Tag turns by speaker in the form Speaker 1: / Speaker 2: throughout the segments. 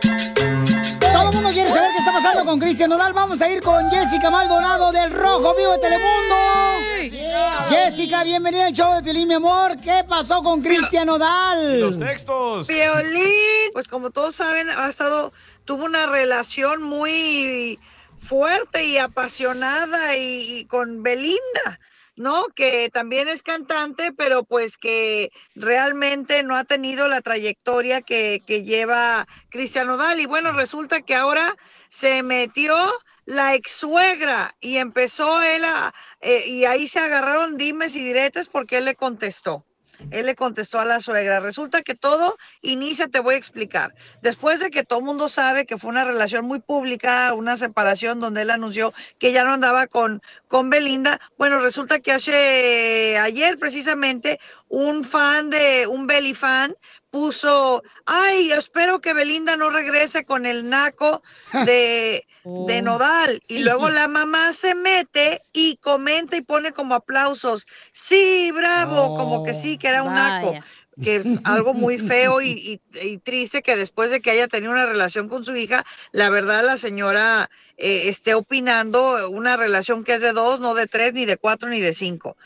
Speaker 1: Todo el mundo quiere saber qué está pasando con Cristian Nodal. Vamos a ir con Jessica Maldonado del Rojo Vivo de Telemundo. Jessica, bienvenida al show de Piolín, mi amor. ¿Qué pasó con Cristian Nodal?
Speaker 2: Los textos.
Speaker 3: Violín, pues como todos saben, ha estado, tuvo una relación muy fuerte y apasionada y, y con Belinda, ¿no? Que también es cantante, pero pues que realmente no ha tenido la trayectoria que, que lleva Cristian Odal. Y bueno, resulta que ahora se metió la ex suegra y empezó él a, eh, y ahí se agarraron dimes y diretes porque él le contestó. Él le contestó a la suegra. Resulta que todo inicia, te voy a explicar. Después de que todo el mundo sabe que fue una relación muy pública, una separación donde él anunció que ya no andaba con, con Belinda, bueno, resulta que hace ayer precisamente un fan de, un Belly fan, puso, ay, espero que Belinda no regrese con el naco de, de Nodal. Y luego la mamá se mete y comenta y pone como aplausos, sí, bravo, como que sí, que era un naco.
Speaker 4: Vaya.
Speaker 3: Que algo muy feo y, y- y triste que después de que haya tenido una relación con su hija, la verdad la señora eh, esté opinando una relación que es de dos, no de tres, ni de cuatro, ni de cinco.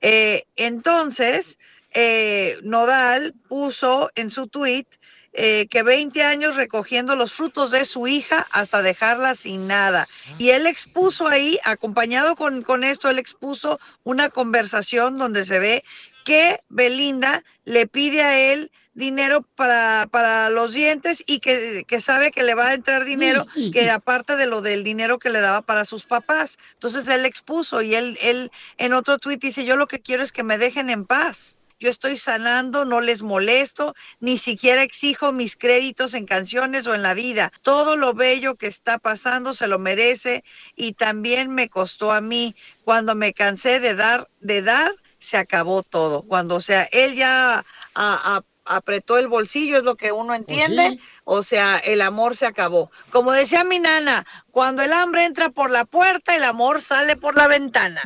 Speaker 3: Eh, entonces, eh, Nodal puso en su tweet eh, que 20 años recogiendo los frutos de su hija hasta dejarla sin nada. Y él expuso ahí, acompañado con, con esto, él expuso una conversación donde se ve que Belinda le pide a él dinero para, para los dientes y que, que sabe que le va a entrar dinero, que aparte de lo del dinero que le daba para sus papás. Entonces él expuso y él, él en otro tuit dice, yo lo que quiero es que me dejen en paz. Yo estoy sanando, no les molesto, ni siquiera exijo mis créditos en canciones o en la vida. Todo lo bello que está pasando se lo merece y también me costó a mí. Cuando me cansé de dar, de dar, se acabó todo. Cuando, o sea, él ya a- a- apretó el bolsillo, es lo que uno entiende. O sea, el amor se acabó. Como decía mi nana, cuando el hambre entra por la puerta, el amor sale por la ventana.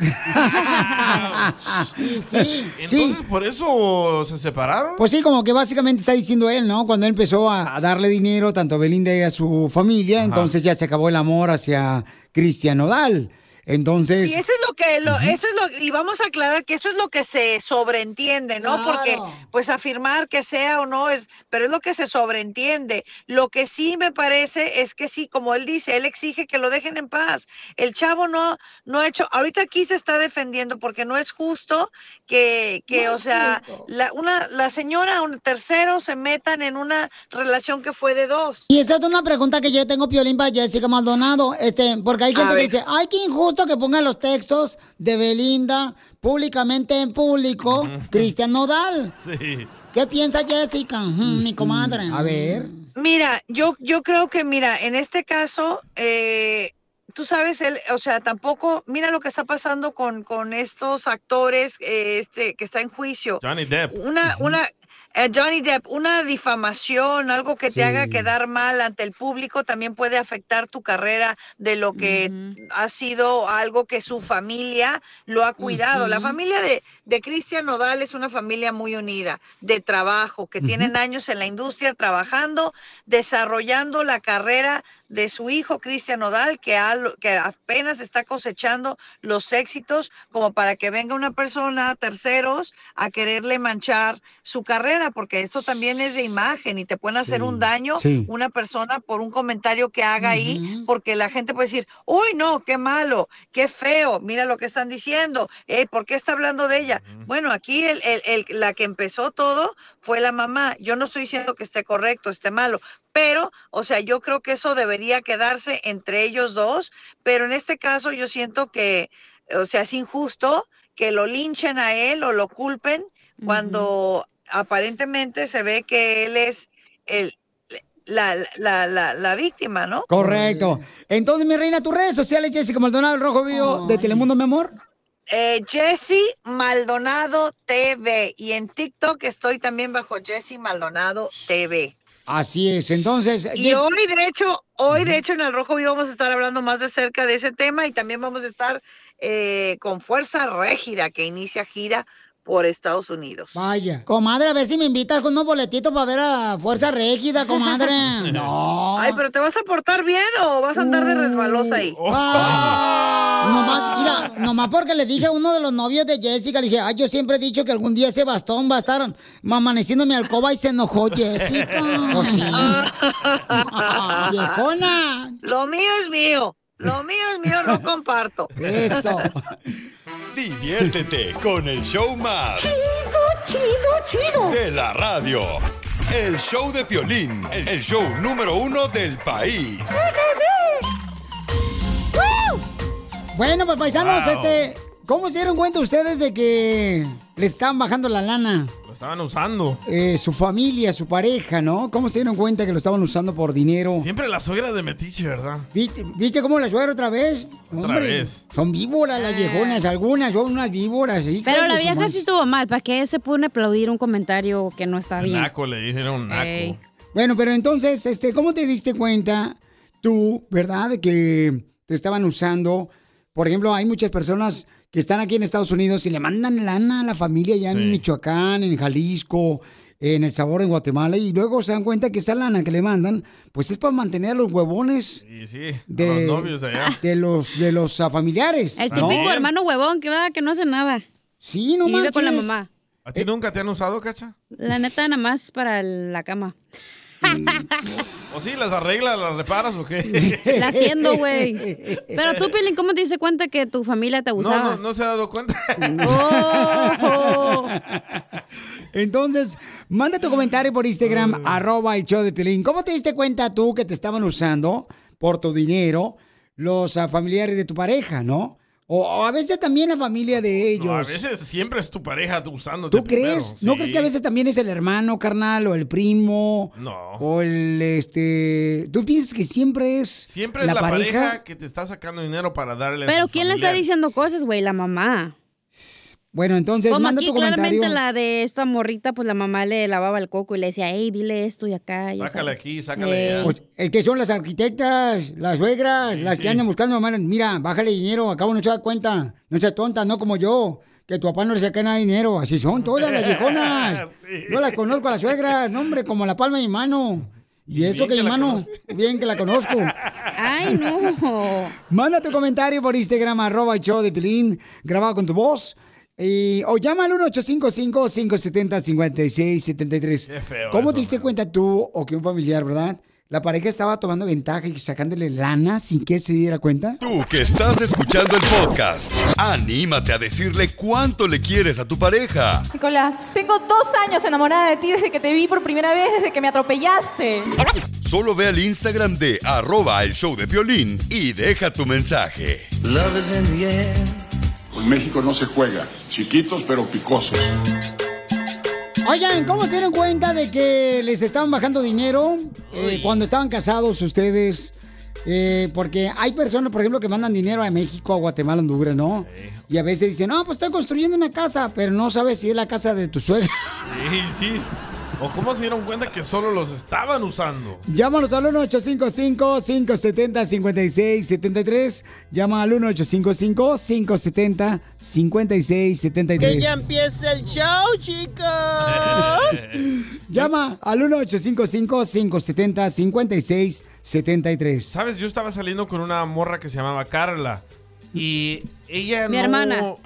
Speaker 2: Entonces, por eso se separaron.
Speaker 1: Pues sí, como que básicamente está diciendo él, ¿no? Cuando él empezó a, a darle dinero tanto a Belinda y a su familia, entonces ya se acabó el amor hacia Cristian Nodal. Entonces...
Speaker 3: Y eso es lo que lo, eso es lo y vamos a aclarar que eso es lo que se sobreentiende, ¿no? Porque pues afirmar que sea o no es, pero es lo que se sobreentiende. Lo que sí me parece es que sí, como él dice, él exige que lo dejen en paz. El chavo no no ha hecho, ahorita aquí se está defendiendo porque no es justo que que o sea, la una la señora un tercero se metan en una relación que fue de dos.
Speaker 1: Y esa es una pregunta que yo tengo, Piolín, para Jessica Maldonado. Este, porque hay
Speaker 3: A
Speaker 1: gente que
Speaker 3: ver.
Speaker 1: dice, ay, qué injusto que pongan los textos de Belinda públicamente en público, Cristian Nodal.
Speaker 2: Sí.
Speaker 1: ¿Qué piensa Jessica, Ujú, mi comadre? A ver.
Speaker 3: Mira, yo, yo creo que, mira, en este caso, eh, tú sabes, él, o sea, tampoco, mira lo que está pasando con, con estos actores eh, este, que está en juicio.
Speaker 2: Johnny Depp.
Speaker 3: Una, una, eh, Johnny Depp, una difamación, algo que te haga quedar mal ante el público también puede afectar tu carrera de lo que ha sido algo que su familia lo ha cuidado. La familia de, de Cristian Nodal es una familia muy unida, de trabajo, que tienen años en la industria trabajando, desarrollando la carrera de su hijo Cristian Nodal, que, al- que apenas está cosechando los éxitos como para que venga una persona, terceros, a quererle manchar su carrera, porque esto también es de imagen y te pueden hacer un daño
Speaker 4: sí.
Speaker 3: una persona por un comentario que haga ahí, porque la gente puede decir, uy, no, qué malo, qué feo, mira lo que están diciendo, eh, ¿por qué está hablando de ella? Bueno, aquí el, el- el- la que empezó todo fue la mamá. Yo no estoy diciendo que esté correcto, esté malo, pero, o sea, yo creo que eso debería quedarse entre ellos dos, pero en este caso yo siento que, o sea, es injusto que lo linchen a él o lo culpen cuando aparentemente se ve que él es el, la, la, la, la víctima, ¿no?
Speaker 1: Correcto. Entonces, mi reina, tus redes sociales, Jessica Maldonado, el Rojo Vivo de Telemundo, mi amor.
Speaker 3: Eh, Jessy Maldonado TV y en TikTok estoy también bajo Jessy Maldonado TV.
Speaker 1: Así es. Entonces,
Speaker 3: Y
Speaker 1: Jess-
Speaker 3: hoy de hecho, hoy de hecho en el Rojo Vivo vamos a estar hablando más de cerca de ese tema y también vamos a estar eh, con Fuerza Régida que inicia gira por Estados Unidos.
Speaker 1: Vaya. Comadre, a ver si me invitas con unos boletitos para ver a Fuerza Régida, comadre. No. Uh.
Speaker 3: Ay, pero ¿te vas a portar bien o vas a andar de resbalosa ahí?
Speaker 1: Ah. Nomás, mira, nomás porque le dije a uno de los novios de Jessica, le dije, ay, yo siempre he dicho que algún día ese bastón va a estar amaneciendo en mi alcoba y se enojó Jessica. ¿O Oh, sí? Viejona.
Speaker 3: Lo mío es mío. Lo mío es mío, no comparto.
Speaker 1: Eso.
Speaker 5: Diviértete con el show más. Chido, chido, chido. De la radio. El show de Piolín, el el show número uno del país.
Speaker 1: Bueno, pues paisanos,
Speaker 2: Wow.
Speaker 1: este, ¿cómo se dieron cuenta ustedes de que le están bajando la lana?
Speaker 2: Lo estaban usando.
Speaker 1: Eh, su familia, su pareja, ¿no? ¿Cómo se dieron cuenta que lo estaban usando por dinero?
Speaker 2: Siempre la suegra de Metiche, ¿verdad?
Speaker 1: ¿Viste, viste cómo la suegra otra vez?
Speaker 2: vez.
Speaker 1: Son víboras las viejonas, algunas son unas víboras. hijas
Speaker 6: Ah. Pero
Speaker 1: de
Speaker 6: la
Speaker 1: su
Speaker 6: vieja
Speaker 1: madre.
Speaker 6: sí estuvo mal. ¿Para qué se pone a aplaudir un comentario que no está bien? Eh.
Speaker 2: Naco, le dije, era un naco.
Speaker 6: Ey.
Speaker 1: Bueno, pero entonces, este, ¿cómo te diste cuenta tú, verdad, de que te estaban usando? Por ejemplo, hay muchas personas que están aquí en Estados Unidos y le mandan lana a la familia ya en Michoacán, en Jalisco, en El Sabor, en Guatemala, y luego se dan cuenta que esa lana que le mandan, pues es para mantener a los huevones
Speaker 2: Y sí,
Speaker 1: de
Speaker 2: a los novios de allá.
Speaker 1: de los, de los ah, familiares.
Speaker 6: El
Speaker 1: ¿no?
Speaker 6: típico hermano huevón que va, que no hace nada.
Speaker 1: Sí, no
Speaker 6: Y vive con la
Speaker 1: manches.
Speaker 6: mamá.
Speaker 2: ¿A
Speaker 1: Eh.
Speaker 2: ti nunca te han usado, cacha?
Speaker 6: La neta, nada más para la cama.
Speaker 2: ¿O sí, las arreglas, las reparas o qué?
Speaker 6: La haciendo, güey. Pero tú, Pilín, ¿cómo te diste cuenta que tu familia te
Speaker 2: No,
Speaker 6: abusaba?
Speaker 2: no, no se ha dado cuenta.
Speaker 6: Oh.
Speaker 1: Entonces, manda tu comentario por Instagram, arroba el show de Piolín. ¿Cómo te diste cuenta tú que te estaban usando por tu dinero los ah, familiares de tu pareja, no? O, o a veces también la familia de ellos.
Speaker 2: No, a veces siempre es tu pareja tú usándote
Speaker 1: ¿Tú crees? ¿No
Speaker 2: primero. Sí.
Speaker 1: crees que a veces también es el hermano, carnal, o el primo?
Speaker 2: No.
Speaker 1: O el, este... ¿Tú piensas que siempre es
Speaker 2: Siempre es la pareja? que te está sacando dinero para darle a
Speaker 6: Pero
Speaker 2: sus
Speaker 6: ¿quién le está
Speaker 2: familiares.
Speaker 6: diciendo cosas, güey? La mamá.
Speaker 1: Bueno, entonces,
Speaker 6: Como
Speaker 1: manda
Speaker 6: aquí
Speaker 1: tu comentario.
Speaker 6: claramente la de esta morrita, pues la mamá le lavaba el coco y le decía, hey, dile esto y acá.
Speaker 2: Sácale
Speaker 6: ya sabes. Eh,
Speaker 2: aquí, sácale allá.
Speaker 1: Pues, es que son las arquitectas, las suegras, las que andan buscando, mamá, mira, bájale dinero, acá uno se da cuenta, no seas tonta, no como yo, que tu papá no le saca nada de dinero, así son todas las viejonas.
Speaker 2: Sí.
Speaker 1: Yo las conozco a las suegras, no hombre, como la palma de mi mano. Y eso
Speaker 2: bien
Speaker 1: que
Speaker 2: que
Speaker 1: mi
Speaker 2: la
Speaker 1: mano, bien que la conozco.
Speaker 6: Ay, no.
Speaker 1: Manda tu comentario por Instagram, arroba el show de Pilín, grabado con tu voz. Y, o llama al 1-855-570-5673.
Speaker 2: Qué feo
Speaker 1: ¿Cómo
Speaker 2: eso,
Speaker 1: te diste cuenta tú o que un familiar, verdad? La pareja estaba tomando ventaja y sacándole lana sin que él se diera cuenta.
Speaker 5: Tú que estás escuchando el podcast, anímate a decirle cuánto le quieres a tu pareja.
Speaker 7: Nicolás, tengo dos años enamorada de ti desde que te vi por primera vez, desde que me atropellaste.
Speaker 5: Solo ve al Instagram de arroba el show de violín y deja tu mensaje.
Speaker 8: Con México no se juega. Chiquitos pero picosos.
Speaker 1: Oigan, ¿cómo se dieron cuenta de que les estaban bajando dinero eh, cuando estaban casados ustedes? Eh, porque hay personas, por ejemplo, que mandan dinero a México, a Guatemala, Honduras, ¿no? Y a veces dicen, no, pues estoy construyendo una casa, pero no sabes si es la casa de tu suegra.
Speaker 2: Sí, sí. ¿O cómo se dieron cuenta que solo los estaban usando?
Speaker 1: Llámanos al 1-855-570-5673. Llama al 1-855-570-5673.
Speaker 4: Que ya empiece el show, chicos.
Speaker 1: Llama al 1-855-570-5673.
Speaker 2: Sabes, yo estaba saliendo con una morra que se llamaba Carla. Y ella
Speaker 1: Mi
Speaker 2: no-
Speaker 1: hermana. Eh,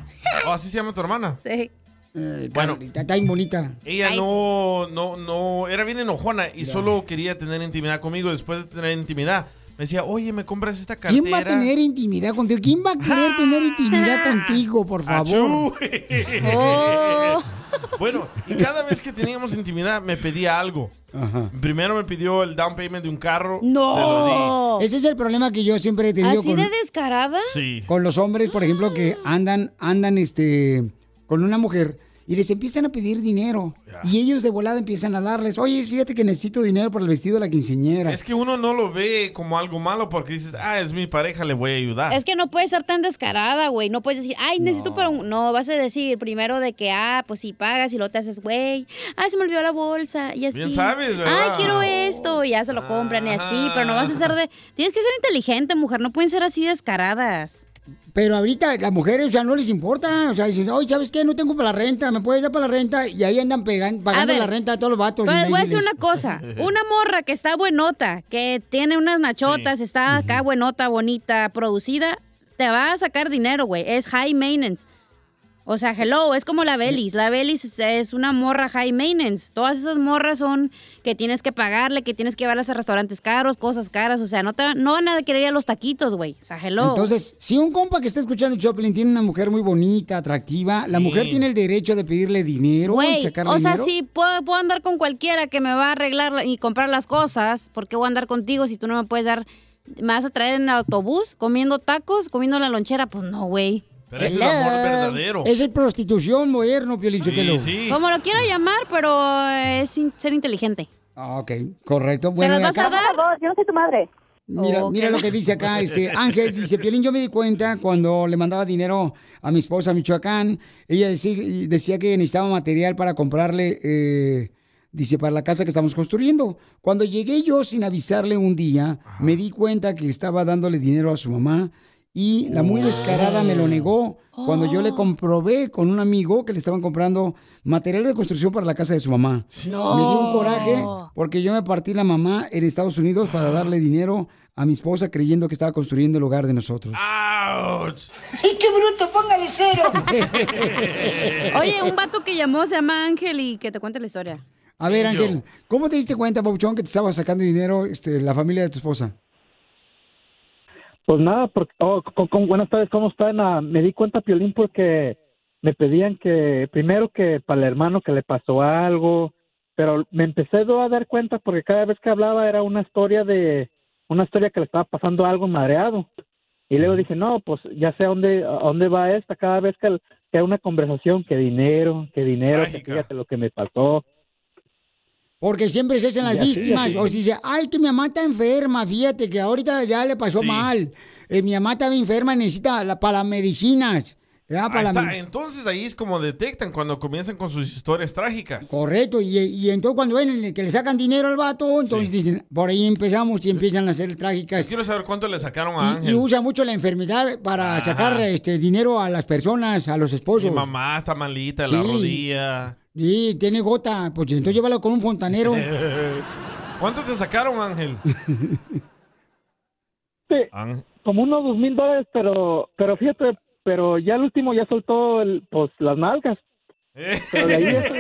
Speaker 2: ¿O así se llama tu hermana?
Speaker 6: Sí.
Speaker 2: Bueno,
Speaker 1: Está tan bonita.
Speaker 2: Ella no, no, no, era bien enojona y solo quería tener intimidad conmigo. Después de tener intimidad, me decía, oye, ¿me compras esta cartera?
Speaker 1: ¿Quién va a tener intimidad contigo? ¿Quién va a querer tener intimidad contigo, por favor?
Speaker 2: Achú.
Speaker 1: Oh.
Speaker 2: Bueno, y cada vez que teníamos intimidad me pedía algo. Primero me pidió el down payment de un carro. se lo di.
Speaker 1: Ese es el problema que yo siempre he tenido
Speaker 6: ¿Así
Speaker 1: con,
Speaker 6: de descarada?
Speaker 2: Sí.
Speaker 1: con los hombres, por ejemplo, que andan, andan este, con una mujer y les empiezan a pedir dinero. Y ellos de volada empiezan a darles, oye, fíjate que necesito dinero para el vestido de la quinceñera.
Speaker 2: Es que uno no lo ve como algo malo porque dices, ah, es mi pareja, le voy a ayudar.
Speaker 6: Es que no puedes ser tan descarada, güey. No puedes decir, ay, necesito para un. No, vas a decir primero de que, ah, pues si pagas y lo te haces, güey. Ah, se me olvidó la bolsa. Y así.
Speaker 2: Bien sabes, ¿verdad?
Speaker 6: Ay, quiero esto. Y ya se lo compran y así. Pero no vas a ser de.
Speaker 2: Ah.
Speaker 6: Tienes que ser inteligente, mujer. No pueden ser así descaradas.
Speaker 1: Pero ahorita las mujeres ya no les importa. O sea, dicen, oye, ¿sabes qué? No tengo para la renta, ¿me puedes dar para la renta? Y ahí andan pegan- pagando
Speaker 6: ver,
Speaker 1: la renta a todos los vatos.
Speaker 6: Pero les voy a decir
Speaker 1: imbéciles.
Speaker 6: una cosa. Una morra que está buenota, que tiene unas nachotas, está acá buenota, bonita, producida, te va a sacar dinero, güey. Es high maintenance. O sea, hello, es como la Belis. La Belis es- es una morra high maintenance. Todas esas morras son que tienes que pagarle, que tienes que llevarlas a restaurantes caros, cosas caras. O sea, no, te, no van a querer ir a los taquitos, güey. O sea, hello.
Speaker 1: Entonces, si un compa que está escuchando el Choplin tiene una mujer muy bonita, atractiva, la mujer tiene el derecho de pedirle dinero,
Speaker 6: Güey,
Speaker 1: y sacarle
Speaker 6: o sea,
Speaker 1: dinero.
Speaker 6: sí, puedo, puedo andar con cualquiera que me va a arreglar la- y comprar las cosas. ¿Por qué voy a andar contigo si tú no me puedes dar? ¿Me vas a traer en el autobús comiendo tacos, comiendo la lonchera? Pues no, güey.
Speaker 2: Pero ese es amor verdadero.
Speaker 1: Esa es prostitución moderno, Piolichotelo.
Speaker 2: Sí,
Speaker 6: Como lo quiero llamar, pero eh, es in- ser inteligente.
Speaker 1: Ah, ok, correcto.
Speaker 6: ¿Se
Speaker 1: Bueno,
Speaker 6: las
Speaker 1: y
Speaker 6: vas a
Speaker 1: acá-
Speaker 6: dar?
Speaker 7: yo no soy tu madre.
Speaker 1: Mira,
Speaker 6: Oh,
Speaker 1: mira
Speaker 6: qué
Speaker 1: lo
Speaker 6: va-
Speaker 1: que dice acá, este Ángel dice, Piolín, yo me di cuenta cuando le mandaba dinero a mi esposa a Michoacán, ella decí- decía que necesitaba material para comprarle, eh, dice, para la casa que estamos construyendo. Cuando llegué yo sin avisarle un día, me di cuenta que estaba dándole dinero a su mamá y la muy descarada me lo negó cuando yo le comprobé con un amigo que le estaban comprando material de construcción para la casa de su mamá. Me dio un coraje porque yo me partí la mamá en Estados Unidos para darle dinero a mi esposa creyendo que estaba construyendo el hogar de nosotros.
Speaker 4: ¡Y qué bruto!
Speaker 6: Póngale cero. Oye, un vato que llamó se llama Ángel y que te cuente la historia.
Speaker 1: A ver,
Speaker 6: Yo.
Speaker 1: Ángel, ¿cómo te diste cuenta, Pauchón, que te estaba sacando dinero este, la familia de tu esposa?
Speaker 9: Pues nada, porque, oh, con, con- buenas tardes, ¿cómo están? Ah, me di cuenta, Piolín, porque me pedían que, primero que para el hermano que le pasó algo, pero me empecé yo a dar cuenta porque cada vez que hablaba era una historia de, una historia que le estaba pasando algo madreado. Y luego dije, no, pues ya sé a dónde, a dónde va esta, cada vez que, que hay una conversación, que dinero, que dinero, que fíjate lo que me pasó.
Speaker 1: Porque siempre se hacen Pues las
Speaker 9: Ya, sí,
Speaker 1: víctimas.
Speaker 9: ya, sí.
Speaker 1: O si dice, ay, que mi mamá está enferma, fíjate que ahorita ya le pasó mal. Eh, mi mamá está enferma y necesita la, para las medicinas. Ya,
Speaker 2: Ahí
Speaker 1: para la
Speaker 2: está.
Speaker 1: me-
Speaker 2: Entonces ahí es como detectan cuando comienzan con sus historias trágicas.
Speaker 1: Correcto, y, y entonces cuando ven que le sacan dinero al vato, entonces dicen, por ahí empezamos y empiezan a hacer trágicas.
Speaker 2: Yo quiero saber cuánto le sacaron a
Speaker 1: Y, y
Speaker 2: Ángel.
Speaker 1: usa mucho la enfermedad para
Speaker 2: Ajá.
Speaker 1: sacar este, dinero a las personas, a los esposos.
Speaker 2: Mi mamá está malita, la
Speaker 1: Sí.
Speaker 2: rodilla.
Speaker 1: Y tiene gota, pues entonces llévalo con un fontanero.
Speaker 2: ¿Cuánto te sacaron, Ángel?
Speaker 9: Sí, como unos dos mil dólares, pero, pero fíjate, pero ya el último ya soltó el, pues, las nalgas. Pero de ahí eso-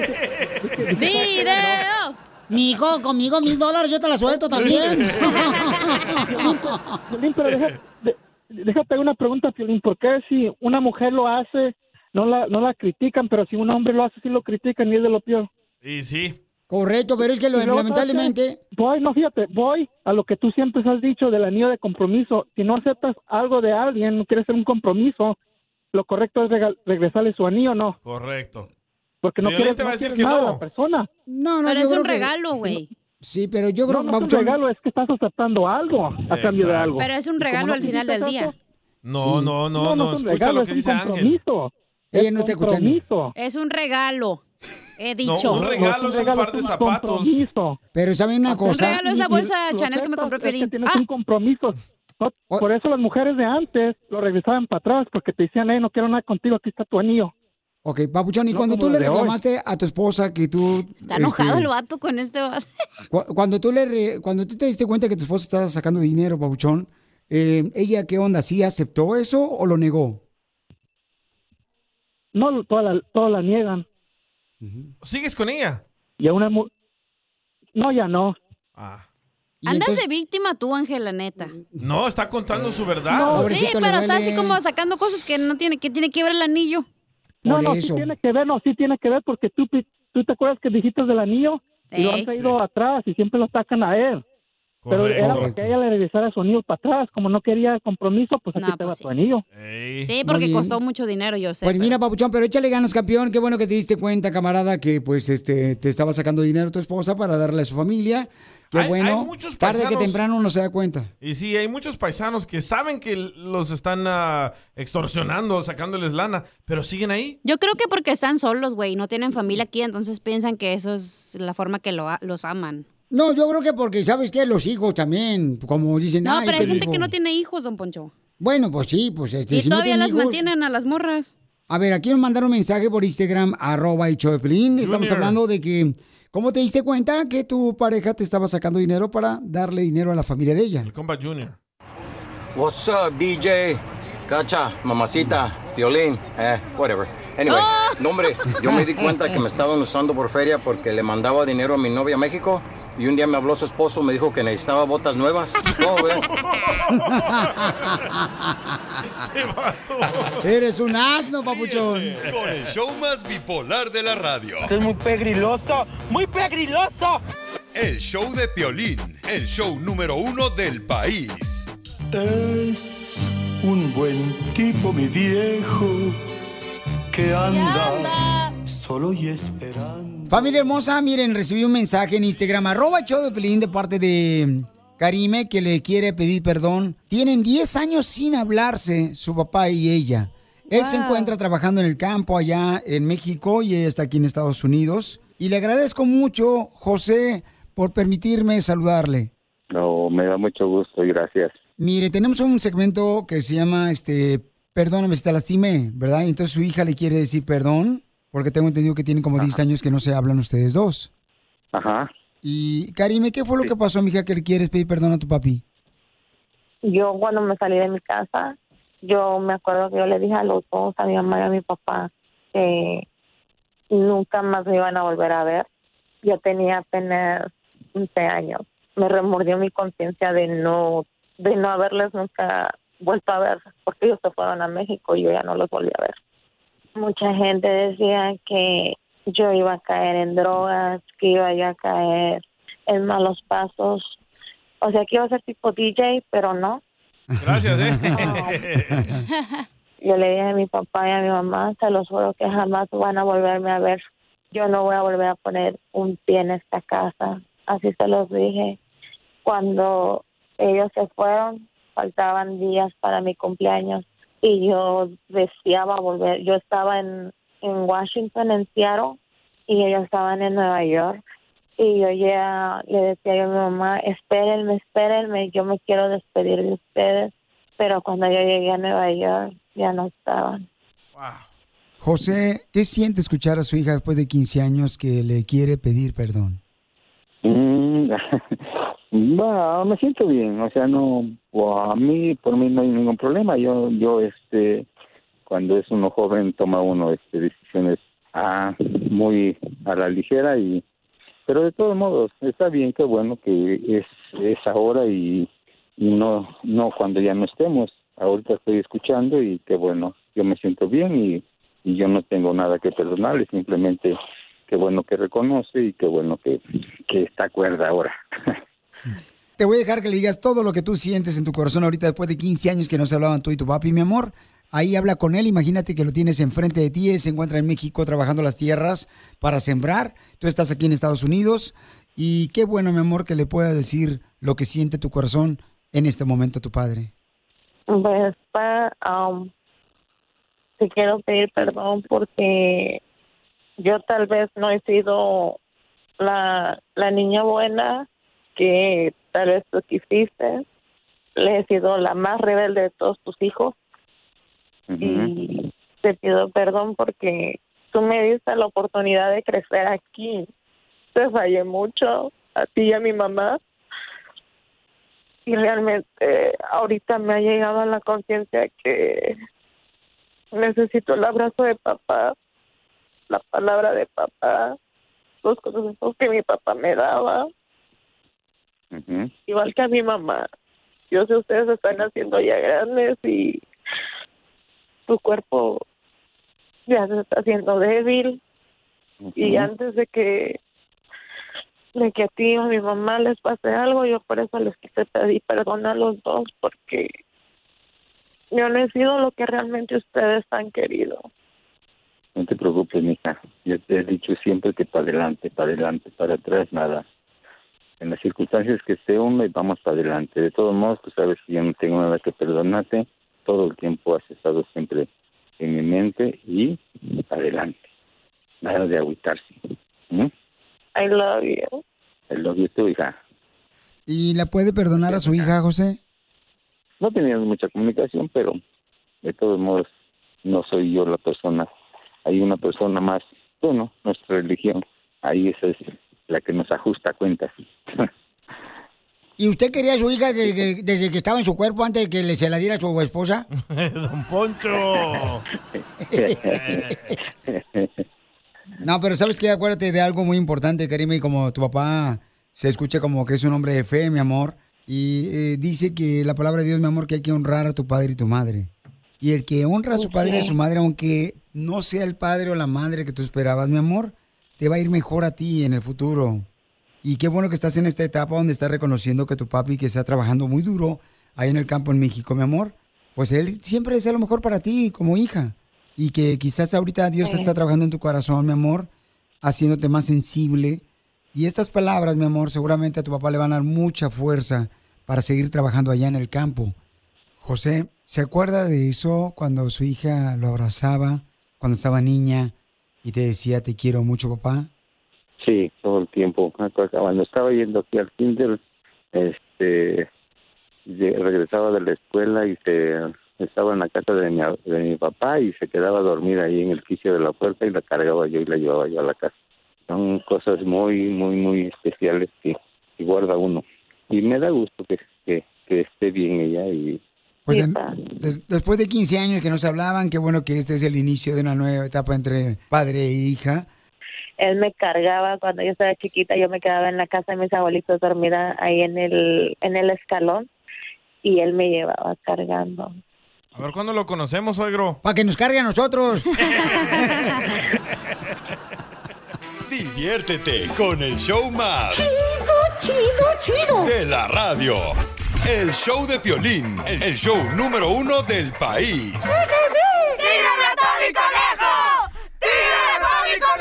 Speaker 6: ¡Video!
Speaker 1: Mijo, conmigo mil dólares, yo te la suelto también.
Speaker 9: Piolín, pero deja- de- déjate una pregunta, Piolín. ¿Por qué si una mujer lo hace, no la, no la critican, pero si un hombre lo hace, sí lo critican y es de lo peor?
Speaker 2: Y sí.
Speaker 1: Correcto, pero es que lo-
Speaker 9: Y luego, ¿sabes
Speaker 1: lamentablemente-
Speaker 9: qué? Voy, no, fíjate, voy a lo que tú siempre has dicho del anillo de compromiso. Si no aceptas algo de alguien, no quieres hacer un compromiso, lo correcto es regal- regresarle su anillo, ¿no?
Speaker 2: Correcto.
Speaker 9: Porque no
Speaker 2: Violín
Speaker 9: quieres,
Speaker 2: te va a
Speaker 9: no
Speaker 2: decir
Speaker 9: quieres
Speaker 2: que
Speaker 9: nada a
Speaker 2: no.
Speaker 9: la persona.
Speaker 1: No, no,
Speaker 6: Pero
Speaker 1: yo
Speaker 6: es un
Speaker 1: creo que-
Speaker 6: regalo, güey.
Speaker 1: Sí, pero yo creo que
Speaker 9: no, no es un
Speaker 1: Papuchón-
Speaker 9: regalo, es que estás aceptando algo a cambio de algo.
Speaker 6: Pero es un
Speaker 9: Y como
Speaker 6: regalo
Speaker 9: no
Speaker 6: al final del
Speaker 7: pues,
Speaker 9: hiciste
Speaker 6: día.
Speaker 9: caso,
Speaker 2: No, no, no, no,
Speaker 9: No, no es un
Speaker 2: escucha
Speaker 9: regalo,
Speaker 2: lo
Speaker 9: es
Speaker 2: que
Speaker 9: un
Speaker 2: dice Ángel.
Speaker 9: compromiso.
Speaker 1: Ella no está escuchando.
Speaker 6: Es un regalo. He
Speaker 2: No,
Speaker 6: dicho.
Speaker 2: un regalo es un par de zapatos.
Speaker 1: Pero saben una cosa.
Speaker 6: regalo es la bolsa Chanel que me Ah. compró
Speaker 9: Es que
Speaker 6: Piolín.
Speaker 9: tienes un compromiso. No, por eso las mujeres de antes lo regresaban para atrás porque te decían, hey, no quiero nada contigo, aquí está tu anillo.
Speaker 1: Ok, Papuchón, y
Speaker 9: No
Speaker 1: cuando
Speaker 9: como
Speaker 1: tú le
Speaker 9: los de hoy.
Speaker 1: reclamaste a tu esposa que tú...
Speaker 6: Está enojado
Speaker 1: este,
Speaker 6: el vato con este vato.
Speaker 1: cu- cuando tú le re- cuando tú te diste cuenta que tu esposa estaba sacando dinero, Papuchón, eh, ¿ella qué onda? ¿Sí aceptó eso o lo negó?
Speaker 9: No, todas la, toda la niegan.
Speaker 2: ¿Sigues con ella?
Speaker 9: Y a una mu- No, ya no.
Speaker 6: Andas de víctima tú, Ángel, la neta.
Speaker 2: No, está contando su verdad.
Speaker 6: sí, pero está así como sacando cosas que no tiene que tiene que ver el anillo.
Speaker 9: No,
Speaker 6: Por
Speaker 9: no, sí
Speaker 6: eso.
Speaker 9: tiene que ver, no, sí tiene que ver porque tú, pi- tú te acuerdas que dijiste del anillo y lo
Speaker 6: Ey.
Speaker 9: han traído atrás y siempre lo atacan a él. Pero era
Speaker 6: Correcto.
Speaker 9: para que ella le regresara su anillo para atrás. Como no quería compromiso, pues aquí
Speaker 6: No,
Speaker 9: te
Speaker 6: pues
Speaker 9: va
Speaker 6: sí.
Speaker 9: tu anillo.
Speaker 6: Sí,
Speaker 1: Muy
Speaker 6: porque
Speaker 1: bien.
Speaker 6: costó mucho dinero, yo sé.
Speaker 1: Pues
Speaker 6: pero-
Speaker 1: mira, Papuchón, pero échale ganas, campeón. Qué bueno que te diste cuenta, camarada, que pues este te estaba sacando dinero tu esposa para darle a su familia. Qué
Speaker 2: Hay-
Speaker 1: bueno.
Speaker 2: hay muchos
Speaker 1: Tarde que
Speaker 2: paisanos-
Speaker 1: temprano uno se da cuenta.
Speaker 2: Y sí, hay muchos paisanos que saben que los están ah, extorsionando, sacándoles lana, pero siguen ahí.
Speaker 6: Yo creo que porque están solos, güey, y no tienen familia aquí, entonces piensan que eso es la forma que lo a- los aman.
Speaker 1: No, yo creo que porque, ¿sabes qué? Los hijos también, como dicen...
Speaker 6: No,
Speaker 1: "Ay,
Speaker 6: pero hay
Speaker 1: qué
Speaker 6: gente
Speaker 1: rico".
Speaker 6: que no tiene hijos, don Poncho.
Speaker 1: Bueno, pues sí, pues este,
Speaker 6: y
Speaker 1: si no
Speaker 6: todavía
Speaker 1: tienen
Speaker 6: las
Speaker 1: hijos-
Speaker 6: mantienen a las morras.
Speaker 1: A ver, aquí nos mandaron un mensaje por Instagram, arroba y Choplin. Estamos
Speaker 6: Junior.
Speaker 1: hablando de que, ¿cómo te diste cuenta que tu pareja te estaba sacando dinero para darle dinero a la familia de ella?
Speaker 2: Compa Junior.
Speaker 10: What's up, DJ? Cacha, mamacita, violín, eh, whatever. Anyway, no hombre, yo me di cuenta que me estaban usando por feria porque le mandaba dinero a mi novia a México y un día me habló su esposo, me dijo que necesitaba botas nuevas. ¿Cómo ves?
Speaker 1: Eres un asno, papuchón.
Speaker 5: Con el show más bipolar de la radio.
Speaker 1: Esto
Speaker 5: es muy pegriloso, muy pegriloso. El show de Piolín, el show número uno del país.
Speaker 4: Es un buen tipo, mi viejo, que anda, solo y esperando.
Speaker 1: Familia hermosa, miren, recibí un mensaje en Instagram, arroba el show de Pelín de parte de Karime, que le quiere pedir perdón. Tienen 10 años sin hablarse su papá y ella. Él se
Speaker 11: Wow.
Speaker 1: encuentra trabajando en el campo allá en México y ella está aquí en Estados Unidos. Y le agradezco mucho, José, por permitirme saludarle.
Speaker 12: No, me da mucho gusto y gracias.
Speaker 1: Mire, tenemos un segmento que se llama, este, perdóname si te lastimé, ¿verdad? Y entonces su hija le quiere decir perdón, porque tengo entendido que tienen como 10 años que no se hablan ustedes dos.
Speaker 12: Ajá.
Speaker 1: Y Karime, ¿qué fue lo que pasó, mija, que le quieres pedir perdón a tu papi?
Speaker 13: yo cuando me salí de mi casa, yo me acuerdo que yo le dije a los dos, a mi mamá y a mi papá, que nunca más me iban a volver a ver. Yo tenía apenas 11 años. Me remordió mi conciencia de no, de no haberles nunca vuelto a ver, porque ellos se fueron a México y yo ya no los volví a ver. Mucha gente decía que yo iba a caer en drogas, que iba yo a caer en malos pasos. O sea, que iba a ser tipo DJ, pero no.
Speaker 2: Gracias,
Speaker 13: Yo le dije a mi papá y a mi mamá, se los juro que jamás van a volverme a ver. Yo no voy a volver a poner un pie en esta casa. Así se los dije. Cuando ellos se fueron, faltaban días para mi cumpleaños y yo deseaba volver. Yo estaba en, en Washington, en Seattle, y ellos estaban en Nueva York. Y yo ya le decía yo a mi mamá, espérenme, espérenme, yo me quiero despedir de ustedes. Pero cuando yo llegué a Nueva York, ya no estaban.
Speaker 1: José, ¿qué siente escuchar a su hija después de 15 años que le quiere pedir perdón?
Speaker 12: Mm, va, me siento bien, o sea, no, a mí, por mí no hay ningún problema. Yo, yo, este, cuando es uno joven toma uno, este, decisiones ah, muy a la ligera y, pero de todos modos está bien, qué bueno que es, es ahora y, y no, no cuando ya no estemos. Ahorita estoy escuchando y qué bueno, yo me siento bien y, y yo no tengo nada que perdonarle, simplemente qué bueno que reconoce y qué bueno que, que está cuerda ahora.
Speaker 1: Te voy a dejar que le digas todo lo que tú sientes en tu corazón ahorita después de 15 años que no se hablaban tú y tu papi, mi amor. Ahí habla con él, imagínate que lo tienes enfrente de ti, él se encuentra en México trabajando las tierras para sembrar, tú estás aquí en Estados Unidos y qué bueno, mi amor, que le pueda decir lo que siente tu corazón en este momento a tu padre.
Speaker 13: Pues, pa, um, te quiero pedir perdón porque yo tal vez no he sido la, la niña buena que tal vez tú quisiste. Le he sido la más rebelde de todos tus hijos. Y te pido perdón porque tú me diste la oportunidad de crecer aquí. Te fallé mucho a ti y a mi mamá. Y realmente eh, ahorita me ha llegado a la conciencia que necesito el abrazo de papá, la palabra de papá, los consejos que mi papá me daba, igual que a mi mamá. Yo sé ustedes están haciendo ya grandes y su cuerpo ya se está haciendo débil y antes de que de que a ti o a mi mamá les pase algo, yo por eso les quise pedir perdón a los dos porque yo no he sido lo que realmente ustedes han querido.
Speaker 12: No te preocupes, mija. Yo te he dicho siempre que para adelante, para adelante, para atrás, nada. En las circunstancias que esté uno, y vamos para adelante. De todos modos, tú sabes que yo no tengo nada que perdonarte. Todo el tiempo has estado siempre en mi mente y adelante. Nada de agüitarse. ¿Mm?
Speaker 13: I love you.
Speaker 12: I love you too, hija.
Speaker 1: ¿Y la puede perdonar a su hija, José?
Speaker 12: No teníamos mucha comunicación, pero de todos modos, no soy yo la persona. Hay una persona más, bueno, nuestra religión. Ahí esa es la que nos ajusta a cuentas.
Speaker 1: ¿Y usted quería a su hija desde que, desde que estaba en su cuerpo antes de que le se la diera a su esposa?
Speaker 2: Don Poncho.
Speaker 1: No, pero sabes que acuérdate de algo muy importante, Karime, como tu papá se escucha como que es un hombre de fe, mi amor, y eh, dice que la palabra de Dios, mi amor, que hay que honrar a tu padre y tu madre. Y el que honra a su padre y a su madre, aunque no sea el padre o la madre que tú esperabas, mi amor, te va a ir mejor a ti en el futuro. Y qué bueno que estás en esta etapa donde estás reconociendo que tu papi, que está trabajando muy duro ahí en el campo en México, mi amor, pues él siempre desea lo mejor para ti como hija. Y que quizás ahorita Dios
Speaker 14: Sí.
Speaker 1: está trabajando en tu corazón, mi amor, haciéndote más sensible. Y estas palabras, mi amor, seguramente a tu papá le van a dar mucha fuerza para seguir trabajando allá en el campo. José, ¿se acuerda de eso cuando su hija lo abrazaba, cuando estaba niña y te decía, te quiero mucho, papá?
Speaker 12: Sí, todo el tiempo. Ah, pues, Cuando estaba yendo aquí al kinder, este, lle- regresaba de la escuela y se estaba en la casa de mi, a- de mi papá y se quedaba a dormir ahí en el quicio de la puerta y la cargaba yo y la llevaba yo a la casa. Son cosas muy, muy, muy especiales que, que guarda uno. Y me da gusto que, que, que esté bien ella y
Speaker 1: Pues de- des- después de 15 años que no se hablaban, qué bueno que este es el inicio de una nueva etapa entre padre e hija.
Speaker 13: Él me cargaba cuando yo estaba chiquita, yo me quedaba en la casa de mis abuelitos dormida ahí en el en el escalón y él me llevaba cargando.
Speaker 2: A ver cuándo lo conocemos, suegro.
Speaker 1: Para que nos cargue a nosotros.
Speaker 5: Diviértete con el show más. Chido, chido, chido. De la radio. El show de Piolín, el el show número uno del país.
Speaker 4: ¡Tírame a Tony Conejo! ¡Tírame a Tony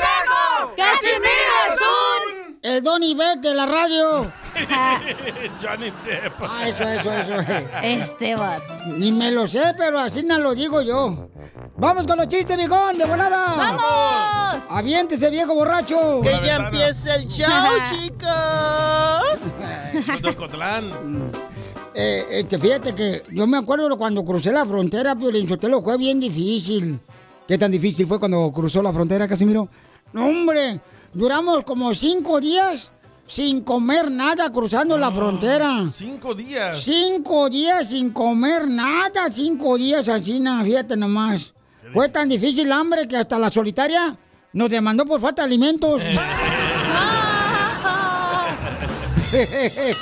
Speaker 4: Conejo! ¡Casimiro es un...
Speaker 1: El Eh, Donny Beck de la radio.
Speaker 2: Johnny Depp.
Speaker 1: Ah, eso, eso, eso.
Speaker 6: Este vato.
Speaker 1: Ni me lo sé, pero así no lo digo yo. Vamos con los chistes, viejón, de volada. ¡Vamos! Aviéntese, viejo borracho.
Speaker 4: Que ya empiece el show, chicos.
Speaker 2: De Cotlán.
Speaker 1: Eh, este, fíjate que yo me acuerdo cuando crucé la frontera, Piolín Sotelo, fue bien difícil. ¿Qué tan difícil fue cuando cruzó la frontera, Casimiro? No, hombre, duramos como cinco días sin comer nada cruzando la frontera.
Speaker 2: Ah, Cinco días.
Speaker 1: Cinco días sin comer nada, cinco días así, nada, fíjate nomás. Fue tan difícil el hambre que hasta la solitaria nos demandó por falta de alimentos.
Speaker 2: Eh.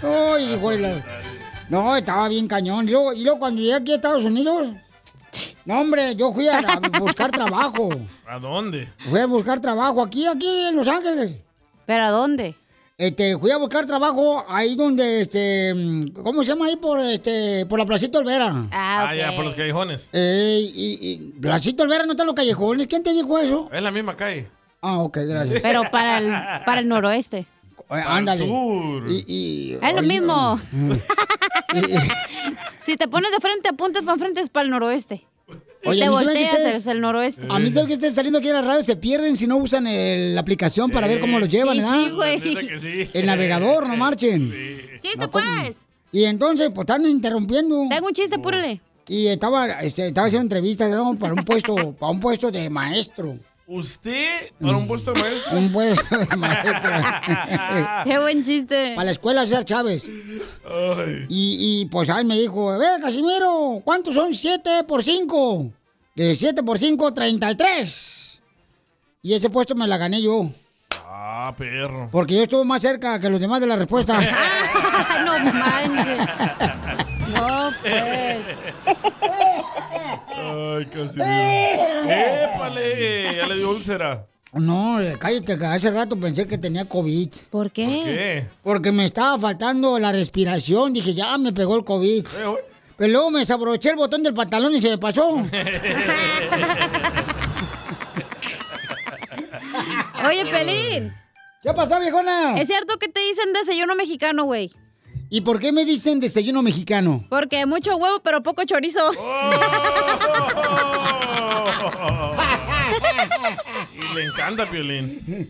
Speaker 1: Ay, güey. No, estaba bien cañón. Y luego, y luego cuando llegué aquí a Estados Unidos, no, hombre, yo fui a, a buscar trabajo.
Speaker 2: ¿A dónde?
Speaker 1: Fui a buscar trabajo aquí, aquí en Los Ángeles. ¿Pero a dónde? Este, fui a buscar trabajo ahí donde, este, ¿cómo se llama ahí por, este, por la Placita Olvera?
Speaker 2: Ah, ya, por los callejones.
Speaker 1: Eh, y, y- Placita Olvera no está en los callejones. ¿Quién te dijo eso?
Speaker 2: Es la misma calle.
Speaker 1: Ah, ok, gracias.
Speaker 6: Pero para el, para el noroeste.
Speaker 1: Eh, ándale.
Speaker 2: Al sur.
Speaker 1: Y- y-
Speaker 6: Es lo
Speaker 1: ay,
Speaker 6: mismo. si te pones de frente, apuntas para enfrente, es para el noroeste.
Speaker 1: Oye,
Speaker 6: te
Speaker 1: a mí se me hace que
Speaker 6: volteas,
Speaker 1: ustedes-
Speaker 6: eres el noroeste.
Speaker 1: A mí se ve que ustedes saliendo aquí en la radio se pierden si no usan el- la aplicación para ver cómo lo llevan,
Speaker 6: Sí,
Speaker 1: ¿verdad?
Speaker 6: sí, güey. La neta que sí.
Speaker 1: El navegador, no marchen. Chiste, pues. Y entonces, pues están interrumpiendo. Tengo
Speaker 6: un chiste, púrale.
Speaker 1: Y estaba, este, estaba haciendo entrevistas ¿no? para un puesto, para un puesto de maestro.
Speaker 2: ¿Usted? ¿Para
Speaker 1: Mm.
Speaker 2: un puesto de maestro?
Speaker 1: Un puesto de maestro.
Speaker 6: Qué buen chiste.
Speaker 1: Para la escuela César Chávez.
Speaker 2: Ay.
Speaker 1: Y, y, pues ahí me dijo, ve Casimiro, ¿cuántos son 7 por 5? De 7 por 5, 33. Y ese puesto me la gané yo,
Speaker 2: Ah, perro.
Speaker 1: porque yo estuve más cerca que los demás de la respuesta.
Speaker 6: Ah, no manches. No, pues.
Speaker 2: Ay, casi. ¡Épale! Ya le dio úlcera.
Speaker 1: No, eh, cállate, que hace rato pensé que tenía COVID.
Speaker 6: ¿Por qué?
Speaker 2: qué?
Speaker 1: Porque me estaba faltando la respiración. Dije, ya me pegó el COVID. Pero luego me desabroché el botón del pantalón y se me pasó.
Speaker 6: Oye, Pelín.
Speaker 1: ¿Qué pasó, viejona?
Speaker 6: Es cierto que te dicen desayuno mexicano, güey.
Speaker 1: ¿Y por qué me dicen desayuno mexicano? Oh.
Speaker 6: Porque mucho huevo, pero poco chorizo.
Speaker 2: Y le encanta Piolín.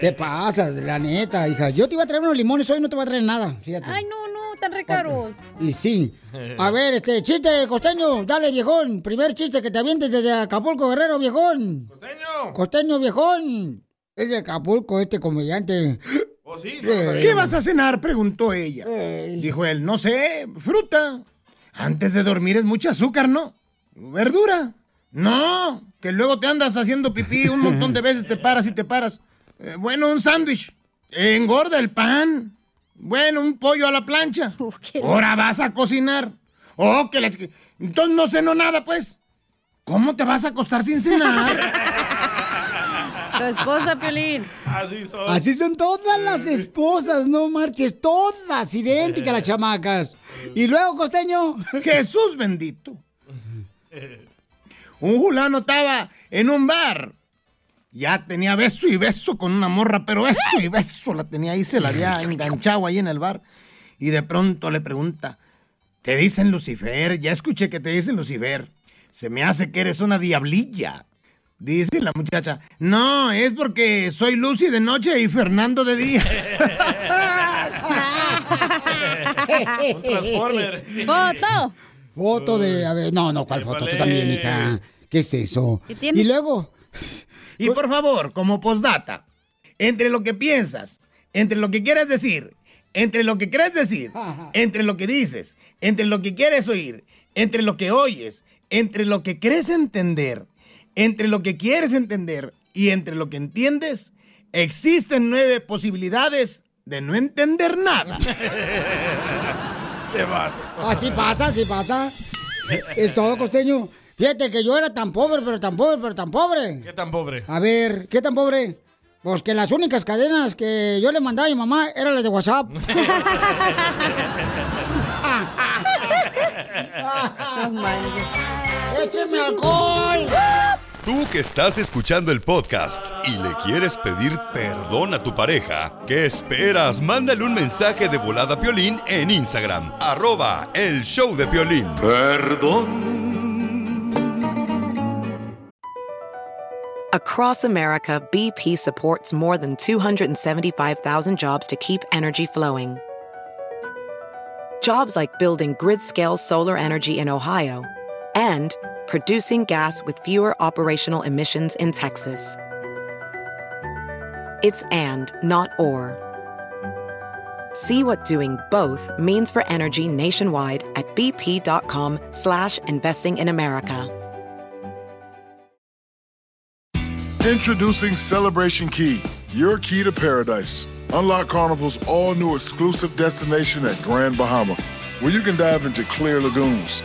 Speaker 1: Te pasas, la neta, hija. Yo te iba a traer unos limones hoy, no te voy a traer nada. Fíjate.
Speaker 6: Ay, no, no, tan recaros.
Speaker 1: Y sí. A ver, este chiste, costeño. Dale, viejón. Primer chiste que te avientes desde Acapulco, Guerrero, viejón. Costeño. Costeño, viejón. Es de Acapulco este comediante. Eh,
Speaker 2: ¿O sí?
Speaker 15: ¿Qué vas a cenar? preguntó ella. Dijo él, no sé, fruta. Antes de dormir es mucho azúcar, ¿no? Verdura. No, que luego te andas haciendo pipí un montón de veces, te paras y te paras. Eh, bueno, un sándwich. Engorda el pan. Bueno, un pollo a la plancha. Ahora vas a cocinar. Oh, que la chiqui- Entonces no cenó nada, pues. ¿Cómo te vas a acostar sin cenar?
Speaker 6: Tu esposa, Pelín.
Speaker 2: Así son.
Speaker 1: Así son todas las esposas, no marches, todas idénticas las chamacas. Y luego, costeño.
Speaker 15: Jesús bendito. Un fulano estaba en un bar. Ya tenía beso y beso con una morra, pero beso y beso la tenía ahí, se la había enganchado ahí en el bar. Y de pronto le pregunta, ¿te dicen Lucifer? Ya escuché que te dicen Lucifer. Se me hace que eres una diablilla. Dice la muchacha, no, es porque soy Lucy de noche y Fernando de día.
Speaker 4: Un transformer.
Speaker 6: ¡Foto!
Speaker 1: Foto de. A ver, no, no, ¿cuál foto? Tú también, hija. ¿Qué es eso?
Speaker 15: Y
Speaker 1: luego.
Speaker 15: Y por favor, como postdata, entre lo que piensas, entre lo que quieres decir, entre lo que crees decir, entre lo que dices, entre lo que quieres oír, entre lo que oyes, entre lo que crees entender, entre lo que quieres entender y entre lo que entiendes, existen nueve posibilidades de no entender nada.
Speaker 2: Este vato.
Speaker 1: Así pasa, así pasa. Es todo, costeño. Fíjate que yo era tan pobre, pero tan pobre, pero tan pobre.
Speaker 2: ¿Qué tan pobre?
Speaker 1: A ver, ¿qué tan pobre? Pues que las únicas cadenas que yo le mandaba a mi mamá eran las de WhatsApp. ¡Écheme alcohol!
Speaker 5: Tú que estás escuchando el podcast y le quieres pedir perdón a tu pareja, ¿qué esperas? Mándale un mensaje de volada a Piolín en Instagram, arroba el show de Piolín. Perdón.
Speaker 16: Across America, BP supports more than 275,000 jobs to keep energy flowing. Jobs like building grid scale solar energy in Ohio and producing gas with fewer operational emissions in Texas. It's and, not or. See what doing both means for energy nationwide at bp.com slash investing in America.
Speaker 8: Introducing Celebration Key, your key to paradise. Unlock Carnival's all new exclusive destination at Grand Bahama, where you can dive into clear lagoons,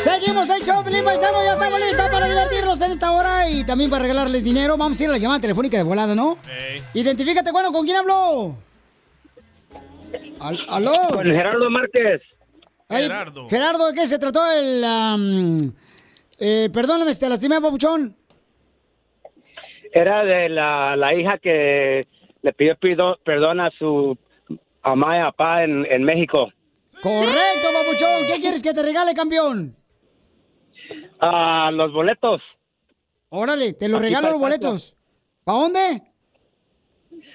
Speaker 1: Seguimos el show, Pelín Paisano. Ya estamos listos para divertirnos en esta hora y también para regalarles dinero. Vamos a ir a la llamada telefónica de volada, ¿no? Identifícate, bueno, ¿con quién habló? Al- ¿Aló?
Speaker 17: Con Gerardo Márquez.
Speaker 1: Ay, Gerardo, ¿de qué se trató el... am, eh, perdóname, si te lastimé, papuchón.
Speaker 17: Era de la, la hija que le pidió pido- perdón a su mamá y papá en, en México.
Speaker 1: Correcto, papuchón. ¿Qué quieres que te regale, campeón?
Speaker 17: A los boletos.
Speaker 1: Órale, te lo
Speaker 17: Aquí
Speaker 1: regalo
Speaker 17: para
Speaker 1: los
Speaker 17: el Paso.
Speaker 1: boletos. ¿Para dónde?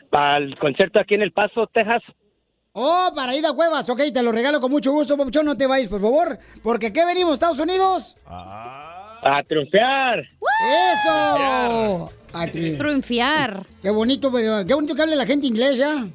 Speaker 17: Para el concierto aquí en El Paso, Texas.
Speaker 1: Oh, para ir a Cuevas. Ok, te lo regalo con mucho gusto, papuchón. No te vayas, por favor. Porque ¿qué venimos, Estados Unidos?
Speaker 17: A triunfar.
Speaker 1: ¡Eso! A tri- Qué bonito, pero- qué bonito que hable la gente inglés ya.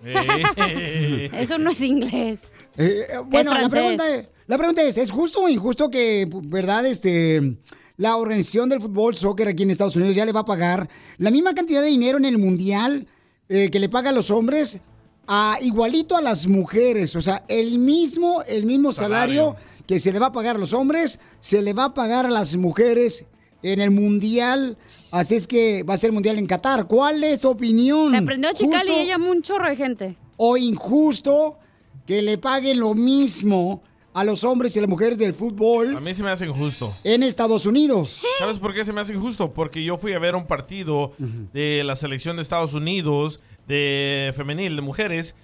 Speaker 6: Eso no es inglés.
Speaker 1: Eh, eh, bueno, la
Speaker 6: francés.
Speaker 1: pregunta, la pregunta es, ¿es justo o injusto que, p- verdad, este, la organización del fútbol, soccer aquí en Estados Unidos ya le va a pagar la misma cantidad de dinero en el mundial eh, que le paga a los hombres, a, igualito a las mujeres? O sea, el mismo, el mismo salario. que se le va a pagar a los hombres, se le va a pagar a las mujeres en el mundial. Así es que va a ser el mundial en Qatar. ¿Cuál es tu opinión? Se
Speaker 6: aprendió a Chicali, ella
Speaker 1: un chorro de gente. O injusto que le paguen lo mismo a los hombres y a las mujeres del
Speaker 2: A
Speaker 1: fútbol
Speaker 2: mí se me hace injusto.
Speaker 1: en Estados Unidos.
Speaker 2: ¿Sabes por qué se me hace injusto? Porque yo fui a ver un partido de la selección de Estados Unidos de femenil, de mujeres,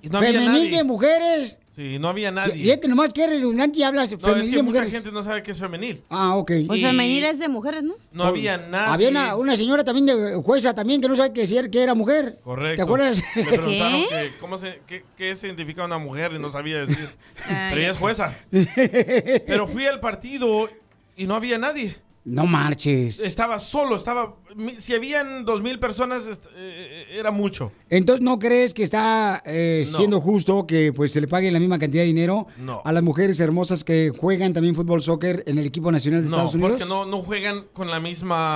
Speaker 2: y no había
Speaker 1: femenil
Speaker 2: nadie.
Speaker 1: de mujeres.
Speaker 2: Sí, no había nadie.
Speaker 1: Fíjate nomás que redundante y hablas
Speaker 2: No,
Speaker 1: femenil
Speaker 2: es que
Speaker 1: de
Speaker 2: mucha
Speaker 1: mujeres.
Speaker 2: gente no sabe que es femenil.
Speaker 1: Ah, ok.
Speaker 2: Pues femenil
Speaker 1: es de mujeres, ¿no?
Speaker 2: No había nadie.
Speaker 1: Había una, una señora también de jueza también que no sabe que, si era- que era mujer.
Speaker 2: Correcto.
Speaker 1: ¿Te acuerdas?
Speaker 2: Le preguntaron que cómo se, qué, qué se identifica una mujer y no sabía decir. Pero ella es jueza. Pero fui al partido y no había nadie.
Speaker 1: No marches.
Speaker 2: Estaba solo, estaba... mi- Si habían dos mil personas, est- eh, era mucho.
Speaker 1: Entonces, ¿no crees que está eh,
Speaker 2: No.
Speaker 1: siendo justo que pues se le pague la misma cantidad de dinero
Speaker 2: No.
Speaker 1: a las mujeres hermosas que juegan también fútbol soccer en el equipo nacional de
Speaker 2: No,
Speaker 1: Estados Unidos?
Speaker 2: porque no, no juegan con la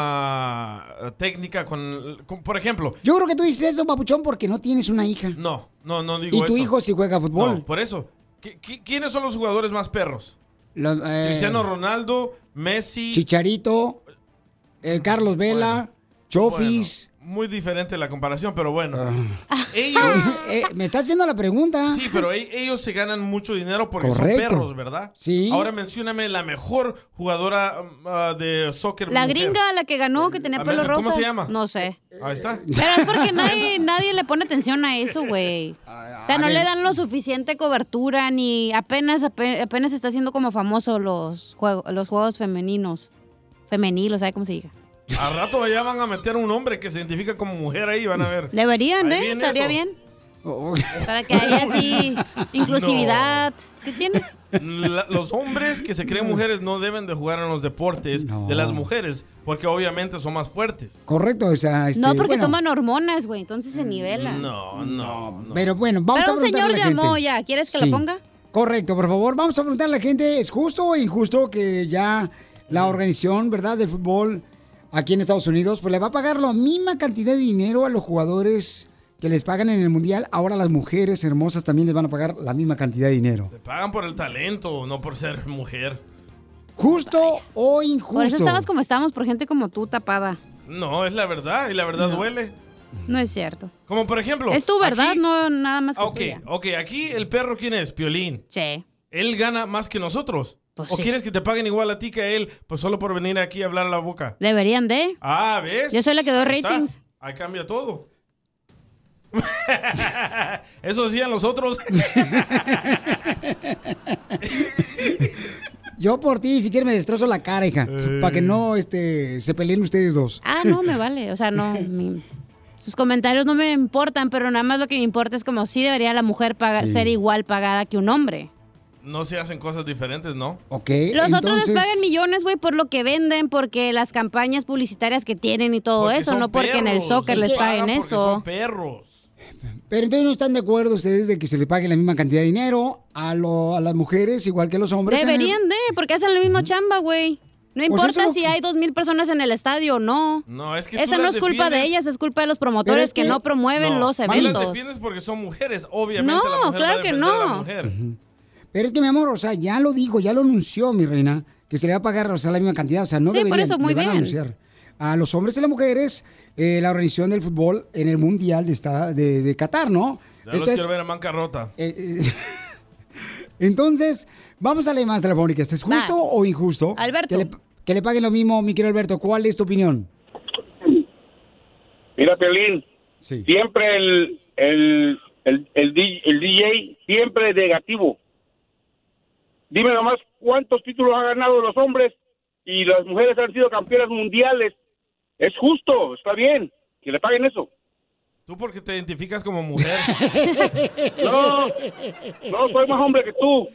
Speaker 2: misma eh, técnica, con, con- por ejemplo...
Speaker 1: Yo creo que tú dices eso, papuchón, porque no tienes una hija.
Speaker 2: No, no, no digo
Speaker 1: Y tu
Speaker 2: eso.
Speaker 1: hijo sí juega fútbol.
Speaker 2: No, por eso. ¿Qui- qui- ¿Quiénes son los jugadores más perros?
Speaker 1: Los, eh,
Speaker 2: Cristiano Ronaldo, Messi...
Speaker 1: Chicharito, eh, Carlos Vela, Chofis.
Speaker 2: Muy diferente la comparación, pero bueno.
Speaker 1: Ah. Eh, me está haciendo la pregunta.
Speaker 2: Sí, pero e- ellos se ganan mucho dinero porque
Speaker 1: Correcto.
Speaker 2: son perros, ¿verdad?
Speaker 1: Sí.
Speaker 2: Ahora mencióname la mejor jugadora um, ah, de soccer.
Speaker 6: La
Speaker 2: mujer.
Speaker 6: gringa, la que ganó, que tenía pelo
Speaker 2: América,
Speaker 6: rosa.
Speaker 2: ¿cómo se llama?
Speaker 6: No sé.
Speaker 2: Ahí está.
Speaker 6: Pero es porque nadie, nadie le pone atención a eso, güey. O sea,
Speaker 2: a
Speaker 6: no
Speaker 2: ver.
Speaker 6: le dan lo suficiente cobertura ni apenas ape- apenas está haciendo como famoso los juegos los juegos femeninos. Femenil, o sea, cómo se diga.
Speaker 2: Al rato allá van a meter un hombre que se identifica como mujer ahí, van a ver.
Speaker 6: Deberían,
Speaker 2: Ahí
Speaker 6: ¿eh?
Speaker 2: viene
Speaker 6: Estaría
Speaker 2: eso.
Speaker 6: bien. Para que haya así inclusividad. ¿Qué tiene?
Speaker 2: La- los hombres que se creen mujeres no deben de jugar en los deportes de las mujeres porque obviamente son más fuertes.
Speaker 1: Correcto, o sea, este,
Speaker 6: no, porque
Speaker 1: bueno,
Speaker 6: toman hormonas, güey, entonces se nivela.
Speaker 2: No, no. no.
Speaker 1: Pero bueno, vamos
Speaker 6: Pero
Speaker 1: a
Speaker 6: un
Speaker 1: preguntarle
Speaker 6: señor
Speaker 1: a la
Speaker 6: llamó
Speaker 1: gente.
Speaker 6: ya, ¿quieres que lo ponga?
Speaker 1: Correcto, por favor, vamos a preguntarle a la gente, ¿es justo o injusto que ya la organización, verdad, del fútbol aquí en Estados Unidos, pues le va a pagar la misma cantidad de dinero a los jugadores que les pagan en el Mundial? Ahora las mujeres hermosas también les van a pagar la misma cantidad de dinero.
Speaker 2: Pagan por el talento, no por ser mujer.
Speaker 1: ¿Justo o injusto?
Speaker 6: Por eso estabas como estábamos, por gente como tú tapada.
Speaker 2: No, es la verdad y la verdad duele.
Speaker 6: No es cierto.
Speaker 2: Como por ejemplo.
Speaker 6: Es tu verdad, no nada más que
Speaker 2: Ah, Ok,
Speaker 6: tuya.
Speaker 2: ok, aquí el perro quién es? Piolín.
Speaker 6: Sí.
Speaker 2: Él gana más que nosotros. ¿O
Speaker 6: Pues sí.
Speaker 2: quieres que te paguen igual a ti que a él? Pues solo por venir aquí a hablar a la boca.
Speaker 6: Deberían de.
Speaker 2: Ah, ¿ves?
Speaker 6: Yo soy la que doy
Speaker 2: Ahí está.
Speaker 6: ratings.
Speaker 2: Ahí cambia todo. Eso hacían los otros.
Speaker 1: Yo por ti, si quieres me destrozo la cara, hija, para que no este, se peleen ustedes dos.
Speaker 6: Ah, no, me vale. O sea, no. mi- sus comentarios no me importan, pero nada más lo que me importa es como si debería la mujer paga-
Speaker 2: Sí.
Speaker 6: ser igual pagada que un hombre.
Speaker 2: no se hacen cosas diferentes, ¿no?
Speaker 1: Ok.
Speaker 6: Los otros les pagan millones, güey, por lo que venden, porque las campañas publicitarias que tienen y todo eso, no porque en el soccer les paguen eso.
Speaker 2: perros.
Speaker 1: Pero entonces no están de acuerdo ustedes de que se le pague la misma cantidad de dinero a, lo- a las mujeres igual que a los hombres. en el-
Speaker 6: Deberían de, porque hacen la misma chamba, güey. No
Speaker 1: Pues eso
Speaker 6: importa
Speaker 1: es lo
Speaker 6: si
Speaker 1: que-
Speaker 6: hay dos mil personas en el estadio o no.
Speaker 2: No, es que
Speaker 6: Esa
Speaker 2: tú
Speaker 6: no
Speaker 2: las
Speaker 6: es culpa de
Speaker 2: defiendes-
Speaker 6: ellas, es culpa de los promotores que, no promueven
Speaker 2: No,
Speaker 6: los
Speaker 2: tú las
Speaker 6: eventos.
Speaker 2: defiendes porque son mujeres, obviamente.
Speaker 6: No,
Speaker 2: la mujer va a
Speaker 6: claro que
Speaker 2: defender a la
Speaker 6: no.
Speaker 2: mujer.
Speaker 1: Pero es que, mi amor, o sea, ya lo dijo, ya lo anunció mi reina, que se le va a pagar, o sea, la misma cantidad. O sea, no
Speaker 6: Sí, por
Speaker 1: deberían,
Speaker 6: eso, muy
Speaker 1: le van a
Speaker 6: bien.
Speaker 1: anunciar. A los hombres y las mujeres, eh, la organización del fútbol en el Mundial de, esta- de, de Qatar, ¿no?
Speaker 2: Ya los quiero ver en bancarrota.
Speaker 1: eh, eh, Entonces, vamos a la más telefónica. ¿Es justo o injusto? Alberto. Que le, que le paguen lo mismo, mi querido Alberto. ¿Cuál es tu opinión?
Speaker 18: Mira, Pelín, siempre el, el, el, el di- el DJ, siempre negativo. Dime nomás cuántos títulos han ganado los hombres y las mujeres han sido campeonas mundiales. Es justo, está bien, que le paguen eso.
Speaker 2: Tú porque te identificas como mujer.
Speaker 18: No, no, soy más hombre que tú.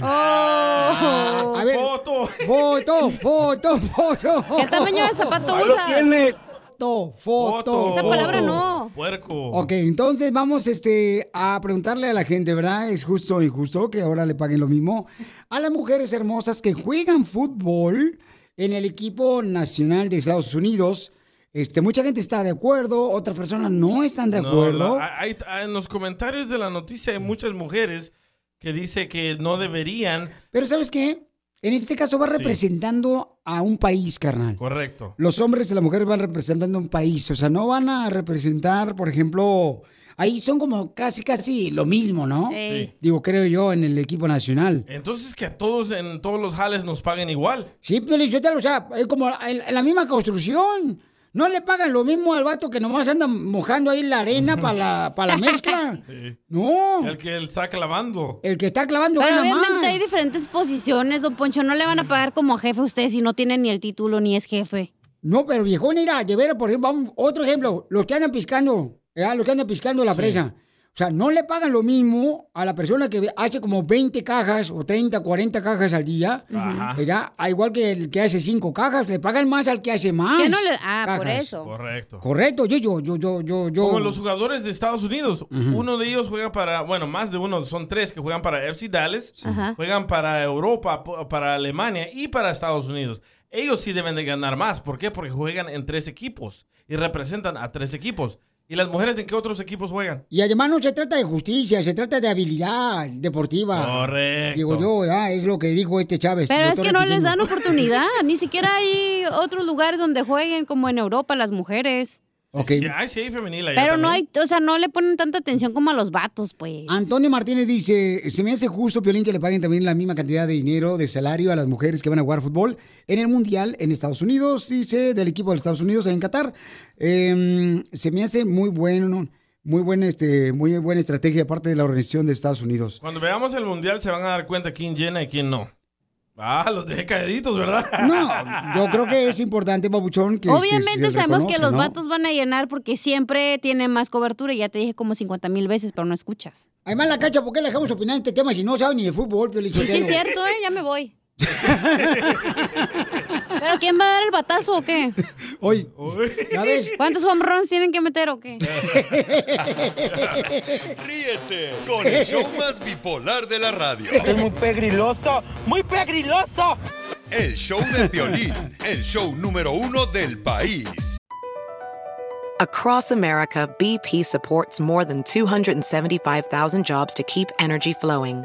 Speaker 6: Oh,
Speaker 1: Ah, a ver, foto. Foto, foto, foto.
Speaker 18: ¿Qué tamaño de zapato Ahí lo usas? tienes.
Speaker 1: Foto, foto.
Speaker 6: Esa palabra
Speaker 1: foto.
Speaker 6: no.
Speaker 2: Puerco.
Speaker 1: Ok, entonces vamos este, a preguntarle a la gente, ¿verdad? ¿Es justo o injusto que ahora le paguen lo mismo? A las mujeres hermosas que juegan fútbol en el equipo nacional de Estados Unidos. Este, mucha gente está de acuerdo, otras personas no están de
Speaker 2: No, ah.
Speaker 1: acuerdo.
Speaker 2: la- hay- hay- en los comentarios de la noticia hay muchas mujeres que dice que no deberían.
Speaker 1: Pero ¿sabes qué? En este caso va representando a un país, carnal.
Speaker 2: Correcto.
Speaker 1: Los hombres y las mujeres van representando un país, o sea, no van a representar, por ejemplo, ahí son como casi, casi lo mismo, ¿no?
Speaker 2: Sí.
Speaker 1: Digo, creo yo, en el equipo nacional.
Speaker 2: Entonces que a todos en todos los jales nos paguen igual.
Speaker 1: Sí, Piolín, yo te lo- o sea, es como en, en la misma construcción. No le pagan lo mismo al vato que nomás anda mojando ahí la arena para la, pa' la mezcla.
Speaker 2: Sí.
Speaker 1: No. Eh,
Speaker 2: El que él está clavando.
Speaker 1: El que está clavando
Speaker 6: Pero
Speaker 1: gana
Speaker 6: obviamente
Speaker 1: más.
Speaker 6: hay diferentes posiciones, don Poncho. No le van a pagar como jefe a usted si no tiene ni el título ni es jefe.
Speaker 1: No, pero viejón, mira, llevera, por ejemplo, vamos, otro ejemplo, los que andan piscando, ¿verdad? los que andan piscando la fresa. O sea, no le pagan lo mismo a la persona que hace como 20 cajas o 30, 40 cajas al día,
Speaker 4: Ajá.
Speaker 1: ¿verdad? A igual que el que hace 5 cajas, le pagan más al que hace más.
Speaker 6: Que no le- ah, por
Speaker 1: cajas.
Speaker 6: eso.
Speaker 2: Correcto.
Speaker 1: Correcto, yo, yo, yo, yo, yo, yo.
Speaker 2: Como los jugadores de Estados Unidos. Uno de ellos juega para, bueno, más de uno, son tres que juegan para FC Dallas,
Speaker 6: Ajá.
Speaker 2: juegan para Europa, po- para Alemania y para Estados Unidos. Ellos sí deben de ganar más. ¿Por qué? Porque juegan en tres equipos y representan a tres equipos. ¿Y las mujeres en qué otros equipos juegan?
Speaker 1: Y además no se trata de justicia, se trata de habilidad deportiva.
Speaker 2: Correcto.
Speaker 1: Digo yo, ¿verdad? es lo que dijo este Chávez.
Speaker 6: Pero
Speaker 1: lo
Speaker 6: es
Speaker 1: estoy
Speaker 6: que no les
Speaker 1: repitiendo.
Speaker 6: dan oportunidad. Ni siquiera hay otros lugares donde jueguen, como en Europa, las mujeres.
Speaker 2: Sí, sí, ay, sí hay femenil allá
Speaker 6: Pero no
Speaker 2: también.
Speaker 6: hay, o sea, no le ponen tanta atención como a los vatos, pues.
Speaker 1: Antonio Martínez dice, se me hace justo, Piolín, que le paguen también la misma cantidad de dinero, de salario a las mujeres que van a jugar fútbol en el Mundial en Estados Unidos, dice, del equipo de Estados Unidos en Qatar. Eh, se me hace muy bueno, muy buena, este, muy buena estrategia de parte de la organización de Estados Unidos.
Speaker 2: Cuando veamos el mundial se van a dar cuenta quién llena y quién no. Ah, los dejé caeditos, ¿verdad?
Speaker 1: No, yo creo que es importante, Babuchón, que... este,
Speaker 6: Obviamente
Speaker 1: se
Speaker 6: sabemos que
Speaker 1: reconozca,
Speaker 6: los
Speaker 1: ¿no?
Speaker 6: vatos van a llenar porque siempre tienen más cobertura. y Ya te dije como 50 mil veces, pero no escuchas.
Speaker 1: Además, la cacha, ¿por qué le dejamos opinar en este tema si no sabe ni de fútbol, Piolín?
Speaker 6: Y sí,
Speaker 1: Sotelo?
Speaker 6: es cierto, ¿eh? Ya me voy. ¿Pero quién va a dar el batazo o qué?
Speaker 1: Hoy, ¿ya ves?
Speaker 6: ¿Cuántos home runs tienen que meter o qué?
Speaker 5: Ríete con el show más bipolar de la radio.
Speaker 4: Es muy pegriloso, muy pegriloso.
Speaker 5: El show de Piolín, el show número uno del país.
Speaker 16: Across America, BP supports more than 275,000 jobs to keep energy flowing.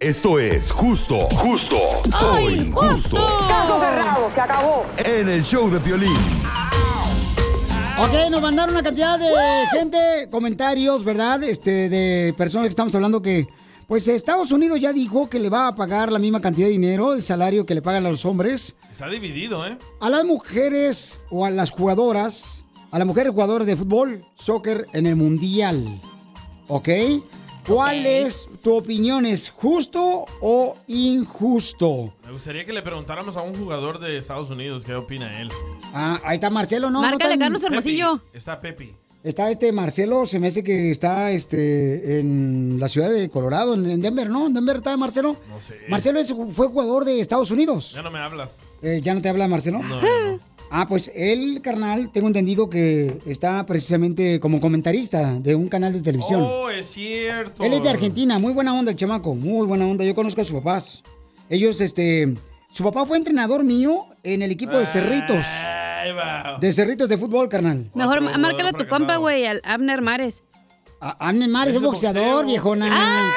Speaker 5: Esto es justo, justo o injusto.
Speaker 1: Caso cerrado,
Speaker 5: se acabó. En el show de Piolín.
Speaker 1: Ok, nos mandaron una cantidad de gente, comentarios, ¿verdad? Este, de personas que estamos hablando que, pues Estados Unidos ya dijo que le va a pagar la misma cantidad de dinero, el salario que le pagan a los hombres.
Speaker 2: Está dividido, ¿eh?
Speaker 1: A las mujeres o a las jugadoras a la mujer jugadora de fútbol, soccer en el mundial. ¿Ok? ¿Cuál es tu opinión? ¿Es justo o injusto?
Speaker 2: Me gustaría que le preguntáramos a un jugador de Estados Unidos qué opina él.
Speaker 1: Ah, ahí está Marcelo, ¿no?
Speaker 2: Márcale,
Speaker 1: ¿No
Speaker 2: Carlos Hermosillo. Está Pepi.
Speaker 1: Está este Marcelo, se me hace que está este en la ciudad de Colorado, en en Denver, ¿no? ¿En Denver está Marcelo?
Speaker 2: No sé.
Speaker 1: Marcelo es- fue jugador de Estados Unidos.
Speaker 2: Ya no me habla.
Speaker 1: Eh, ¿Ya no te habla Marcelo?
Speaker 2: No, no,
Speaker 1: Ah, pues él, carnal, tengo entendido que está precisamente como comentarista de un canal de televisión.
Speaker 2: Oh, es cierto.
Speaker 1: Él es de Argentina, muy buena onda el chamaco, muy buena onda. Yo conozco a sus papás. Ellos, este, su papá fue entrenador mío en el
Speaker 2: Ah.
Speaker 1: equipo de Cerritos,
Speaker 2: Ahí va.
Speaker 1: de Cerritos de fútbol, carnal.
Speaker 2: Ah,
Speaker 6: Mejor ma- márcale a tu compa, güey, al Abner Mares. Ah,
Speaker 1: Abner Mares es boxeador, viejona.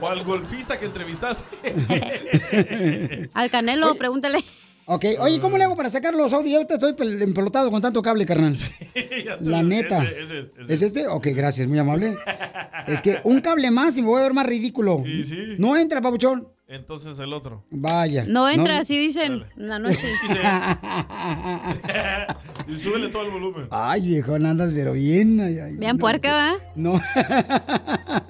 Speaker 2: O al golfista que entrevistaste.
Speaker 6: Al Canelo, pregúntale.
Speaker 1: Ok, oye, ¿cómo le hago para sacar los audios? Yo ahorita estoy pel- empelotado con tanto cable, carnal. La neta.
Speaker 4: Ese, ese es, ese
Speaker 1: ¿Es este? Ok, gracias, muy amable. Es que un cable más y me voy a ver más ridículo.
Speaker 2: Sí, sí.
Speaker 1: No entra, papuchón.
Speaker 2: Entonces el otro.
Speaker 1: Vaya.
Speaker 6: No entra, así dicen. No, no sí.
Speaker 2: Y súbele todo el volumen.
Speaker 1: Ay, viejón, andas pero bien. ay, ay.
Speaker 6: Vean puerca, ¿va?
Speaker 1: No.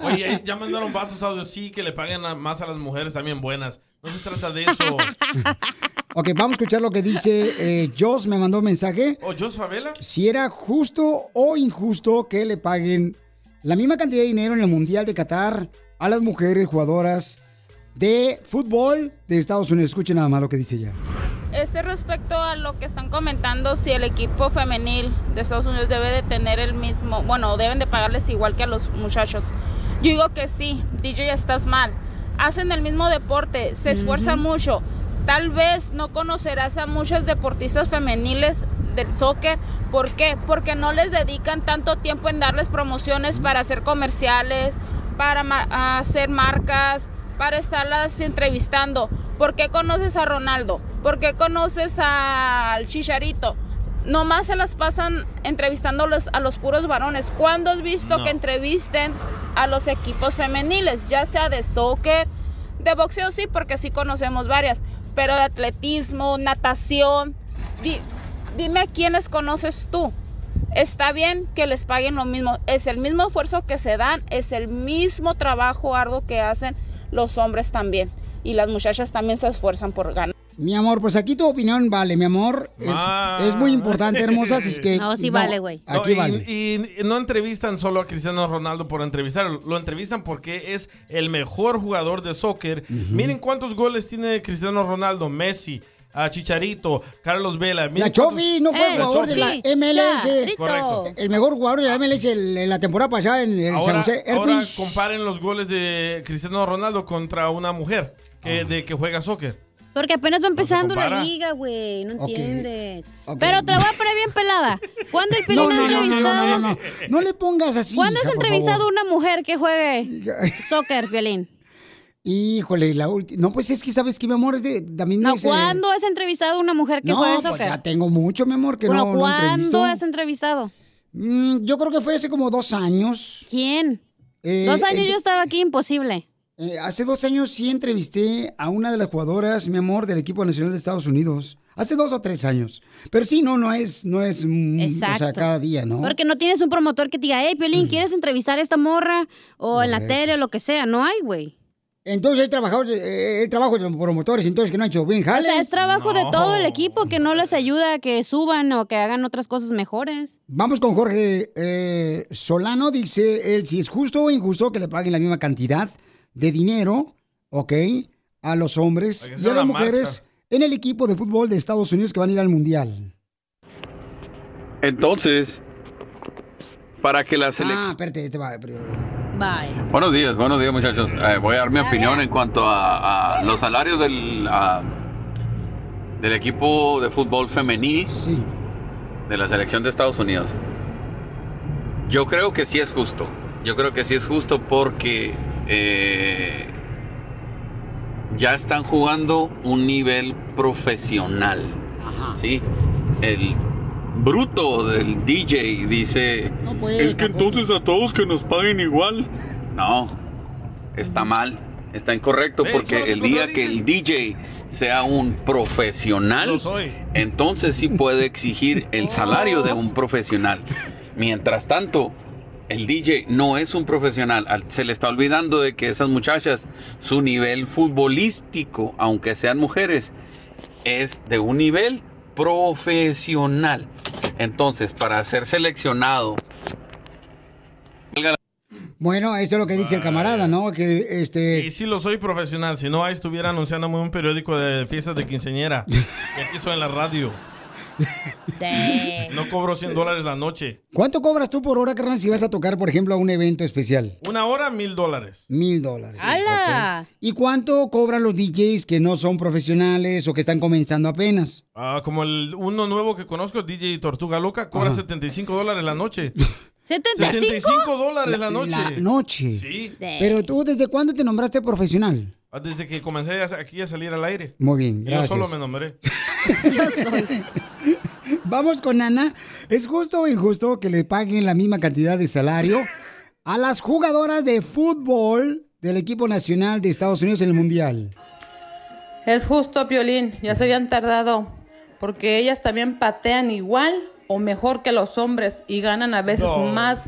Speaker 2: Oye, eh, ya mandaron vatos audios, sí, que le paguen a- más a las mujeres también buenas. No se trata de eso.
Speaker 1: Ok, vamos a escuchar lo que dice eh, Jos, me mandó un mensaje.
Speaker 2: ¿O Jos Oh, Favela?
Speaker 1: Si era justo o injusto que le paguen la misma cantidad de dinero en el Mundial de Qatar a las mujeres jugadoras de fútbol de Estados Unidos. Escuchen nada más lo que dice ella.
Speaker 19: Este respecto a lo que están comentando, si el equipo femenil de Estados Unidos debe de tener el mismo, bueno, deben de pagarles igual que a los muchachos. Yo digo que sí, DJ estás mal. Hacen el mismo deporte, se esfuerzan
Speaker 20: Ujú.
Speaker 19: mucho. Tal vez no conocerás a muchas deportistas femeniles del soccer. ¿Por qué? Porque no les dedican tanto tiempo en darles promociones para hacer comerciales, para ma- hacer marcas, para estarlas entrevistando. ¿Por qué conoces a Ronaldo? ¿Por qué conoces al Chicharito? Nomás se las pasan entrevistándolos a los puros varones. ¿Cuándo has visto
Speaker 21: No.
Speaker 19: que entrevisten a los equipos femeniles? Ya sea de soccer, de boxeo sí, porque sí conocemos varias, pero de atletismo, natación. Di- dime a quiénes conoces tú. Está bien que les paguen lo mismo. Es el mismo esfuerzo que se dan, es el mismo trabajo arduo que hacen los hombres también. Y las muchachas también se esfuerzan por ganar.
Speaker 1: Mi amor, pues aquí tu opinión vale, mi amor. Es, es muy importante, hermosa, así es que...
Speaker 2: No,
Speaker 1: Aquí
Speaker 2: y,
Speaker 1: vale.
Speaker 2: Y no entrevistan solo a Cristiano Ronaldo por entrevistar, lo entrevistan porque es el mejor jugador de soccer. Miren cuántos goles tiene Cristiano Ronaldo, Messi, a Chicharito, Carlos Vela.
Speaker 1: La
Speaker 2: miren cuántos- Eh,
Speaker 1: Chofi no fue
Speaker 2: La
Speaker 1: jugador de
Speaker 2: Chofi.
Speaker 1: la MLS.
Speaker 2: Correcto.
Speaker 1: El mejor jugador de la MLS en en la temporada pasada en el eh, San
Speaker 2: Ahora,
Speaker 1: José.
Speaker 2: ahora
Speaker 1: Airways.
Speaker 2: comparen los goles de Cristiano Ronaldo contra una mujer
Speaker 1: Ah.
Speaker 2: que, de que juega soccer.
Speaker 6: Porque apenas va empezando la
Speaker 2: compara.
Speaker 6: liga, güey. No
Speaker 2: Ok.
Speaker 6: entiendes. Pero te la voy a poner bien pelada. ¿Cuándo el
Speaker 1: No, no,
Speaker 6: pelín ha
Speaker 1: no, no,
Speaker 6: entrevistado?
Speaker 1: no, no, no. No le pongas así.
Speaker 6: ¿Cuándo has
Speaker 1: hija, por
Speaker 6: entrevistado a
Speaker 1: favor.
Speaker 6: una mujer que juegue soccer, violín?
Speaker 1: Híjole, la última. No, pues es que sabes que mi amor es de. También
Speaker 6: No,
Speaker 1: es, eh,
Speaker 6: ¿cuándo has entrevistado a una mujer que
Speaker 1: No,
Speaker 6: juegue
Speaker 1: pues
Speaker 6: soccer?
Speaker 1: ya tengo mucho, mi amor, que
Speaker 6: Bueno,
Speaker 1: no, no
Speaker 6: ¿cuándo
Speaker 1: entrevisto.
Speaker 6: has entrevistado?
Speaker 1: Mm, yo creo que fue hace como dos años.
Speaker 6: ¿Quién?
Speaker 1: Eh,
Speaker 6: Dos años
Speaker 1: ent-
Speaker 6: yo estaba aquí, imposible.
Speaker 1: eh, hace dos años sí entrevisté a una de las jugadoras, mi amor, del equipo nacional de Estados Unidos. Hace dos o tres años. Pero sí, no, no es, no es, mm, o sea,
Speaker 6: Exacto.
Speaker 1: cada día, ¿no? Mm.
Speaker 6: Porque no tienes un promotor que te diga, hey, Piolín, ¿quieres entrevistar a esta morra? O en la
Speaker 1: Correcto.
Speaker 6: tele, o lo que sea. No hay, güey.
Speaker 1: Entonces, el trabajo, el trabajo de los promotores, entonces, que no han hecho bien,
Speaker 6: O
Speaker 1: jale.
Speaker 6: sea, es trabajo de todo el equipo que no les ayuda a que suban o que hagan otras cosas mejores.
Speaker 1: Vamos con Jorge eh, Solano. Dice él si es justo o injusto que le paguen la misma cantidad de dinero, ¿ok? A los hombres
Speaker 4: Hay
Speaker 1: y
Speaker 4: que hacer
Speaker 1: a las
Speaker 4: una
Speaker 1: mujeres
Speaker 4: marcha.
Speaker 1: en el equipo de fútbol de Estados Unidos que van a ir al Mundial.
Speaker 22: Entonces, para que la
Speaker 1: Ah,
Speaker 22: selección...
Speaker 1: espérate, te va primero.
Speaker 6: Bye.
Speaker 22: Buenos días, buenos días muchachos. Eh, voy a dar mi opinión en cuanto a, a los salarios del, ah, del equipo de fútbol femenil de la selección de Estados Unidos. Yo creo que sí es justo. Yo creo que sí es justo porque eh, ya están jugando un nivel profesional. ¿sí? El bruto del DJ dice,
Speaker 1: No, pues,
Speaker 22: es que entonces a todos que nos paguen igual. No, está mal, está incorrecto
Speaker 12: Ve,
Speaker 22: porque
Speaker 12: solo se
Speaker 22: el día
Speaker 12: contradicen.
Speaker 22: que el DJ
Speaker 23: sea un profesional, entonces sí puede exigir el salario de un profesional. Mientras tanto, el DJ no es un profesional. Al- Se le está olvidando de que esas muchachas, su nivel futbolístico, aunque sean mujeres, es de un nivel profesional. Entonces, para ser seleccionado,
Speaker 1: Bueno, eso es lo que dice el camarada, ¿no? Que este.
Speaker 2: Y sí lo soy profesional, si no ahí estuviera anunciándome un periódico de fiestas de quinceñera. que aquí soy en la radio. No cobro 100 dólares la noche.
Speaker 1: ¿Cuánto cobras tú por hora, carnal, si vas a tocar, por ejemplo, a un evento especial?
Speaker 2: Una hora, mil dólares.
Speaker 1: Mil dólares.
Speaker 2: ¡Hala!
Speaker 1: Ok. ¿Y cuánto cobran los DJs que no son profesionales o que están comenzando apenas?
Speaker 2: Ah, como el uno nuevo que conozco, DJ Tortuga Loca, cobra 75 dólares la noche. dólares la noche.
Speaker 1: La noche.
Speaker 2: Sí.
Speaker 1: Pero tú, ¿desde cuándo te nombraste profesional?
Speaker 2: Ah, Desde que comencé a- aquí a salir al aire.
Speaker 1: Muy bien,
Speaker 2: Yo
Speaker 1: gracias.
Speaker 2: solo me nombré.
Speaker 1: Yo soy. Vamos con Ana. ¿Es justo o injusto que le paguen la misma cantidad de salario a las jugadoras de fútbol del equipo nacional de Estados Unidos en el Mundial?
Speaker 6: Es justo, Piolín, ya se habían tardado, porque ellas también patean igual o mejor que los hombres y ganan a veces
Speaker 19: No,
Speaker 6: más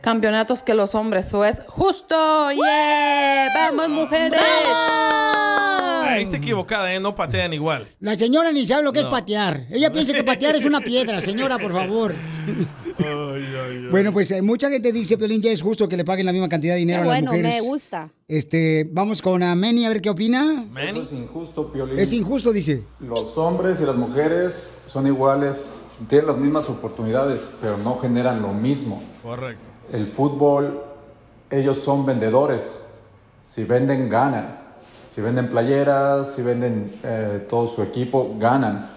Speaker 6: campeonatos que los hombres. O es justo, yeah, vamos mujeres.
Speaker 2: Ahí está equivocada, ¿eh? No patean igual.
Speaker 1: La señora ni sabe lo que es
Speaker 2: No.
Speaker 1: patear. Ella piensa que patear es una piedra, señora, por favor. Bueno, pues eh, mucha gente dice, Piolín, ya es justo que le paguen la misma cantidad de dinero a las
Speaker 4: bueno,
Speaker 1: mujeres.
Speaker 4: me gusta.
Speaker 1: Este, vamos con Ameni a ver qué opina.
Speaker 24: Eso es injusto, Piolín.
Speaker 1: Es injusto, dice.
Speaker 24: Los hombres y las mujeres son iguales, tienen las mismas oportunidades, pero no generan lo mismo.
Speaker 2: Correcto.
Speaker 24: El fútbol, ellos son vendedores. Si venden, ganan. Si venden playeras, si venden eh, todo su equipo, ganan.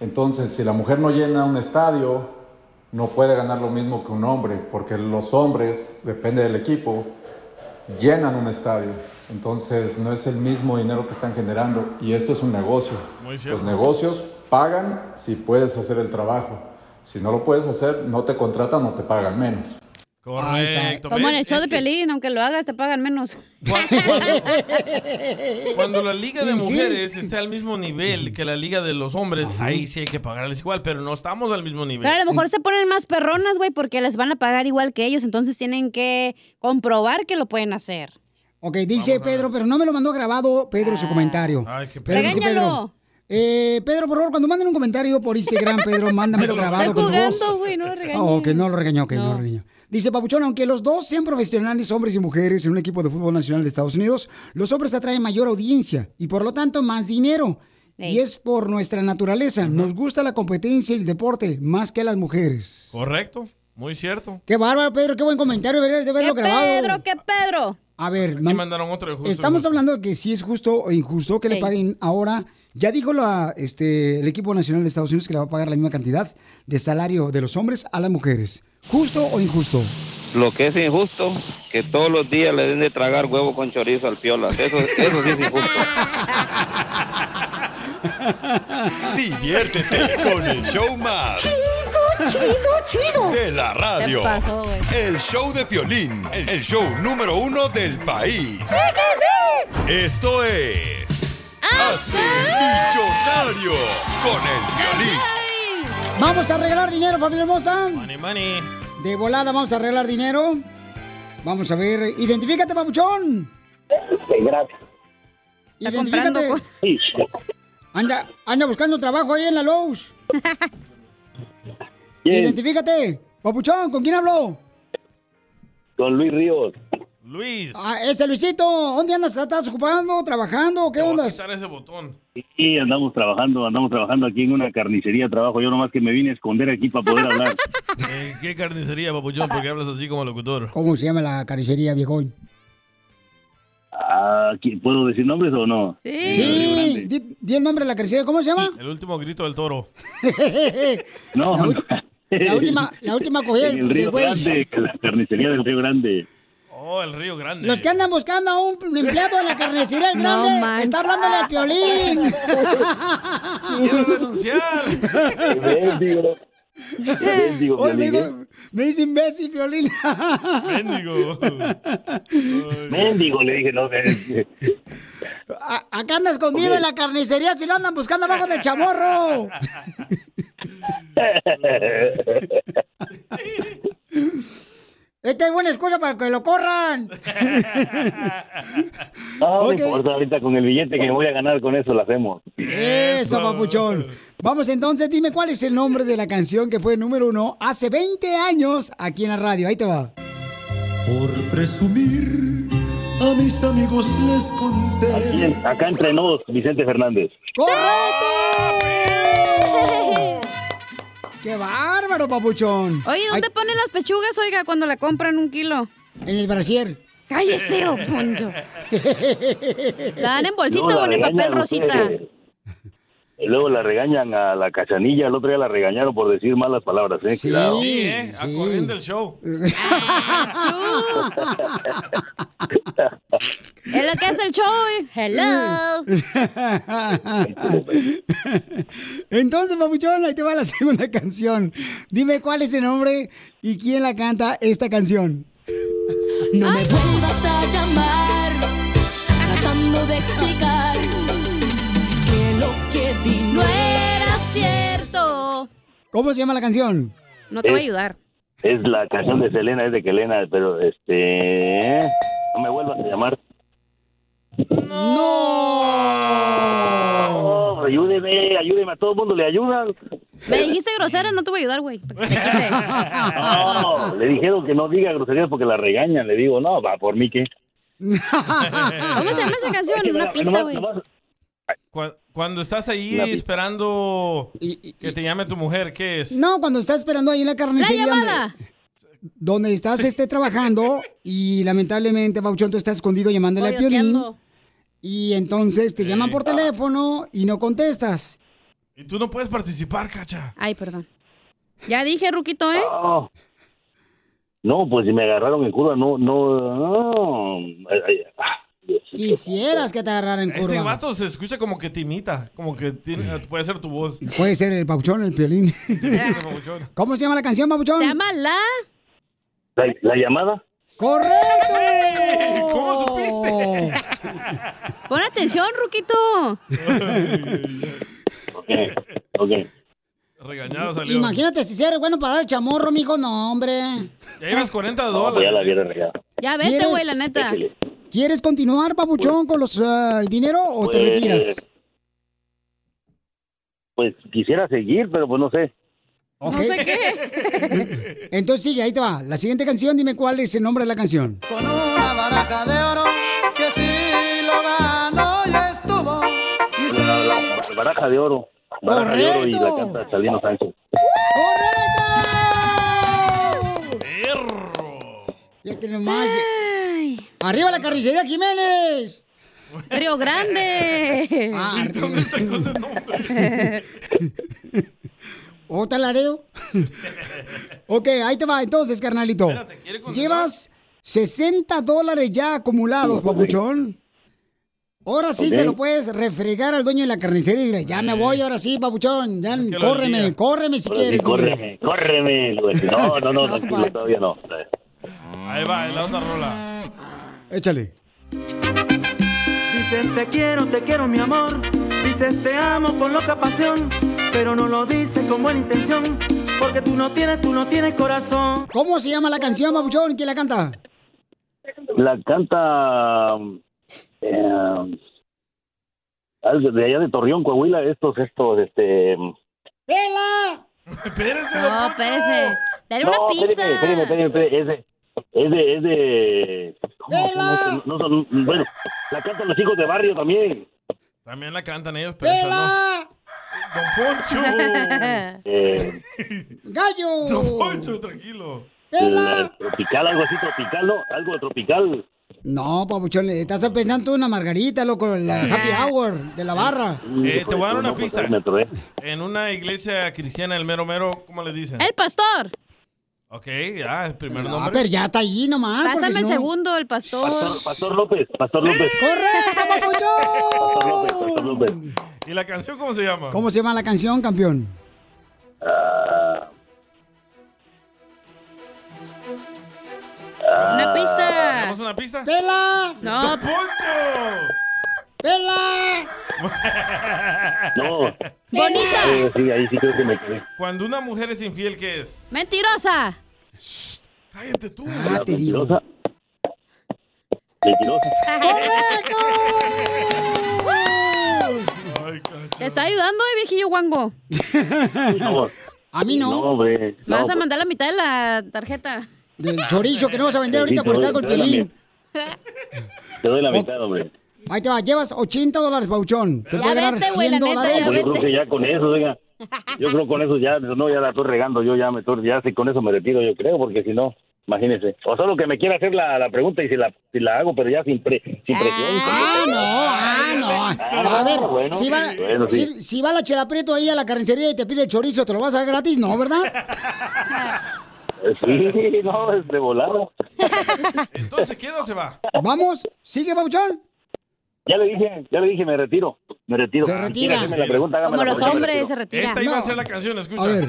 Speaker 24: Entonces, si la mujer no llena un estadio, no puede ganar lo mismo que un hombre, porque los hombres, depende del equipo, llenan un estadio. Entonces, no es el mismo dinero que están generando. Y esto es un negocio.
Speaker 2: Muy cierto.
Speaker 24: Los negocios pagan si puedes hacer el trabajo. Si no lo puedes hacer, no te contratan o te pagan menos.
Speaker 2: Correcto.
Speaker 4: Como en
Speaker 2: ¿ves?
Speaker 4: el show
Speaker 2: Es
Speaker 4: de
Speaker 2: que
Speaker 4: Pelín, aunque lo hagas te pagan menos.
Speaker 2: Cuando la liga de
Speaker 4: Y sí.
Speaker 2: mujeres esté al mismo nivel que la liga de los hombres, ahí sí hay que pagarles igual, pero no estamos al mismo nivel.
Speaker 4: Pero a lo mejor se ponen más perronas, güey, porque les van a pagar igual que ellos, entonces tienen que comprobar que lo pueden hacer.
Speaker 1: Ok, dice Pedro, pero no me lo mandó grabado Pedro su comentario.
Speaker 4: Ah, Ay, qué
Speaker 1: pero dice
Speaker 4: Regáñalo.
Speaker 1: Pedro. eh, Pedro, por favor, cuando manden un comentario por Instagram, Pedro, mándamelo grabado
Speaker 4: Está
Speaker 1: con tu voz.
Speaker 4: jugando, güey, no lo regañes.
Speaker 1: Ah, ok, no lo regañó, ok, no. lo regañó. Dice Papuchón, aunque los dos sean profesionales, hombres y mujeres, en un equipo de fútbol nacional de Estados Unidos, los hombres atraen mayor audiencia y por lo tanto más dinero. Y es por nuestra naturaleza. Nos gusta la competencia y el deporte más que a las mujeres.
Speaker 2: Correcto, muy cierto.
Speaker 1: Qué bárbaro, Pedro, qué buen comentario. Deberías de haberlo grabado.
Speaker 4: Pedro, qué Pedro.
Speaker 1: A ver,
Speaker 2: Me
Speaker 1: man-
Speaker 2: mandaron otro de justo.
Speaker 1: estamos hablando de que si es justo o injusto que le
Speaker 2: Ey.
Speaker 1: paguen ahora. Ya dijo la, este, el equipo nacional de Estados Unidos que le va a pagar la misma cantidad de salario de los hombres a las mujeres. ¿Justo o injusto?
Speaker 12: Lo que es injusto, que todos los días le den de tragar huevo con chorizo al piola. Eso, eso sí es injusto.
Speaker 5: Diviértete con el show más. Chido, chido, chido. De la radio.
Speaker 25: Te pasó, güey.
Speaker 5: el show de violín. El show número uno del país. Esto es. Hazte millonario con el violín.
Speaker 1: Vamos a regalar dinero, familia hermosa.
Speaker 2: Money, money.
Speaker 1: De volada vamos a regalar dinero. Vamos a ver. Identifícate, papuchón.
Speaker 26: Gracias.
Speaker 1: Identifícate.
Speaker 26: Sí.
Speaker 1: Anda, anda buscando trabajo ahí en la Lowe's. Identifícate. Papuchón, ¿con quién habló?
Speaker 26: Don Luis Ríos.
Speaker 2: Luis.
Speaker 1: Ah, ese Luisito, ¿dónde andas? ¿Estás ocupando, trabajando? ¿Qué
Speaker 2: Voy a
Speaker 1: ondas?
Speaker 2: quitar ese botón.
Speaker 26: Sí, andamos trabajando, andamos trabajando aquí en una carnicería, trabajo. Yo nomás que me vine a esconder aquí para poder hablar.
Speaker 2: Eh, ¿Qué carnicería, papuchón? Porque hablas así como locutor.
Speaker 1: ¿Cómo se llama la carnicería, viejón?
Speaker 26: Ah, ¿qui- ¿Puedo decir nombres o no?
Speaker 1: Sí, di, di el nombre de la carnicería. ¿Cómo se llama?
Speaker 2: El último grito del toro.
Speaker 26: No.
Speaker 1: La, ul- la última, la última cogida
Speaker 26: En el
Speaker 1: del
Speaker 26: Río
Speaker 1: güey.
Speaker 26: Grande, en la carnicería del Río Grande.
Speaker 2: Oh, el río grande.
Speaker 1: Los que andan buscando a un empleado en la carnicería del
Speaker 2: No
Speaker 1: grande,
Speaker 2: manches.
Speaker 1: está hablándole al piolín.
Speaker 2: Quiero denunciar.
Speaker 26: Mendigo, Bendigo,
Speaker 1: Oye, me,
Speaker 26: Piolín,
Speaker 1: digo- me dice imbécil, Piolín.
Speaker 26: Mendigo. Mendigo, le dije, no. eh, eh.
Speaker 1: A- Acá anda escondido en la carnicería si lo andan buscando abajo del chamorro. Esta es buena excusa para que lo corran.
Speaker 26: No,
Speaker 1: Ok.
Speaker 26: no importa, ahorita con el billete que me voy a ganar con eso lo hacemos.
Speaker 1: Eso, papuchón. Vamos entonces, dime cuál es el nombre de la canción que fue número uno hace 20 años aquí en la radio. Ahí te va.
Speaker 27: Por presumir, a mis amigos les conté.
Speaker 26: Aquí, acá entre nos, Vicente Fernández.
Speaker 1: ¡Correcto! ¡Qué bárbaro, papuchón!
Speaker 6: Oye, ¿dónde ponen las pechugas, oiga, cuando la compran un kilo?
Speaker 1: En el brasier.
Speaker 6: ¡Cállese, don Poncho! ¿La dan en bolsita
Speaker 26: Luego
Speaker 6: o en
Speaker 26: la
Speaker 6: el papel
Speaker 26: regañan
Speaker 6: rosita?
Speaker 26: ustedes. Y luego la regañan a la cachanilla, el otro día la regañaron por decir malas palabras, ¿eh? Cuidado.
Speaker 2: Sí, ¿eh? A corriente del show.
Speaker 26: Ah,
Speaker 6: Es lo que es el show. eh. Hello.
Speaker 1: Entonces, papuchón, ahí te va la segunda canción. Dime cuál es el nombre y quién la canta esta canción.
Speaker 4: No me vuelvas a llamar, tratando de explicar que lo que vi no
Speaker 1: Mm.
Speaker 4: era cierto.
Speaker 1: ¿Cómo se llama la canción?
Speaker 6: No
Speaker 26: te voy a
Speaker 6: ayudar.
Speaker 26: Es la canción de Selena, es de que Selena, pero este... No me vuelvas a llamar.
Speaker 1: ¡No!
Speaker 26: No, pero ayúdeme, ayúdeme, a todo el mundo le ayudan.
Speaker 6: Me dijiste grosera, no te voy a ayudar, güey. para que se te quite.
Speaker 26: No, le dijeron que no diga groserías porque la regañan. Le digo, no, va, por mí que...
Speaker 6: Ah, ¿Cómo se llama esa canción? Una pista, güey.
Speaker 2: Cu- Cuando estás ahí
Speaker 1: La pi-
Speaker 2: esperando que te llame tu mujer, ¿qué es?
Speaker 1: No, cuando estás esperando ahí en la carnicería. donde- Donde, estás este, trabajando y lamentablemente, Pauchón, tú estás escondido llamándole a Piolín.
Speaker 2: Coyoteando.
Speaker 1: Y entonces te llaman
Speaker 6: Ah.
Speaker 1: por teléfono y no contestas.
Speaker 2: Y tú no puedes participar, cacha.
Speaker 6: Ay, perdón. Ya dije, Ruquito, ¿eh?
Speaker 26: Oh. No, pues si me agarraron en curva, no, no, no. Ay, ay, ah,
Speaker 1: Quisieras que te agarraran en
Speaker 2: Este
Speaker 1: curva.
Speaker 2: vato se escucha como que te imita, como que tiene- puede ser tu voz. Este
Speaker 1: Puede ser el Pauchón, el Piolín. ¿Cómo se llama la canción, Pauchón? Se
Speaker 6: llama La...
Speaker 26: ¿La, la llamada?
Speaker 1: ¡Correcto!
Speaker 6: Eh, ¿Cómo supiste? Pon atención, Ruquito.
Speaker 26: Ok, ok.
Speaker 2: Regañado salió.
Speaker 1: Imagínate si eres bueno para dar el chamorro, mijo. No, hombre.
Speaker 2: Ya llevas 40
Speaker 26: No, pues
Speaker 2: dólares.
Speaker 26: ya la hubiera regado.
Speaker 6: Ya vete,
Speaker 1: ¿Quieres-
Speaker 6: güey, la neta.
Speaker 1: ¿Quieres continuar, Papuchón, con los, ah, el dinero o te
Speaker 26: Pues,
Speaker 1: retiras?
Speaker 26: Pues quisiera seguir, pero pues no sé.
Speaker 1: Ok.
Speaker 26: no sé
Speaker 1: qué. Entonces sigue, ahí te va. La siguiente canción, dime cuál es el nombre de la canción.
Speaker 4: Una baraja de oro que si lo ganó ya estuvo. Y si...
Speaker 26: La, la- la baraja de oro. Baraja de oro y la canta Chalino Sánchez.
Speaker 1: Fíjate nomás. ¡Arriba la carnicería, Jiménez!
Speaker 6: ¡Río Grande!
Speaker 1: Ah, ¿Otra Laredo? ok, ahí te va entonces, carnalito. Llevas 60 dólares ya acumulados, papuchón. Ahora sí
Speaker 4: Ok.
Speaker 1: se lo puedes refregar al dueño de la carnicería y dile, ya me voy, ahora sí, papuchón. Ya, córreme, córreme si
Speaker 26: Ahora sí,
Speaker 1: quieres. dile.
Speaker 26: córreme, córreme. le voy a decir. No, no, no, tranquilo, todavía no.
Speaker 2: Ahí va, en la otra rola.
Speaker 1: Échale.
Speaker 3: Dices te quiero, te quiero mi amor. Dices te amo con loca pasión. Pero no lo dices con buena intención. Porque tú no tienes, tú no tienes corazón.
Speaker 1: ¿Cómo se llama la canción, papuchón? ¿Quién la canta?
Speaker 26: La canta. eh, algo de allá de Torreón, Coahuila, estos, estos, este.
Speaker 1: ¡Pela!
Speaker 2: ¡Espérese!
Speaker 6: No, espérese. Dale una
Speaker 26: no,
Speaker 6: pista.
Speaker 26: espérame, espérame, espérame, espérame, es de. Es de, es de- ¿cómo se llama este? No son- bueno, la cantan los hijos de barrio también.
Speaker 2: También la cantan ¿eh? ellos, pero esa no. ¡Don Poncho!
Speaker 26: Eh,
Speaker 1: ¡Gallo!
Speaker 2: ¡Don Poncho, tranquilo!
Speaker 26: la- tropical, algo así tropical, ¿no? Algo tropical.
Speaker 1: No, papuchón, estás pensando en una margarita, loco, la happy hour de la barra.
Speaker 26: Mm,
Speaker 2: Eh, te voy a
Speaker 26: pues,
Speaker 2: dar una pista.
Speaker 26: Me ¿eh? atoré.
Speaker 2: En una iglesia cristiana, el mero mero, ¿cómo le dicen?
Speaker 6: El pastor.
Speaker 2: Ok, ya, el primer
Speaker 1: No,
Speaker 2: nombre.
Speaker 1: pero ya está ahí nomás. porque
Speaker 6: Pásame
Speaker 1: si
Speaker 6: el
Speaker 1: no-
Speaker 6: segundo, el pastor.
Speaker 26: Pastor López, Pastor López.
Speaker 1: ¡Correcto,
Speaker 26: Pastor
Speaker 1: papuchón!
Speaker 26: López, Pastor López.
Speaker 2: ¿Y la canción cómo se llama?
Speaker 1: ¿Cómo se llama la canción, campeón?
Speaker 26: Ah,
Speaker 2: Ah, una pista?
Speaker 1: ¡Pela!
Speaker 2: ¡Don Poncho!
Speaker 1: ¡Pela!
Speaker 26: No.
Speaker 6: Bonita.
Speaker 26: Eh, sí, ahí sí creo que me quedé.
Speaker 2: Cuando una mujer es infiel, ¿qué es?
Speaker 6: Mentirosa.
Speaker 2: Cállate tú.
Speaker 26: Ah, te digo. Mentirosa.
Speaker 6: Te está ayudando, eh, viejillo guango.
Speaker 26: No.
Speaker 1: A mí no.
Speaker 26: No, hombre.
Speaker 6: Me vas
Speaker 4: pues.
Speaker 26: No,
Speaker 6: a mandar la mitad de la tarjeta.
Speaker 1: Del chorizo que no vas a vender ahorita por estar con el
Speaker 26: Te doy la
Speaker 1: pelín.
Speaker 26: Te doy la mitad, hombre.
Speaker 1: Ahí te va, llevas 80 dólares, Bauchón. Te
Speaker 6: Ya
Speaker 1: puede ganar
Speaker 6: vete, güey,
Speaker 1: 100
Speaker 6: la neta,
Speaker 1: dólares.
Speaker 26: Pues yo creo que ya con eso, oiga. Yo creo con eso ya, no, ya la estoy regando, yo ya me estoy, ya si con eso me retiro, yo creo, porque si no, imagínese. O solo que me quiera hacer la, la pregunta y si la, si la hago, pero ya sin, pre- sin presión.
Speaker 1: Ah, no, ah, no. A ver,
Speaker 26: bueno,
Speaker 1: si, va,
Speaker 26: bueno, sí.
Speaker 1: si- si va la chela Prieto ahí a la carnicería y te pide chorizo, ¿te lo vas a dar gratis? No, ¿verdad?
Speaker 26: Sí, no, es de volada.
Speaker 2: Entonces, ¿se queda o se va?
Speaker 1: Vamos, sigue, Bauchón.
Speaker 26: Ya le dije, ya le dije, me retiro, me retiro.
Speaker 1: Se retira.
Speaker 26: Hágame la pregunta, hágame la pregunta, me retiro.
Speaker 6: retira.
Speaker 2: Esta iba a
Speaker 26: No.
Speaker 2: ser la canción, escucha.
Speaker 26: A ver.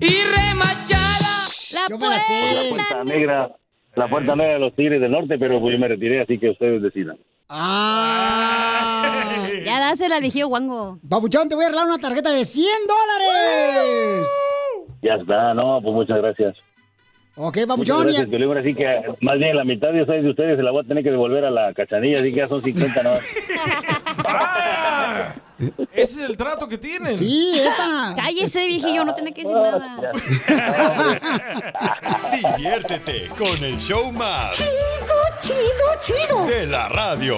Speaker 6: Y remachada. La
Speaker 1: me la sé.
Speaker 6: puerta.
Speaker 26: Pues La negra, la puerta negra de los Tigres del Norte, pero pues yo me retiré, así que ustedes decidan.
Speaker 1: Ah.
Speaker 6: Ya dásela al viejillo guango.
Speaker 1: Babuchón, te voy a regalar una tarjeta de 100 dólares.
Speaker 26: Ya está, no, pues muchas gracias.
Speaker 1: Ok,
Speaker 26: Muchas
Speaker 1: Babuchón.
Speaker 26: gracias,
Speaker 1: ya-
Speaker 26: Piolín. Ahora sí que más bien la mitad de ustedes, de ustedes se la voy a tener que devolver a la cachanilla, así que ya son 50 nomás.
Speaker 2: Ese es el trato que tienen.
Speaker 1: Sí, esta.
Speaker 6: Cállese, viejillo, no tiene que decir nada.
Speaker 5: Diviértete con el show más.
Speaker 4: Chido, chido, chido.
Speaker 5: De la radio.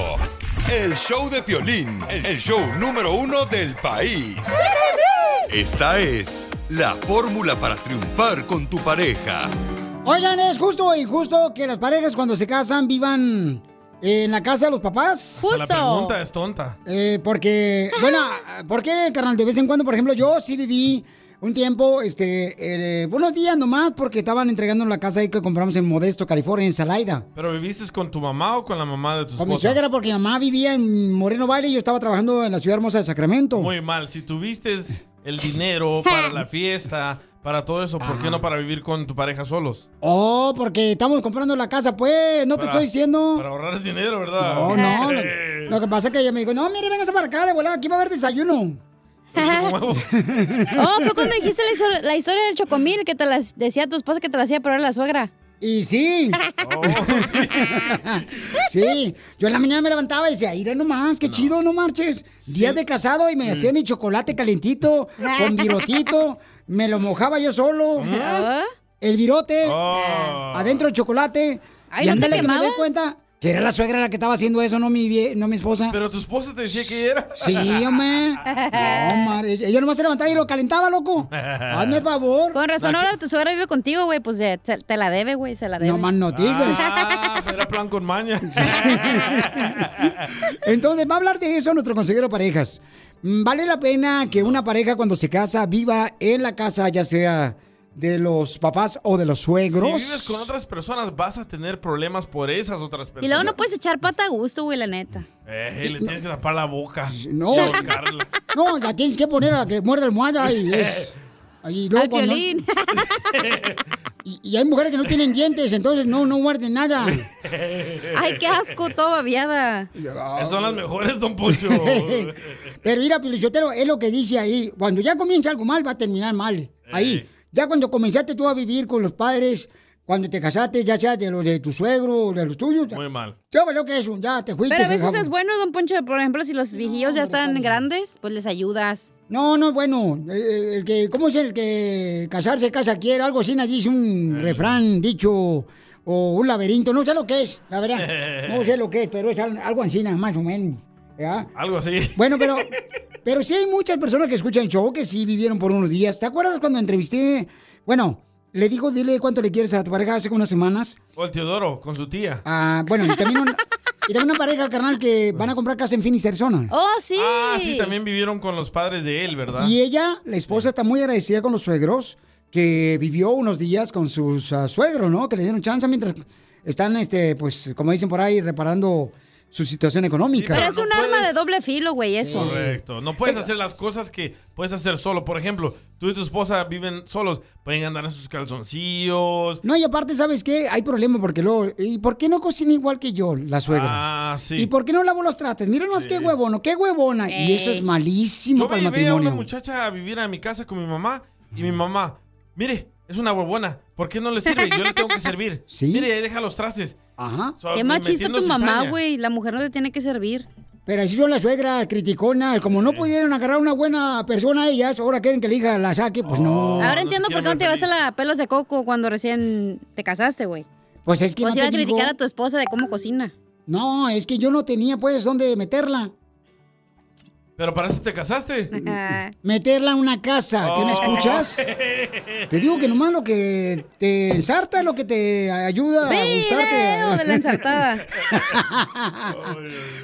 Speaker 5: El show de Piolín, el show número uno del país. Esta es la fórmula para triunfar con tu pareja.
Speaker 1: Oigan, ¿es justo o injusto que las parejas cuando se casan vivan en la casa de los papás?
Speaker 2: La pregunta es tonta.
Speaker 1: Eh, porque, bueno, ¿por qué, carnal? De vez en cuando, por ejemplo, yo sí viví un tiempo, este, eh, unos días nomás, porque estaban entregando la casa ahí que compramos en Modesto, California, en Salaida.
Speaker 2: ¿Pero viviste con tu mamá o con la mamá de tu
Speaker 1: Con mi
Speaker 2: esposa?
Speaker 1: suegra, porque mi mamá vivía en Moreno Valley y yo estaba trabajando en la ciudad hermosa de Sacramento.
Speaker 2: Muy mal. Si tuviste el dinero para la fiesta, para todo eso, ¿por qué no para vivir con tu pareja solos?
Speaker 1: Oh, porque estamos comprando la casa, pues, no te
Speaker 2: Para- Eh.
Speaker 1: estoy diciendo.
Speaker 2: Para ahorrar dinero, ¿verdad?
Speaker 1: No, no. Lo, lo que pasa es que ella me dijo, no, mire, véngase para acá, de volada, aquí va a haber desayuno.
Speaker 6: Oh, fue cuando dijiste la histo- la historia del chocomil que te las decía tu esposa que te la hacía probar la suegra.
Speaker 1: Y sí. sí, yo en la mañana me levantaba y decía, iré nomás, qué chido, no marches. Días de casado y
Speaker 2: Mm.
Speaker 1: me hacía mi chocolate calentito, con virotito, me lo mojaba yo solo.
Speaker 4: Ah.
Speaker 1: El virote,
Speaker 2: Oh.
Speaker 1: adentro el chocolate.
Speaker 4: Ay,
Speaker 1: y
Speaker 4: ¿no te
Speaker 1: ándale que me doy
Speaker 4: quemabas?
Speaker 1: cuenta que era la suegra la que estaba haciendo eso, no mi, vie- no mi esposa.
Speaker 2: Pero tu esposa te decía que era.
Speaker 1: Sí, hombre. No, madre. Ella nomás se levantaba y lo calentaba, loco. Hazme el favor.
Speaker 6: Con razón, ahora tu suegra vive contigo, güey. Pues eh, se- te la debe, güey, se la debe.
Speaker 1: No más no digas.
Speaker 2: Ah, era plan con maña.
Speaker 1: Entonces, va a hablar de eso nuestro consejero parejas. Mm, ¿Vale la pena que una pareja cuando se casa viva en la casa, ya sea de los papás o de los
Speaker 2: Si
Speaker 1: suegros?
Speaker 2: vives con otras personas, vas a tener problemas por esas otras personas.
Speaker 6: Y luego no puedes echar pata a gusto, güey, la neta.
Speaker 2: Eh, le tienes que tapar la boca.
Speaker 1: No.
Speaker 2: Y ahorcarla.
Speaker 1: No, la tienes que poner a la que muerde almohada y es... Y luego
Speaker 6: Al
Speaker 1: cuando-
Speaker 6: violín.
Speaker 1: y, y hay mujeres que no tienen dientes, entonces no, no muerden nada.
Speaker 6: Ay, qué asco, todo babiada.
Speaker 2: Son las mejores, don Poncho.
Speaker 1: Pero mira, Pilichotero, es lo que dice ahí. Cuando ya comienza algo mal, va a terminar mal. Ahí. Ya cuando comenzaste tú a vivir con los padres, cuando te casaste, ya sea de los de tu suegro o de los tuyos.
Speaker 2: Muy mal.
Speaker 1: Ya valió que eso, ya te fuiste.
Speaker 6: Pero a veces
Speaker 1: fregado.
Speaker 6: es bueno, don Poncho, por ejemplo, si los viejillos ya están grandes, pues les ayudas.
Speaker 1: No, no, bueno, el, el- el que, ¿cómo es el que casarse casa quiere? Algo así, nadie dice un refrán, dicho, o un laberinto, no sé lo que es, la verdad, no sé lo que es, pero es al- algo así, nada más o menos, ¿ya?
Speaker 2: Algo así.
Speaker 1: Bueno, pero, pero sí hay muchas personas que escuchan el show que sí vivieron por unos días. ¿Te acuerdas cuando entrevisté? Bueno, le digo, dile cuánto le quieres a tu pareja hace como unas semanas.
Speaker 2: O el Teodoro, con su tía.
Speaker 1: Ah, bueno, y también, un- y también una pareja, carnal, que van a comprar casa en Phoenix, Arizona.
Speaker 6: Oh, sí.
Speaker 2: Ah, sí, también vivieron con los padres de él, ¿verdad?
Speaker 1: Y ella, la esposa, está muy agradecida con los suegros, que vivió unos días con sus ah, suegros, ¿no? Que le dieron chance mientras están, este, pues, como dicen por ahí, reparando su situación económica.
Speaker 6: Pero es un arma de doble filo, güey, eso.
Speaker 2: Correcto. No puedes hacer las cosas que puedes hacer solo. Por ejemplo, tú y tu esposa viven solos. Pueden andar en sus calzoncillos.
Speaker 1: No, y aparte, ¿sabes qué? Hay problema porque luego... ¿Y por qué no cocina igual que yo, la suegra?
Speaker 2: Ah, sí.
Speaker 1: ¿Y por qué no lavo los trates? Mírenos qué huevono, qué huevona. Y eso es malísimo
Speaker 2: Yo
Speaker 1: para el
Speaker 2: me llevé a una
Speaker 1: matrimonio.
Speaker 2: muchacha a vivir a mi casa con mi mamá y mi mamá, mire, es una huevona, ¿por qué no le sirve? Yo le tengo que servir. Mire, ahí deja los trastes.
Speaker 1: Ajá.
Speaker 6: Qué machista tu mamá, güey. La mujer no le tiene que servir.
Speaker 1: Pero así son las suegras criticonas. Como no pudieron agarrar una buena persona a ellas, ahora quieren que la hija la saque, pues no.
Speaker 6: Ahora entiendo por qué no te vas a la pelos de coco cuando recién te casaste, güey.
Speaker 1: Pues es que
Speaker 6: O
Speaker 1: no
Speaker 6: si vas
Speaker 1: te
Speaker 6: a
Speaker 1: digo-
Speaker 6: criticar a tu esposa de cómo cocina.
Speaker 1: No, es que yo no tenía pues dónde meterla.
Speaker 2: Pero para eso te casaste.
Speaker 6: Ah.
Speaker 2: Oh.
Speaker 1: Meterla en una casa,
Speaker 6: Oh.
Speaker 1: ¿qué me escuchas? Te digo que nomás lo que te ensarta es lo que te ayuda a
Speaker 6: Video
Speaker 1: gustarte.
Speaker 6: de la ensartada.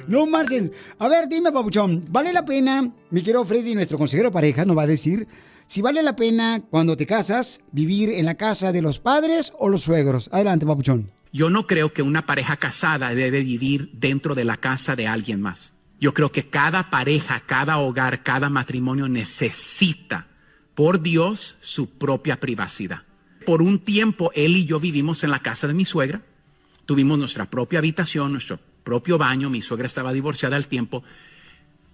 Speaker 1: no marchen. A ver, dime, papuchón, ¿vale la pena, mi querido Freddy, nuestro consejero de pareja, nos va a decir si vale la pena cuando te casas vivir en la casa de los padres o los suegros? Adelante, papuchón.
Speaker 7: Yo no creo que una pareja casada debe vivir dentro de la casa de alguien más. Yo creo que cada pareja, cada hogar, cada matrimonio necesita por Dios su propia privacidad. Por un tiempo él y yo vivimos en la casa de mi suegra, tuvimos nuestra propia habitación, nuestro propio baño, mi suegra estaba divorciada al tiempo,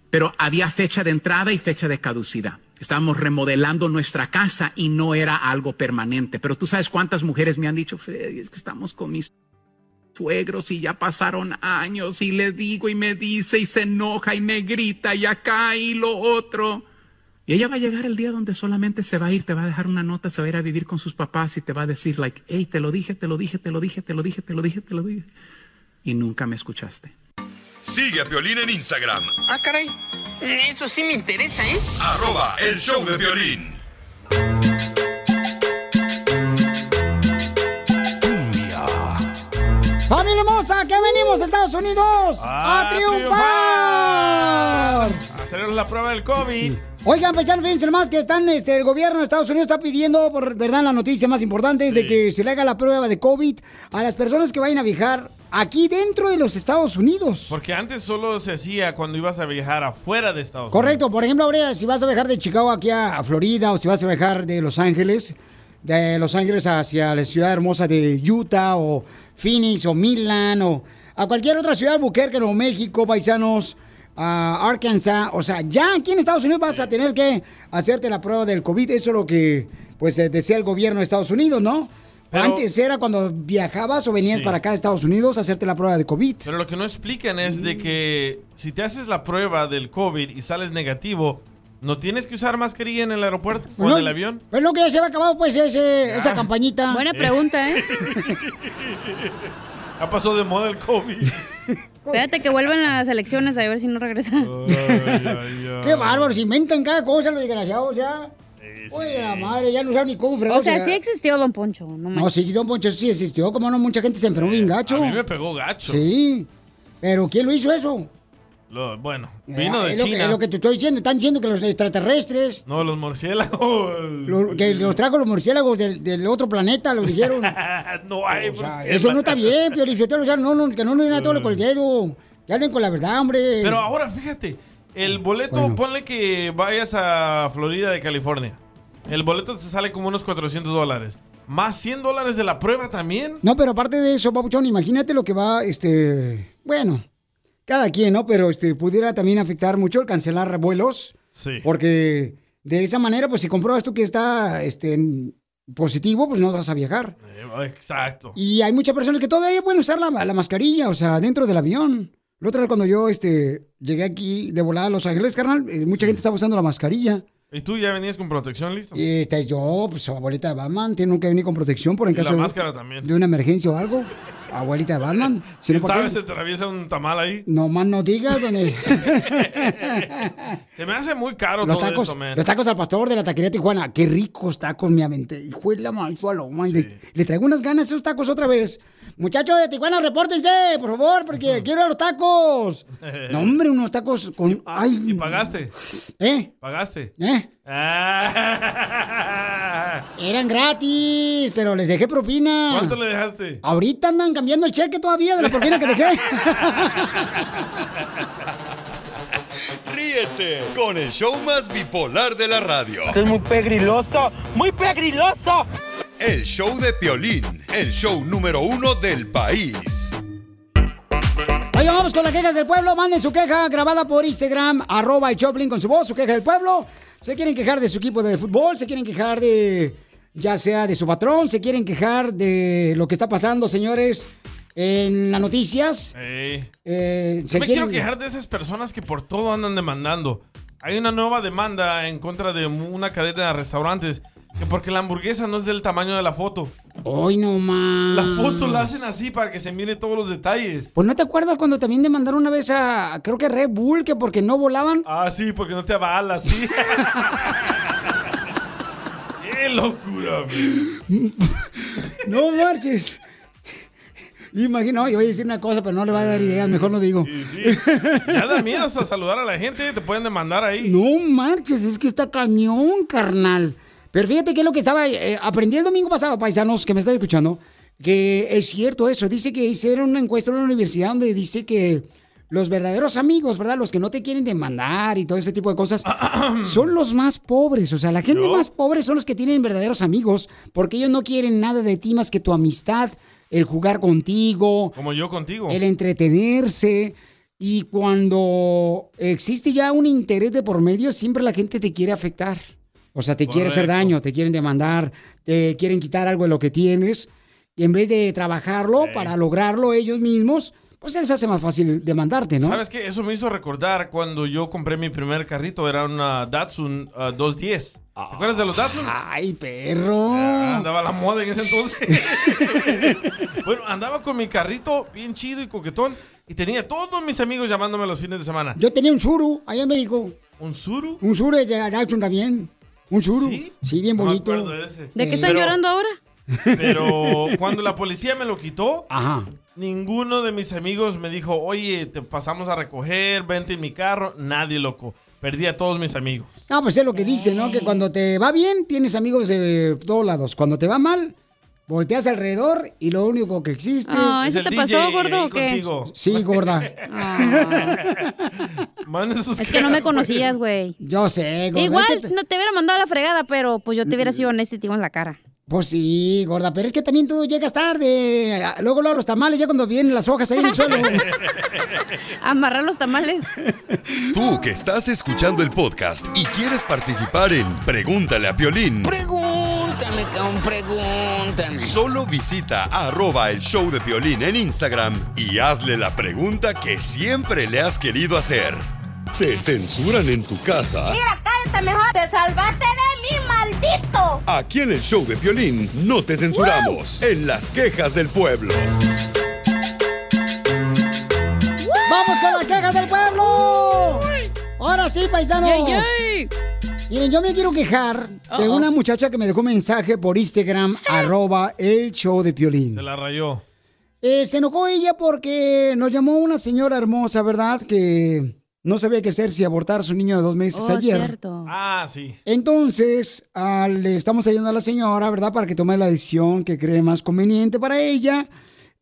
Speaker 7: pero había fecha de entrada y fecha de caducidad. Estábamos remodelando nuestra casa y no era algo permanente. Pero tú sabes cuántas mujeres me han dicho, "Freddy, es que estamos con mis suegros y ya pasaron años y le digo y me dice y se enoja y me grita y acá y lo otro. Y ella va a llegar el día donde solamente se va a ir, te va a dejar una nota, se va a ir a vivir con sus papás y te va a decir, like, hey, te lo dije, te lo dije, te lo dije, te lo dije, te lo dije, te lo dije. Y nunca me escuchaste.
Speaker 5: Sigue a Piolín en Instagram,
Speaker 9: Ah, caray. Eso sí me interesa, ¿eh?
Speaker 5: arroba el show de violín.
Speaker 1: ¡Familia hermosa! ¡Que venimos a Estados Unidos!
Speaker 2: Ah,
Speaker 1: ¡A triunfar!
Speaker 2: Hacer Ah, la prueba del COVID.
Speaker 1: Oigan, paisanos, fíjense más que están, este, el gobierno de Estados Unidos está pidiendo, por verdad, la noticia más importante es de que se le haga la prueba de COVID a las personas que vayan a viajar aquí dentro de los Estados Unidos.
Speaker 2: Porque antes solo se hacía cuando ibas a viajar afuera de Estados
Speaker 1: Correcto, por ejemplo, ahora si vas a viajar de Chicago aquí a, a Florida o si vas a viajar de Los Ángeles, de Los Ángeles hacia la ciudad hermosa de Utah o Phoenix o Milan o a cualquier otra ciudad, Albuquerque, Nuevo México, paisanos, a Arkansas, o sea, ya aquí en Estados Unidos vas a tener que hacerte la prueba del COVID, eso es lo que pues eh, decía el gobierno de Estados Unidos, ¿no?
Speaker 2: Pero-
Speaker 1: Antes era cuando viajabas o venías
Speaker 2: Sí.
Speaker 1: para acá a Estados Unidos a hacerte la prueba de COVID.
Speaker 2: Pero lo que no explican es de que si te haces la prueba del COVID y sales negativo, ¿no tienes que usar mascarilla en el aeropuerto o en
Speaker 1: No,
Speaker 2: el avión?
Speaker 1: Pues no, que ya se había acabado pues ese- esa campañita.
Speaker 2: Buena pregunta,
Speaker 6: ¿eh?
Speaker 2: Ya pasó de moda el COVID.
Speaker 6: Espérate que vuelvan las elecciones a ver si no regresa.
Speaker 1: Qué bárbaros, inventan cada cosa los desgraciados, ya. Oye, la madre, ya no saben ni cómo fregar.
Speaker 6: O sea, sí existió Don Poncho. No,
Speaker 1: No,
Speaker 6: manches.
Speaker 1: sí, Don Poncho eso sí existió, como no, mucha gente se enfermó bien gacho.
Speaker 2: Eh, A mí me pegó gacho.
Speaker 1: Sí, pero ¿quién lo hizo eso?
Speaker 2: Lo- bueno, vino
Speaker 1: Ah,
Speaker 2: de
Speaker 1: es, lo que,
Speaker 2: China.
Speaker 1: es lo que te estoy diciendo, están diciendo que los extraterrestres,
Speaker 2: No, los murciélagos.
Speaker 1: lo- que los trajo los murciélagos del, del otro planeta, los dijeron.
Speaker 2: no hay pues.
Speaker 1: eso no está bien, Pio Lizotelo, o sea, no, no, que no nos den a todo
Speaker 2: Eh.
Speaker 1: con el dedo. Que hablen con la verdad, hombre.
Speaker 2: Pero ahora, fíjate, el boleto, ponle que vayas a Florida de California. El boleto te sale como unos 400 dólares. Más 100 dólares de la prueba también.
Speaker 1: No, pero aparte de eso, Papuchón, imagínate lo que va, este, bueno, cada quien, ¿no? Pero este, pudiera también afectar mucho el cancelar vuelos.
Speaker 2: Sí.
Speaker 1: Porque de esa manera, pues si compruebas tú que está, este, en positivo, pues no vas a viajar.
Speaker 2: Eh, Exacto.
Speaker 1: Y hay muchas personas que todavía pueden usar la, la mascarilla, o sea, dentro del avión. La otra vez cuando yo, este, llegué aquí de volada a Los Ángeles, carnal, eh, mucha gente estaba usando la mascarilla.
Speaker 2: ¿Y tú ya venías con protección lista?
Speaker 1: Y este, yo, pues abuelita de Batman, tiene que venir con protección por en
Speaker 2: Y la
Speaker 1: caso de-
Speaker 2: máscara también.
Speaker 1: de una emergencia o algo. Abuelita de Batman. Si no,
Speaker 2: ¿Quién
Speaker 1: ¿para qué?
Speaker 2: sabe? Se te atraviesa un tamal ahí.
Speaker 1: No más no digas donde
Speaker 2: Se me hace muy caro
Speaker 1: los
Speaker 2: todo
Speaker 1: tacos,
Speaker 2: esto, man.
Speaker 1: los tacos al pastor de la taquería Tijuana, qué ricos tacos me aventé. Hijo de la manzualoma, y le, le traigo unas ganas a esos tacos otra vez. Muchachos de Tijuana, repórtense, por favor, porque quiero ir a los tacos. No, hombre, unos tacos con ay,
Speaker 2: ah, ¿Pagaste?
Speaker 1: ¿eh?
Speaker 2: ¿Pagaste?
Speaker 1: ¿Eh?
Speaker 2: Ah.
Speaker 1: Eran gratis, pero les dejé propina.
Speaker 2: ¿Cuánto le dejaste?
Speaker 1: Ahorita andan cambiando el cheque todavía de la propina que dejé.
Speaker 5: Ríete con el show más bipolar de la radio.
Speaker 12: Esto es muy pegriloso, muy pegriloso.
Speaker 5: El show de Piolín, el show número uno del país.
Speaker 1: Oigan, vamos con las quejas del pueblo. Manden su queja grabada por Instagram, arroba y Choplin con su voz, su queja del pueblo. Se quieren quejar de su equipo de fútbol, se quieren quejar de, ya sea de su patrón, se quieren quejar de lo que está pasando, señores, en las noticias.
Speaker 2: Ey.
Speaker 1: Eh,
Speaker 2: Yo me quiero quejar de esas personas que por todo andan demandando. Hay una nueva demanda en contra de una cadena de restaurantes que porque la hamburguesa no es del tamaño de la foto.
Speaker 1: Hoy no más.
Speaker 2: La foto la hacen así para que se mire todos los detalles.
Speaker 1: Pues no te acuerdas cuando también demandaron una vez a, creo que Red Bull, que porque no volaban.
Speaker 2: Ah, sí, porque no te abalas, sí. ¡Qué locura, man.
Speaker 1: No marches. Imagino, yo voy a decir una cosa, pero no le va a dar ideas, mejor no digo.
Speaker 2: Ya da miedo hasta saludar a la gente, te pueden demandar ahí.
Speaker 1: No marches, es que está cañón, carnal. Pero fíjate que es lo que estaba. eh, aprendí el domingo pasado, paisanos que me están escuchando, que es cierto eso. Dice que hicieron una encuesta en una universidad donde dice que los verdaderos amigos, ¿verdad? Los que no te quieren demandar y todo ese tipo de cosas, son los más pobres. O sea, la gente más pobre son los que tienen verdaderos amigos, porque ellos no quieren nada de ti más que tu amistad, el jugar contigo,
Speaker 2: Como yo contigo.
Speaker 1: el entretenerse. Y cuando existe ya un interés de por medio, siempre la gente te quiere afectar. O sea, te quiere hacer
Speaker 2: Correcto.
Speaker 1: daño, te quieren demandar, te quieren quitar algo de lo que tienes. Y en vez de trabajarlo para lograrlo ellos mismos, pues se les hace más fácil demandarte, ¿no?
Speaker 2: ¿Sabes qué? Eso me hizo recordar cuando yo compré mi primer carrito. Era una Datsun ah, 210. ¿Te acuerdas de los Datsun? Ah,
Speaker 1: ¡Ay, perro!
Speaker 2: andaba la moda en ese entonces. bueno, andaba con mi carrito bien chido y coquetón. Y tenía todos mis amigos llamándome los fines de semana.
Speaker 1: Yo tenía un suru allá en México.
Speaker 2: ¿Un suru?
Speaker 1: Un suru de Jackson también. Un suru. ¿Sí? bien
Speaker 2: No me
Speaker 1: bonito. Eh,
Speaker 2: acuerdo de ese.
Speaker 6: ¿De qué están
Speaker 2: Pero-
Speaker 6: llorando ahora?
Speaker 2: Pero cuando la policía me lo quitó,
Speaker 1: Ajá.
Speaker 2: ninguno de mis amigos me dijo, oye, te pasamos a recoger, vente en mi carro. Nadie, loco. Perdí a todos mis amigos.
Speaker 1: No, pues es lo que dice, ¿no? Que cuando te va bien, tienes amigos de todos lados. Cuando te va mal, volteas alrededor y lo único que existe.
Speaker 6: Ah, ¿eso Es el te pasó, DJ gordo, ahí o qué? contigo.
Speaker 1: Sí, gorda.
Speaker 6: Es que no me conocías, güey.
Speaker 1: Yo sé, gorda.
Speaker 6: Igual,
Speaker 1: Es que te-
Speaker 6: no te hubiera mandado a la fregada, pero pues yo te hubiera sido honesta y te digo en la cara.
Speaker 1: Pues sí, gorda, pero es que también tú llegas tarde. Luego, luego los tamales, ya cuando vienen las hojas ahí en el suelo.
Speaker 6: Amarrar los tamales.
Speaker 5: Tú que estás escuchando el podcast y quieres participar en Pregúntale a Piolín,
Speaker 4: Pregúntame, cabrón, pregúntame.
Speaker 5: solo visita arroba el show de Piolín en Instagram y hazle la pregunta que siempre le has querido hacer. ¿Te censuran en tu casa?
Speaker 4: Mira, cállate mejor. Te salvaste de mí, maldito.
Speaker 5: Aquí en el show de Piolín no te censuramos en las quejas del pueblo.
Speaker 1: ¡Vamos con las quejas del pueblo! Ahora sí, paisanos.
Speaker 4: Yay,
Speaker 1: Miren, yo me quiero quejar de
Speaker 2: Uh-oh.
Speaker 1: una muchacha que me dejó un mensaje por Instagram, arroba el show de Piolín.
Speaker 2: Se la rayó.
Speaker 1: Eh, se enojó ella porque nos llamó una señora hermosa, ¿verdad? Que no sabía qué hacer si abortar a su niño de dos
Speaker 6: Oh,
Speaker 1: meses
Speaker 4: Oh,
Speaker 1: ayer.
Speaker 2: Ah, sí.
Speaker 1: Entonces, ah, le estamos ayudando a la señora, ¿verdad? Para que tome la decisión que cree más conveniente para ella.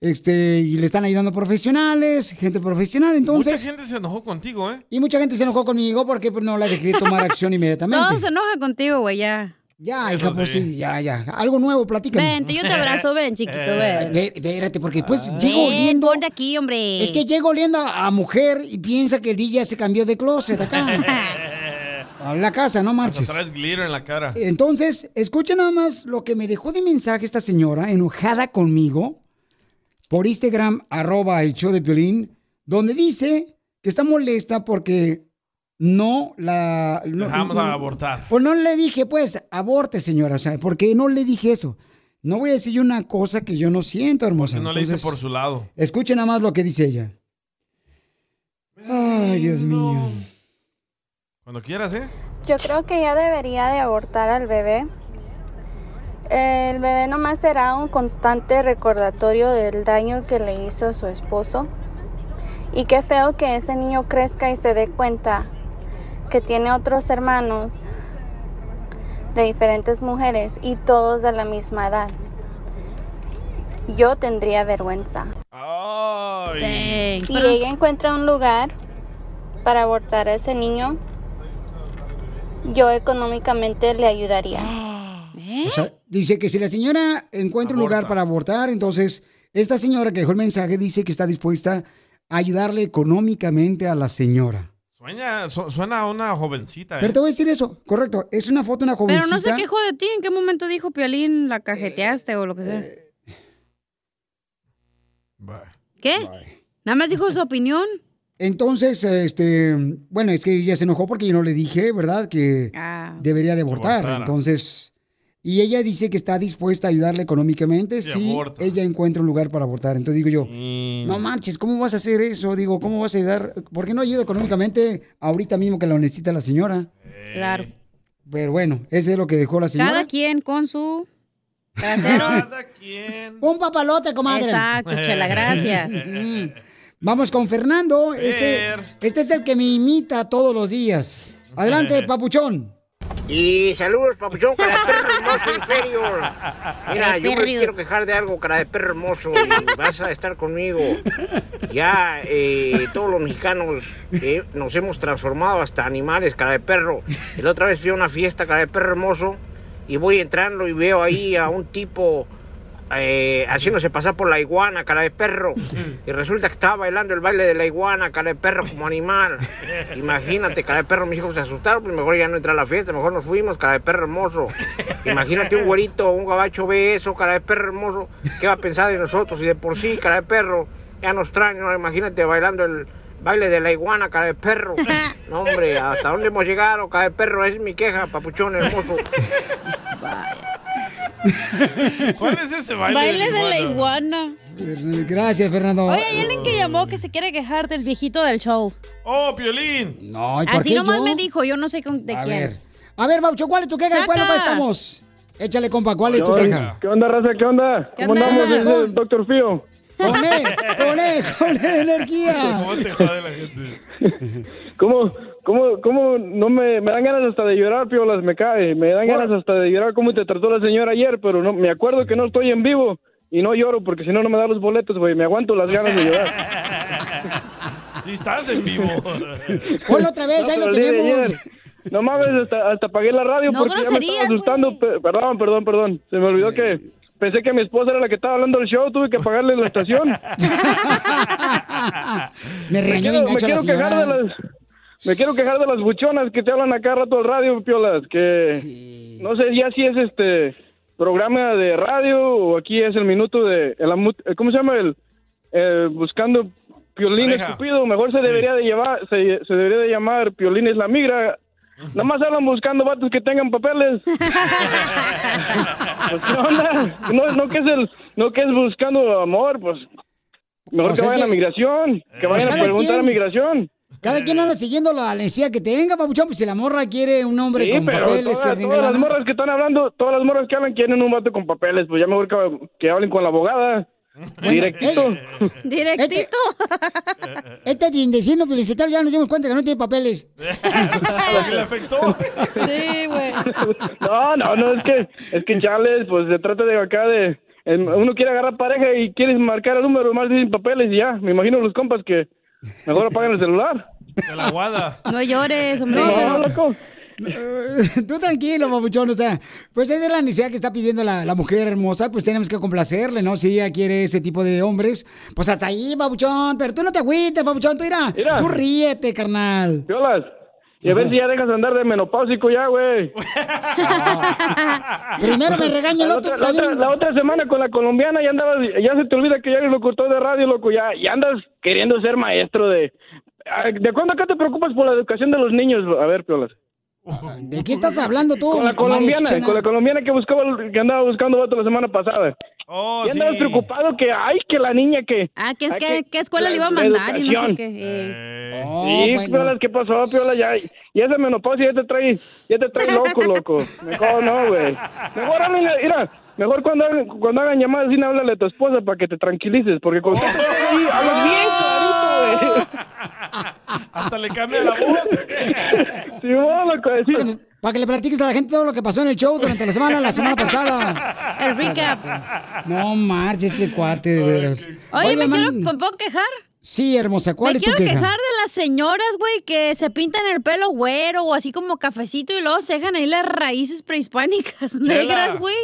Speaker 1: Este, y le están ayudando profesionales, gente profesional. Entonces,
Speaker 2: Mucha gente se enojó contigo, ¿eh?
Speaker 1: y mucha gente se enojó conmigo porque pues, no la dejé tomar acción
Speaker 6: Todo
Speaker 1: inmediatamente.
Speaker 6: se enoja contigo, güey, ya.
Speaker 1: Ya, hija, pues sí, ya, ya. Algo nuevo, platícame.
Speaker 6: Vente, yo te abrazo, ven, chiquito, ven.
Speaker 1: Ve- Espérate, porque después llego
Speaker 6: Ven,
Speaker 1: oliendo.
Speaker 6: ponte aquí, hombre.
Speaker 1: Es que llego oliendo a, a mujer y piensa que el DJ ya se cambió de closet acá. a la casa, no
Speaker 2: Hasta
Speaker 1: marches.
Speaker 2: traes glitter en la cara.
Speaker 1: Ah. Entonces, escucha nada más lo que me dejó de mensaje esta señora, enojada conmigo, por Instagram, arroba el show de Piolín, donde dice que está molesta porque no la... no-
Speaker 2: Dejamos
Speaker 1: no-
Speaker 2: a abortar.
Speaker 1: Pues no le dije, pues, aborte, señora, o sea, porque no le dije eso. No voy a decir yo una cosa que yo no siento, hermosa.
Speaker 2: No le hice
Speaker 1: Pues Entonces,
Speaker 2: por su lado.
Speaker 1: Escuchen nada más lo que dice ella. Ay, Dios mío.
Speaker 2: Cuando quieras, ¿eh?
Speaker 28: Yo creo que ya debería de abortar al bebé. El bebé nomás será un constante recordatorio del daño que le hizo su esposo. Y qué feo que ese niño crezca y se dé cuenta que tiene otros hermanos de diferentes mujeres y todos de la misma edad. Yo tendría vergüenza. Si ella encuentra un lugar para abortar a ese niño, yo económicamente le ayudaría.
Speaker 1: O sea, dice que si la señora encuentra un lugar para abortar, entonces esta señora que dejó el mensaje dice que está dispuesta a ayudarle económicamente a la señora.
Speaker 2: Suena, su- suena a una jovencita. ¿eh?
Speaker 1: Pero te voy a decir eso, correcto. Es una foto de una
Speaker 6: Pero
Speaker 1: jovencita.
Speaker 6: no se quejó de ti. ¿En qué momento dijo Piolín
Speaker 1: Eh,
Speaker 6: la cajeteaste o lo que sea? ¿Qué? Nada más dijo su opinión.
Speaker 1: Entonces, este, bueno, es que ella se enojó porque yo no le dije, ¿verdad? Que
Speaker 6: Ah.
Speaker 1: debería de abortar.
Speaker 6: Abortara.
Speaker 1: Entonces, y ella dice que está dispuesta a ayudarle económicamente si
Speaker 2: aborta.
Speaker 1: ella encuentra un lugar para abortar. Entonces digo yo, no manches, ¿cómo vas a hacer eso? Digo, ¿cómo vas a ayudar? ¿Por qué no ayuda económicamente ahorita mismo que lo necesita la señora?
Speaker 6: Claro.
Speaker 1: Pero bueno, ese es lo que dejó la señora.
Speaker 6: Cada quien con su trasero.
Speaker 1: Un papalote, comadre.
Speaker 6: Exacto, chela, gracias.
Speaker 1: Mm. Vamos con Fernando. Este,
Speaker 29: Fer.
Speaker 1: este es el que me imita todos los días. Adelante, papuchón.
Speaker 29: Y saludos, papuchón, cara de perro hermoso, en serio. Mira, yo me quiero quejar de algo, cara de perro hermoso, y vas a estar conmigo. Ya eh, todos los mexicanos eh, nos hemos transformado hasta animales, cara de perro. La otra vez fui a una fiesta, cara de perro hermoso, y voy entrando y veo ahí a un tipo eh, haciéndose pasar por la iguana, cara de perro. Y resulta que estaba bailando el baile de la iguana, cara de perro, como animal. Imagínate, cara de perro, mis hijos se asustaron, pues mejor ya no entrar a la fiesta, mejor nos fuimos, cara de perro hermoso. Imagínate un güerito, un gabacho ve eso, cara de perro hermoso, ¿qué va a pensar de nosotros? Y de por sí, cara de perro, ya nos traen, ¿no? imagínate bailando el baile de la iguana, cara de perro. No, hombre, ¿hasta dónde hemos llegado, cara de perro? Esa es mi queja, papuchón hermoso.
Speaker 2: ¿Cuál es ese baile?
Speaker 6: Baile de la iguana.
Speaker 1: Gracias, Fernando.
Speaker 6: Oye, hay alguien que llamó que se quiere quejar del viejito del show.
Speaker 2: ¡Oh, Piolín!
Speaker 1: No, ¿y por
Speaker 6: Así
Speaker 1: qué
Speaker 6: nomás
Speaker 1: yo?
Speaker 6: me dijo, yo no sé con- de
Speaker 1: A
Speaker 6: quién.
Speaker 1: ver. A ver, Papuchón, ¿cuál es tu queja? ¿En cuál
Speaker 6: Saca.
Speaker 1: nomás pues, estamos? Échale, compa, ¿cuál es tu
Speaker 30: Yo-
Speaker 1: queja?
Speaker 30: ¿Qué onda, raza? ¿Qué onda?
Speaker 1: ¿Qué
Speaker 30: ¿Cómo
Speaker 1: onda,
Speaker 30: andamos? Dice
Speaker 1: viejón?
Speaker 30: el doctor Fío.
Speaker 1: Con él, con él, con él, energía.
Speaker 2: ¿Cómo te jode la gente?
Speaker 30: ¿Cómo, cómo, cómo no me, me dan ganas hasta de llorar, Piolas? Me cae. Me dan ganas hasta de llorar cómo te trató la señora ayer, pero no me acuerdo que no estoy en vivo y no lloro porque si no, no me dan los boletos, güey. Me aguanto las ganas de llorar.
Speaker 2: Sí, estás en vivo.
Speaker 1: Ponlo otra vez,
Speaker 30: No,
Speaker 1: ahí lo
Speaker 30: pero el día de
Speaker 1: tenemos.
Speaker 30: ayer, No mames, hasta, hasta apagué la radio
Speaker 1: No
Speaker 30: porque ya me
Speaker 1: groserías,
Speaker 30: estaba asustando. Pe- Perdón, perdón, perdón. Se me olvidó que pensé que mi esposa era la que estaba hablando del show. Tuve que apagarle la estación.
Speaker 1: me regañó bien
Speaker 30: quiero-
Speaker 1: gacho
Speaker 30: me
Speaker 1: la
Speaker 30: quiero quejar
Speaker 1: señora.
Speaker 30: de las- Me quiero quejar de las buchonas que te hablan acá rato al radio, Piolas. Que no sé ya si es este programa de radio o aquí es el minuto de... el amu- ¿Cómo se llama? el eh, Buscando Piolín
Speaker 31: Pareja.
Speaker 30: Escupido. Mejor se debería de llevar, se, se debería de llamar Piolín es la migra. Nada más hablan buscando vatos que tengan papeles. Pues, ¿qué onda? No, no que es el, no que es buscando amor, pues. Mejor
Speaker 1: Pues
Speaker 30: que
Speaker 1: es
Speaker 30: vayan
Speaker 1: que-
Speaker 30: a migración, que
Speaker 1: Pues
Speaker 30: vayan a
Speaker 1: cada
Speaker 30: preguntar
Speaker 1: quien.
Speaker 30: a migración.
Speaker 1: Cada quien anda siguiendo la necesidad que tenga, Papuchón, pues si la morra quiere un hombre
Speaker 30: Sí,
Speaker 1: con
Speaker 30: pero
Speaker 1: papeles
Speaker 30: todas,
Speaker 1: que
Speaker 30: todas
Speaker 1: tenga
Speaker 30: las
Speaker 1: lana.
Speaker 30: morras que están hablando, todas las morras que hablan quieren un vato con papeles, pues ya mejor que, que hablen con la abogada. Directito.
Speaker 6: Directito.
Speaker 1: Este, este indecino, pero el hospital ya nos dimos cuenta que no tiene papeles.
Speaker 2: ¿Qué le afectó?
Speaker 6: Sí, güey.
Speaker 30: No, no, no, es que, es que chales, pues se trata de acá de, em, uno quiere agarrar pareja y quieres marcar el número, más dicen papeles y ya, me imagino los compas que mejor apagan el celular.
Speaker 2: De la guada.
Speaker 6: No llores, hombre.
Speaker 1: No, pero- Eh, Tú tranquilo, papuchón, o sea, pues esa es la necesidad que está pidiendo la, la mujer hermosa, pues tenemos que complacerle, ¿no? Si ella quiere ese tipo de hombres, pues hasta ahí, papuchón, pero tú no te agüites, papuchón, tú irá,
Speaker 30: Mira.
Speaker 1: tú ríete, carnal.
Speaker 30: Violas. Y a ver si ya dejas de andar de menopáusico ya, güey.
Speaker 1: Primero me regaña el
Speaker 30: La
Speaker 1: otro,
Speaker 30: otra-
Speaker 1: está
Speaker 30: La otra,
Speaker 1: bien.
Speaker 30: la otra semana con la colombiana ya andabas, ya se te olvida que ya eres locutor de radio, loco, ya, ya andas queriendo ser maestro de... Ah, ¿De cuándo acá te preocupas por la educación de los niños? A ver, Piolas.
Speaker 1: ¿De qué estás hablando tú?
Speaker 30: Con la colombiana, con la colombiana que buscaba, que andaba buscando voto la semana pasada.
Speaker 2: Oh,
Speaker 30: ya andabas preocupado que, ay, que la niña que...
Speaker 6: Ah, que es
Speaker 30: ay,
Speaker 6: que, ¿qué escuela le iba a
Speaker 30: la- la
Speaker 6: mandar y no sé
Speaker 30: educación.
Speaker 6: qué. eh.
Speaker 1: Oh,
Speaker 30: Sí, Piolas, ¿qué pasó, Piolas? Ya, ya esa menopausia ya te trae, ya te trae loco, loco. Mejor no, güey. Mejor hablen, mira, mejor cuando hagan, cuando hagan llamadas, sí, háblale a tu esposa para que te tranquilices, porque cuando estás ahí,
Speaker 1: Ah,
Speaker 30: hablas bien clarito, güey.
Speaker 2: Hasta le cambia la voz.
Speaker 30: Sí, bueno, loco, decir,
Speaker 1: Para que le platiques a la gente todo lo que pasó en el show durante la semana, la semana pasada.
Speaker 6: El recap.
Speaker 1: No marches, este cuate, de veras.
Speaker 6: Oye, me
Speaker 1: man-
Speaker 6: quiero, ¿me puedo quejar?
Speaker 1: Sí, hermosa, ¿cuál
Speaker 6: me
Speaker 1: es tu
Speaker 6: quiero
Speaker 1: queja?
Speaker 6: quejar de las señoras, güey, que se pintan el pelo güero o así como cafecito y luego se dejan ahí las raíces prehispánicas negras, güey.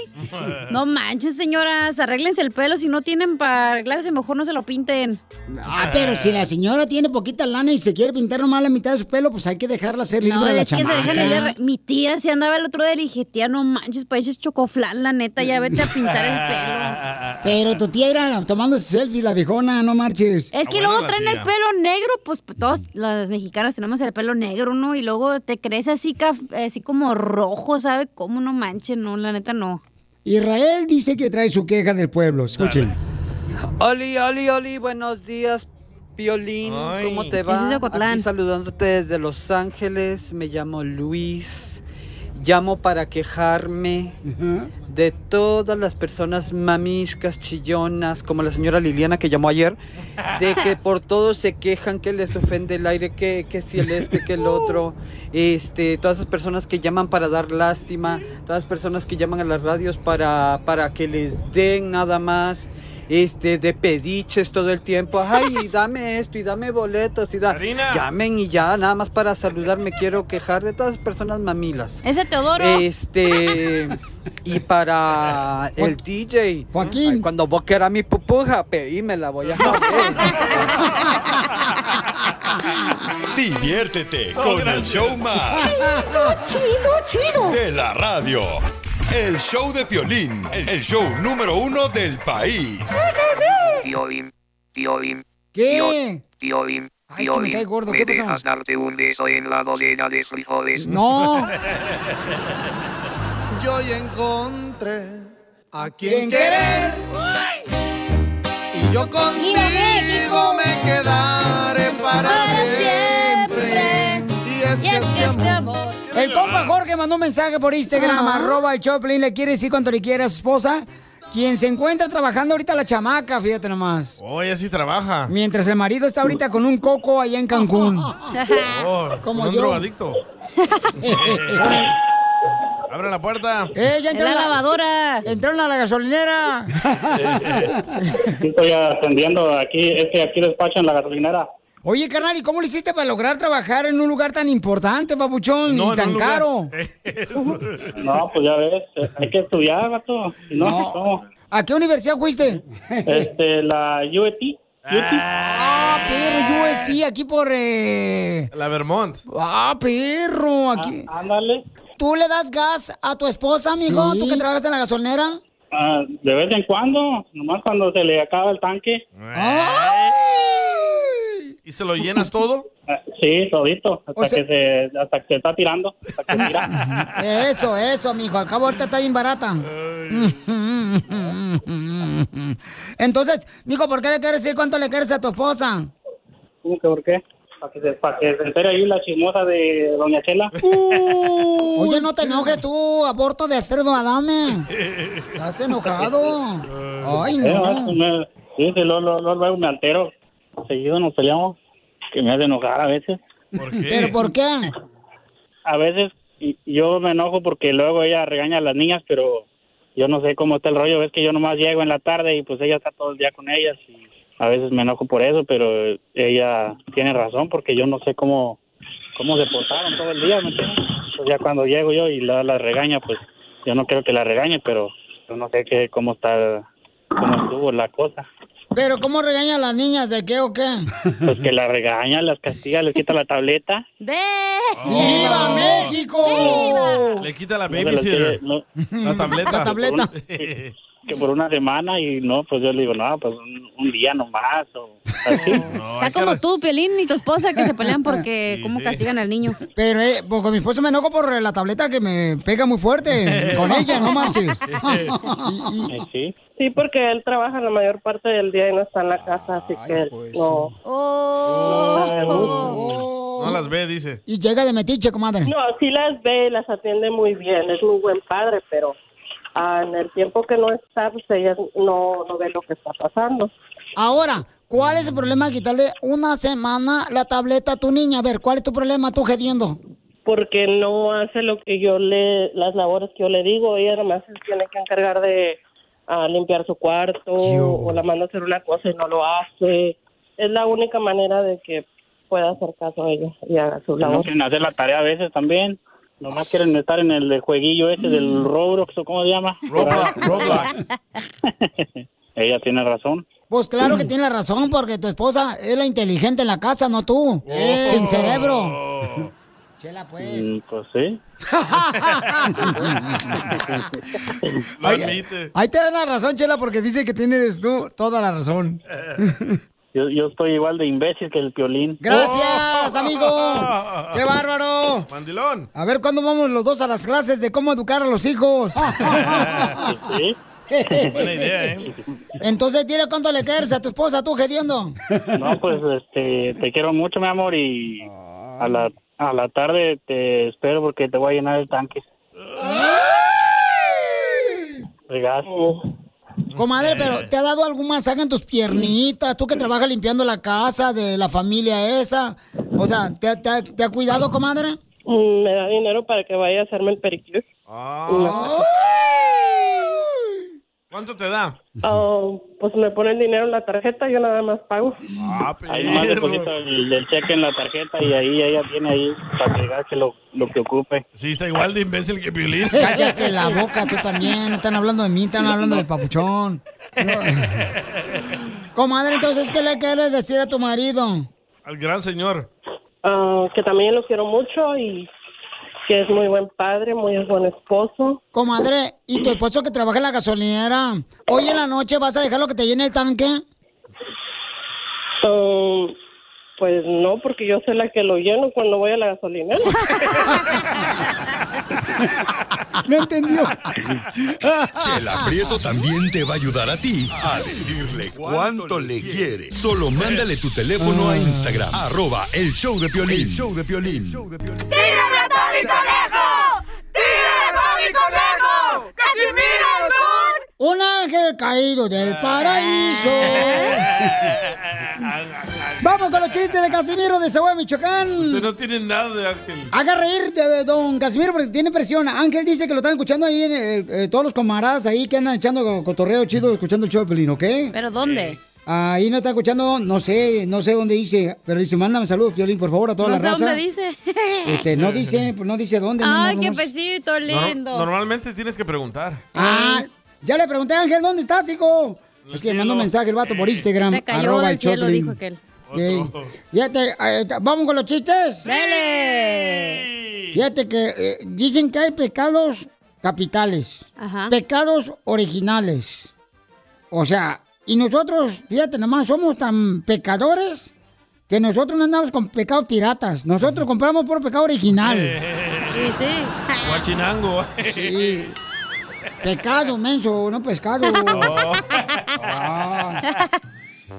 Speaker 6: No manches, señoras, arréglense el pelo si no tienen para arreglarse, mejor no se lo pinten.
Speaker 1: Ah, pero si la señora tiene poquita lana y se quiere pintar nomás la mitad de su pelo, pues hay que dejarla ser libre
Speaker 6: No,
Speaker 1: a la
Speaker 6: es que se
Speaker 1: chamaca.
Speaker 6: dejan ahí las ra- Mi tía se andaba el otro día y le dije, tía, no manches, pareces chocoflan, la neta, ya vete a pintar el pelo.
Speaker 1: Pero tu tía era tomándose selfie, la viejona, no marches.
Speaker 6: Es que luego traen el pelo negro, pues todos las mexicanas tenemos el pelo negro, ¿no? Y luego te crees así, caf- así como rojo, ¿sabe? ¿Cómo no manches? No, la neta no.
Speaker 1: Israel dice que trae su queja del pueblo, escuchen.
Speaker 32: Oli, Oli, Oli, buenos días, Piolín. ¿Cómo te va?
Speaker 6: Ese es de Ocotlán.
Speaker 32: Aquí saludándote desde Los Ángeles. Me llamo Luis. Llamo para quejarme de todas las personas mamiscas, chillonas, como la señora Liliana que llamó ayer, de que por todo se quejan, que les ofende el aire, que, que si el este, que el otro. Este, todas esas personas que llaman para dar lástima, todas las personas que llaman a las radios para, para que les den nada más este, de pediches todo el tiempo. Ay, y dame esto, y dame boletos, y da. Llamen y ya, nada más para saludar, me quiero quejar de todas las personas mamilas.
Speaker 6: Ese Teodoro.
Speaker 32: Este, y para el DJ. Ay, cuando vos quieras mi pupuja, pedímela, voy a
Speaker 5: Diviértete con el show más
Speaker 33: Chido, chido.
Speaker 5: de la radio. El show de Piolín, el show número uno del país.
Speaker 15: Piolín, Piolín.
Speaker 1: ¿Qué?
Speaker 15: Piolín,
Speaker 1: es que este me cae gordo, ¿qué pasó?
Speaker 15: dejas darte un beso en la bodega de frijoles?
Speaker 1: No.
Speaker 4: Yo ya encontré a quien querer. Y yo contigo me quedaré para siempre. Y es que este amor.
Speaker 1: El compa Jorge mandó un mensaje por Instagram,
Speaker 4: Ajá.
Speaker 1: arroba el Choplin, le quiere decir cuanto le quiere a su esposa, quien se encuentra trabajando ahorita la chamaca, fíjate nomás.
Speaker 2: Oh, ella sí trabaja.
Speaker 1: Mientras el marido está ahorita con un coco allá en Cancún.
Speaker 2: Oh,
Speaker 1: Como
Speaker 2: un
Speaker 1: yo.
Speaker 2: drogadicto. Abre la puerta.
Speaker 1: ¡Eh, ya entró
Speaker 2: En la
Speaker 1: lavadora! ¡Entraron a la gasolinera!
Speaker 18: Estoy atendiendo aquí, es que aquí despachan la gasolinera.
Speaker 1: Oye, carnal, ¿y cómo le hiciste para lograr trabajar en un lugar tan importante, papuchón, y tan caro?
Speaker 18: No, pues ya ves, eh, hay que estudiar, vato. Si No,
Speaker 1: No. Eh.
Speaker 18: ¿cómo?
Speaker 1: ¿A qué universidad fuiste?
Speaker 18: Este, la UET. E
Speaker 1: Ah, perro, yo sí, aquí por... eh,
Speaker 2: La Vermont.
Speaker 1: Ah, perro, aquí. ándale. ¿Tú le das gas a tu esposa, amigo? ¿Tú que trabajas en la gasolinera?
Speaker 18: Ah, de vez en cuando, nomás cuando se le acaba el tanque.
Speaker 2: ¿Y se lo llenas todo?
Speaker 18: Ah, Sí, todito, hasta,
Speaker 1: sea-
Speaker 18: que se, hasta que se está tirando. Hasta que tira.
Speaker 1: Eso, eso, mijo. Al cabo, ahorita está bien barata. Entonces, mijo, ¿por qué le quieres decir cuánto le quieres a tu esposa?
Speaker 18: ¿Cómo que por qué? Para que se, para que se entere ahí la chismosa de Doña Chela.
Speaker 1: Oye, no te enojes tú, aborto de Alfredo Adame. Estás enojado. Ay,
Speaker 18: Eh,
Speaker 1: no.
Speaker 18: vato, me- sí, sí, luego, luego- luego me altero. Seguido nos peleamos, que me hace enojar a veces.
Speaker 1: ¿Pero por qué?
Speaker 18: A veces y- yo me enojo porque luego ella regaña a las niñas, pero yo no sé cómo está el rollo. Ves que yo nomás llego en la tarde y pues ella está todo el día con ellas. y a veces me enojo por eso, pero ella tiene razón porque yo no sé cómo, cómo se portaron todo el día. ¿me entiendes? Pues ya cuando llego yo y la, la regaña, pues yo no creo que la regañe, pero yo no sé qué, cómo está, cómo estuvo la cosa.
Speaker 1: ¿Pero cómo regaña a las niñas? ¿De qué o qué?
Speaker 18: Pues que la regaña, las castiga, les quita la tableta.
Speaker 6: ¡De!
Speaker 1: ¡Viva México!
Speaker 2: Le quita la
Speaker 18: No se las quiere,
Speaker 2: babysitter.
Speaker 18: no.
Speaker 2: La tableta.
Speaker 18: La tableta. que por una semana y no, pues yo le digo, no, pues un, un día nomás o así.
Speaker 2: Oh,
Speaker 6: Está como tú, Piolín, y tu esposa que se pelean porque cómo castigan al niño.
Speaker 1: Pero eh, pues, con mi esposa me enojo por la tableta que me pega muy fuerte con ella, no marches.
Speaker 18: Sí,
Speaker 20: Sí, porque él trabaja la mayor parte del día y no está en la casa, así que no. Oh.
Speaker 2: No las ve, dice.
Speaker 1: Oh. Y llega de metiche, comadre.
Speaker 20: No, sí las ve y las atiende muy bien, es muy buen padre, pero ah, en el tiempo que no está, pues ella no, no ve lo que está pasando.
Speaker 1: Ahora, ¿cuál es el problema de quitarle una semana la tableta a tu niña? A ver, ¿cuál es tu problema tú gediendo?
Speaker 20: porque no hace lo que yo le, las labores que yo le digo, ella nomás se tiene que encargar de ah, limpiar su cuarto o la manda a hacer una cosa y no lo hace. Es la única manera de que pueda hacer caso a ella y haga sus
Speaker 18: No
Speaker 20: labores.
Speaker 18: quieren hacer la tarea a veces también. Nomás quieren estar en el jueguillo ese del Roblox o cómo se llama. Roblox. Ella tiene razón.
Speaker 1: Pues claro que tiene la razón, porque tu esposa es la inteligente en la casa, no tú.
Speaker 4: Oh.
Speaker 1: Sin cerebro. Chela, pues.
Speaker 18: Mm, Pues sí.
Speaker 2: Lo admite.
Speaker 1: Ahí te dan la razón, Chela, porque dice que tienes tú toda la razón.
Speaker 18: Yo, yo estoy igual de imbécil que el piolín.
Speaker 2: Oh.
Speaker 1: Gracias, amigo. ¡Qué bárbaro!
Speaker 2: Mandilón.
Speaker 1: A ver, ¿cuándo vamos los dos a las clases de cómo educar a los hijos?
Speaker 18: ¿Sí?
Speaker 1: Buena idea,
Speaker 18: ¿eh?
Speaker 1: Entonces, dile cuánto le quieres a tu esposa, tú, Gediondo.
Speaker 18: No, pues este, te quiero mucho, mi amor, y a la, a la tarde te espero porque te voy a llenar el tanque. De gas.
Speaker 1: Comadre, pero ¿te ha dado algún masaje en tus piernitas? Tú que trabajas limpiando la casa de la familia esa. O sea, ¿te, ha- te ha- te ha cuidado, comadre?
Speaker 20: Mm, Me da dinero para que vaya a hacerme el pericure.
Speaker 2: Ah, ¿Cuánto te da?
Speaker 20: Ah, pues me ponen dinero en la tarjeta, yo nada más pago.
Speaker 18: Ahí nomás deposita el, el cheque en la tarjeta y ahí ella tiene ahí para que gaste lo, lo que ocupe.
Speaker 2: Sí, está igual de imbécil que Piolín.
Speaker 1: Cállate la boca, tú también. No están hablando de mí, están hablando del papuchón. Comadre, entonces, ¿qué le quieres decir a tu marido?
Speaker 2: Al gran señor.
Speaker 20: Ah, que también lo quiero mucho y que es muy buen padre, muy buen esposo.
Speaker 1: Comadre, ¿y tu esposo que trabaja en la gasolinera? ¿Hoy en la noche vas a dejarlo que te llene el tanque?
Speaker 20: Ah, pues no, porque yo soy la que lo lleno cuando voy a la gasolinera.
Speaker 1: No entendió.
Speaker 5: Chela Prieto también te va a ayudar a ti a decirle cuánto le quiere. Solo mándale tu teléfono a Instagram, arroba el show de Piolín. show de Piolín.
Speaker 4: ¡Tírame a Tony Conejo! ¡Tírame a Tony Conejo! ¡Casimiro es un...
Speaker 1: Un ángel caído del paraíso. Vamos con los chistes de Casimiro de Cebolla,
Speaker 2: Usted
Speaker 1: Michoacán.
Speaker 2: no tiene nada de ángel.
Speaker 1: Haga reír de- de don Casimiro porque tiene presión. Ángel dice que lo están escuchando ahí, en el- eh, todos los camaradas ahí que andan echando cotorreo chido, escuchando el show de Pelín, ¿ok?
Speaker 6: ¿Pero dónde?
Speaker 1: Ahí no está escuchando, no sé, no sé dónde dice, pero dice, mándame saludos, Piolín, por favor, a toda
Speaker 6: No
Speaker 1: la
Speaker 6: sé
Speaker 1: raza.
Speaker 6: dónde dice.
Speaker 1: Este, no dice, pues, no dice dónde.
Speaker 6: Ay,
Speaker 1: no,
Speaker 6: qué
Speaker 1: no sé.
Speaker 6: besito
Speaker 2: Nor-
Speaker 6: lindo.
Speaker 2: normalmente tienes que preguntar.
Speaker 1: Ah, ya le pregunté a Ángel, ¿dónde estás, hijo? Es que mandó un mensaje el vato por Instagram.
Speaker 6: Eh, Se cayó
Speaker 1: arroba
Speaker 6: del
Speaker 1: el
Speaker 6: cielo,
Speaker 1: Choplin.
Speaker 6: dijo aquel.
Speaker 1: Ey, Fíjate, eh, vamos con los chistes. Fíjate que eh, dicen que hay pecados capitales, pecados originales. O sea, y nosotros, fíjate nomás, somos tan pecadores que nosotros no andamos con pecados piratas. Nosotros compramos por pecado original.
Speaker 2: Sí,
Speaker 6: sí.
Speaker 2: Guachinango.
Speaker 1: Sí. Pecado, menso, no pescado.
Speaker 6: Oh.
Speaker 1: Ah.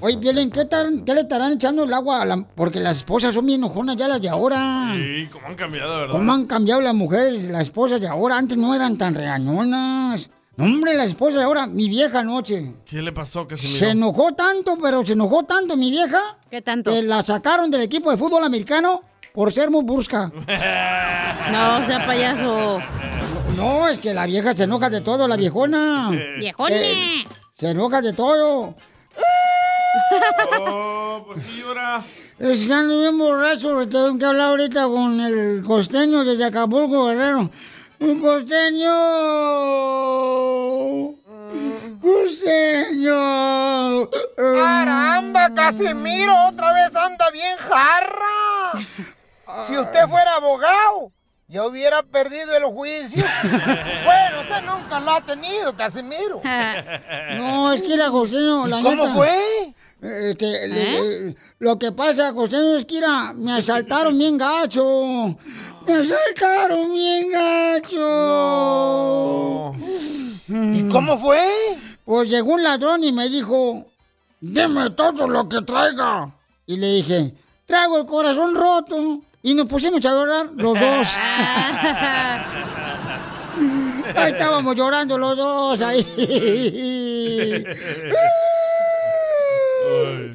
Speaker 1: Oye, Piolín, ¿qué, tan- qué le estarán echando el agua? a la- porque las esposas son bien enojonas ya las de ahora.
Speaker 2: Sí, cómo han cambiado, ¿verdad?
Speaker 1: ¿Cómo han cambiado las mujeres, las esposas de ahora? Antes no eran tan regañonas. No, hombre, las esposas de ahora, mi vieja anoche.
Speaker 2: ¿Qué le pasó, Casimiro?
Speaker 1: Se enojó tanto, pero se enojó tanto mi vieja.
Speaker 6: ¿Qué tanto?
Speaker 1: Que la sacaron del equipo de fútbol americano por ser muy brusca.
Speaker 6: No, sea payaso.
Speaker 1: No, es que la vieja se enoja de todo, la
Speaker 4: Oh.
Speaker 1: viejona.
Speaker 6: Viejona.
Speaker 1: Eh, se enoja de todo. Es que ando bien borracho, porque tengo que hablar ahorita con el costeño desde Acapulco, Guerrero. ¡Un costeño!
Speaker 4: Mm.
Speaker 1: ¡Costeño!
Speaker 4: ¡Caramba, Casimiro! ¡Otra vez anda bien jarra! Si usted fuera abogado, ya hubiera perdido el juicio. Bueno, usted nunca lo ha tenido, Casimiro.
Speaker 1: No, es que la costeño, la
Speaker 4: ¿Cómo
Speaker 1: neta.
Speaker 4: fue?
Speaker 1: Eh, Este, le- eh, lo que pasa, costeño, es que mira, me asaltaron bien gacho. Me asaltaron bien gacho. ¿Y cómo fue? Pues llegó un ladrón y me dijo, dime todo lo que traiga. Y le dije, traigo el corazón roto. Y nos pusimos a llorar los dos. Ahí estábamos llorando los dos ahí.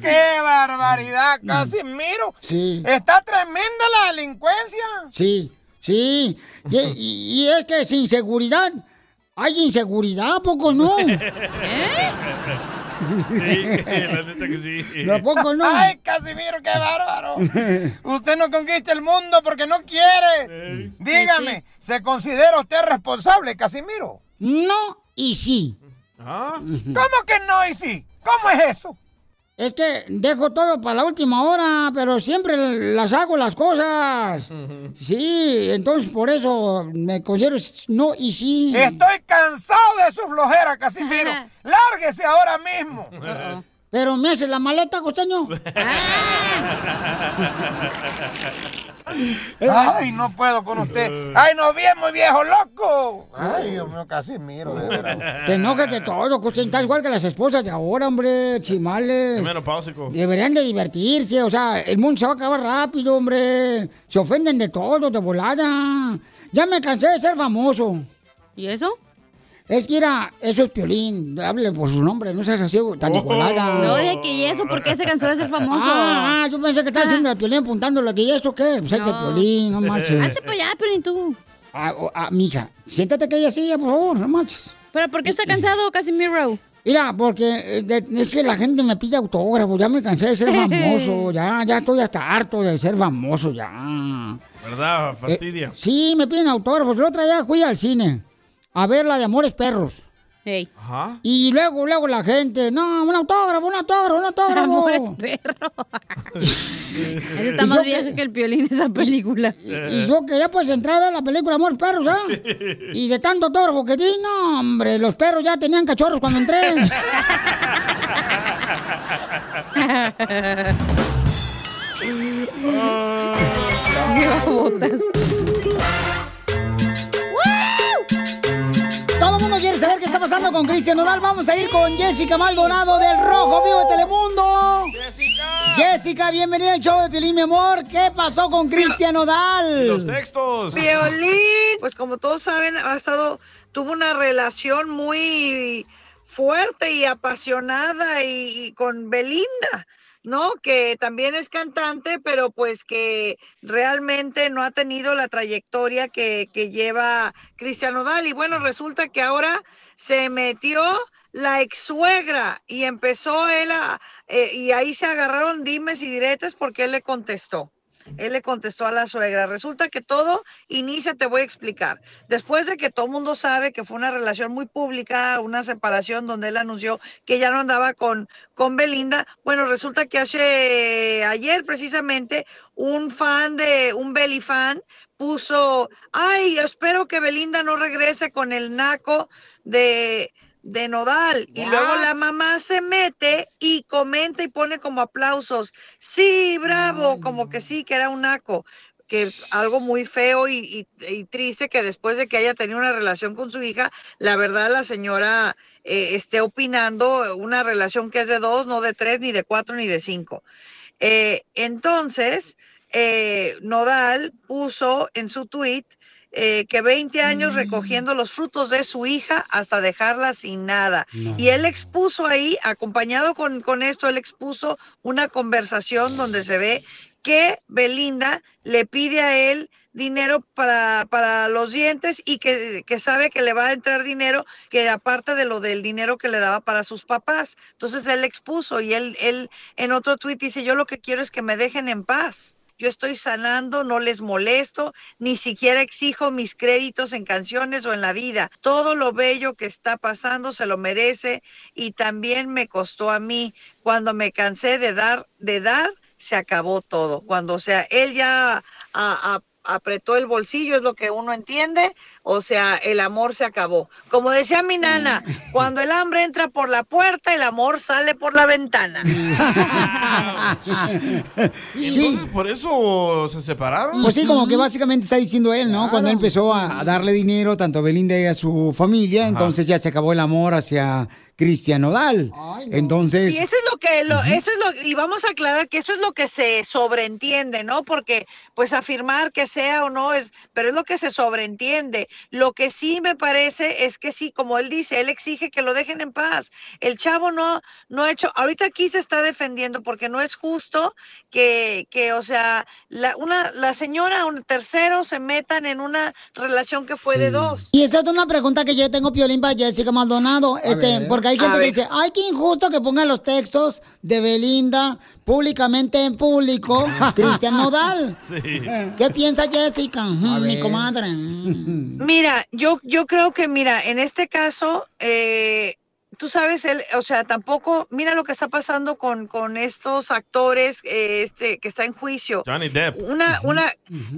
Speaker 4: ¡Qué barbaridad, Casimiro!
Speaker 1: Mm. Sí,
Speaker 4: Está tremenda la delincuencia.
Speaker 1: sí. Sí, y, y- y es que sin seguridad, hay inseguridad, ¿a poco no? ¿Eh?
Speaker 4: la neta que sí.
Speaker 1: ¿A poco no?
Speaker 15: Ay, Casimiro, qué bárbaro. Usted no conquista el mundo porque no quiere. Dígame, ¿se considera usted responsable, Casimiro?
Speaker 1: No y sí.
Speaker 4: ¿Ah?
Speaker 15: ¿Cómo que no y sí? ¿Cómo es eso?
Speaker 1: Es que dejo todo para la última hora, pero siempre las hago las cosas. Sí, entonces por eso me considero no y sí.
Speaker 15: Estoy cansado de su flojera, Casimiro. Lárguese ahora mismo.
Speaker 1: Pero me hace la maleta, costeño.
Speaker 15: Ay, no puedo con usted. Ay, nos vemos, viejo loco. Ay, Dios mío, Casimiro, de veras.
Speaker 1: Te enojas de todo, costeño. Estás igual que las esposas de ahora, hombre. Chimales.
Speaker 4: Menopáusico.
Speaker 1: Deberían de divertirse, o sea, el mundo se va a acabar rápido, hombre. Se ofenden de todo, de volada. Ya me cansé de ser famoso.
Speaker 6: ¿Y eso?
Speaker 1: Es que era, eso es Piolín, hable por su nombre, no seas así tan igualada.
Speaker 6: Oh. No, dije que ¿y eso por qué se cansó de ser famoso?
Speaker 1: Ah, ah, yo pensé que estaba haciendo el Piolín apuntándolo aquí, ¿y esto qué? Pues es el
Speaker 6: No.
Speaker 1: Piolín, no marches.
Speaker 6: Hazte para allá, Piolín, tú.
Speaker 1: Ah, oh, ah, mija, siéntate que ella sigue, por favor, no marches.
Speaker 6: ¿Pero por qué está cansado Casimiro?
Speaker 1: Mira, porque eh, de- es que la gente me pide autógrafo, ya me cansé de ser famoso, ya, ya estoy hasta harto de ser famoso, ya.
Speaker 4: ¿Verdad? Fastidia.
Speaker 1: Eh, sí, me piden autógrafos. La otra día fui al cine a ver la de Amores Perros.
Speaker 4: Ajá.
Speaker 1: Y luego, luego la gente, no, un autógrafo, un autógrafo, un autógrafo.
Speaker 6: Amores Ese está
Speaker 1: Y
Speaker 6: más
Speaker 1: yo
Speaker 6: viejo que el Piolín, esa película.
Speaker 1: Y yo quería pues entrar a ver la película Amores Perros, ¿ah? Y de tanto autógrafo que di, no, hombre, los perros ya tenían cachorros cuando entré. Todo el mundo quiere saber qué está pasando con Cristian Nodal. Vamos a ir con Jessica Maldonado del Rojo Vivo de Telemundo. Jessica. Jessica, bienvenida al show de Piolín, mi amor. ¿Qué pasó con Cristian Nodal?
Speaker 4: Los textos.
Speaker 3: Violín, pues como todos saben, ha estado, tuvo una relación muy fuerte y apasionada y, y con Belinda, ¿no? Que también es cantante, pero pues que realmente no ha tenido la trayectoria que, que lleva Cristian Odal. Y bueno, resulta que ahora se metió la ex suegra y empezó él a, eh, y ahí se agarraron dimes y diretes porque él le contestó. Él le contestó a la suegra. Resulta que todo inicia, te voy a explicar. Después de que todo el mundo sabe que fue una relación muy pública, una separación donde él anunció que ya no andaba con, con Belinda, bueno, resulta que hace ayer precisamente un fan de, un Beli fan, puso, ay, espero que Belinda no regrese con el naco de, de Nodal. Y luego la mamá se mete y comenta y pone como aplausos. Sí, bravo, como que sí, que era un naco. Que algo muy feo y, y- y triste que después de que haya tenido una relación con su hija, la verdad la señora eh, esté opinando una relación que es de dos, no de tres, ni de cuatro, ni de cinco. Eh, entonces, eh, Nodal puso en su tweet eh, que 20 años recogiendo los frutos de su hija hasta dejarla sin nada. Y él expuso ahí, acompañado con, con esto, él expuso una conversación donde se ve que Belinda le pide a él dinero para, para los dientes y que, que sabe que le va a entrar dinero, que aparte de lo del dinero que le daba para sus papás. Entonces él expuso y él, él en otro tuit dice, yo lo que quiero es que me dejen en paz. Yo estoy sanando, no les molesto, ni siquiera exijo mis créditos en canciones o en la vida. Todo lo bello que está pasando se lo merece y también me costó a mí. Cuando me cansé de dar, de dar, se acabó todo. Cuando, o sea, él ya a- a- apretó el bolsillo, es lo que uno entiende, o sea, el amor se acabó. Como decía mi nana, cuando el hambre entra por la puerta, el amor sale por la ventana.
Speaker 4: Entonces, por eso se separaron.
Speaker 1: Pues sí, como que básicamente está diciendo él, ¿no? Cuando él empezó a, a darle dinero tanto a Belinda y a su familia, entonces ya se acabó el amor hacia Cristian Nodal. Entonces...
Speaker 3: Y eso es lo que lo, eso es lo, y vamos a aclarar que eso es lo que se sobreentiende, ¿no? Porque pues afirmar que sea o no es, pero es lo que se sobreentiende. Lo que sí me parece es que sí, como él dice, él exige que lo dejen en paz. El chavo no, no ha hecho, ahorita aquí se está defendiendo porque no es justo que, que o sea, la, una, la señora o un tercero se metan en una relación que fue de dos.
Speaker 1: Y esa es una pregunta que yo tengo, Piolín, para Jessica Maldonado. Este,
Speaker 3: ver.
Speaker 1: porque hay gente
Speaker 3: A
Speaker 1: que
Speaker 3: ver.
Speaker 1: dice, ay, qué injusto que pongan los textos de Belinda públicamente en público, Cristian Nodal. ¿Qué piensa Jessica, Mm, mi comadre?
Speaker 3: Mira, yo, yo creo que, mira, en este caso, eh, tú sabes, él, o sea, tampoco, mira lo que está pasando con, con estos actores eh, este, que está en juicio.
Speaker 2: Johnny Depp.
Speaker 3: Una, una,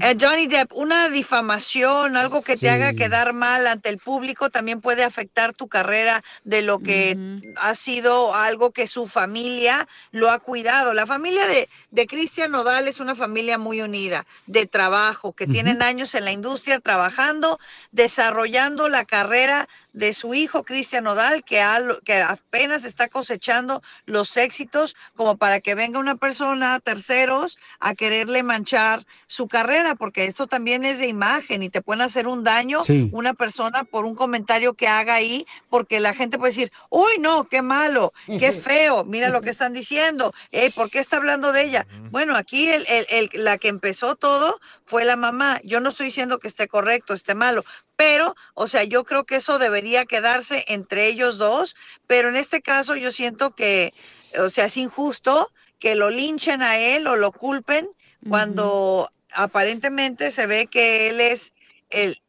Speaker 3: eh, Johnny Depp, una difamación, algo que
Speaker 2: Sí.
Speaker 3: te haga quedar mal ante el público también puede afectar tu carrera de lo que ha sido algo que su familia lo ha cuidado. La familia de, de Cristian Nodal es una familia muy unida, de trabajo, que tienen años en la industria trabajando, desarrollando la carrera de su hijo Cristian Nodal, que, ha- que apenas está cosechando los éxitos como para que venga una persona, terceros, a quererle manchar su carrera, porque esto también es de imagen y te pueden hacer un daño
Speaker 32: Sí.
Speaker 3: una persona por un comentario que haga ahí, porque la gente puede decir, uy, no, qué malo, qué feo, mira lo que están diciendo, eh, ¿por qué está hablando de ella? Bueno, aquí el, el- el- la que empezó todo fue la mamá. Yo no estoy diciendo que esté correcto, esté malo, pero, o sea, yo creo que eso debería quedarse entre ellos dos, pero en este caso yo siento que, o sea, es injusto que lo linchen a él o lo culpen cuando aparentemente se ve que él es el,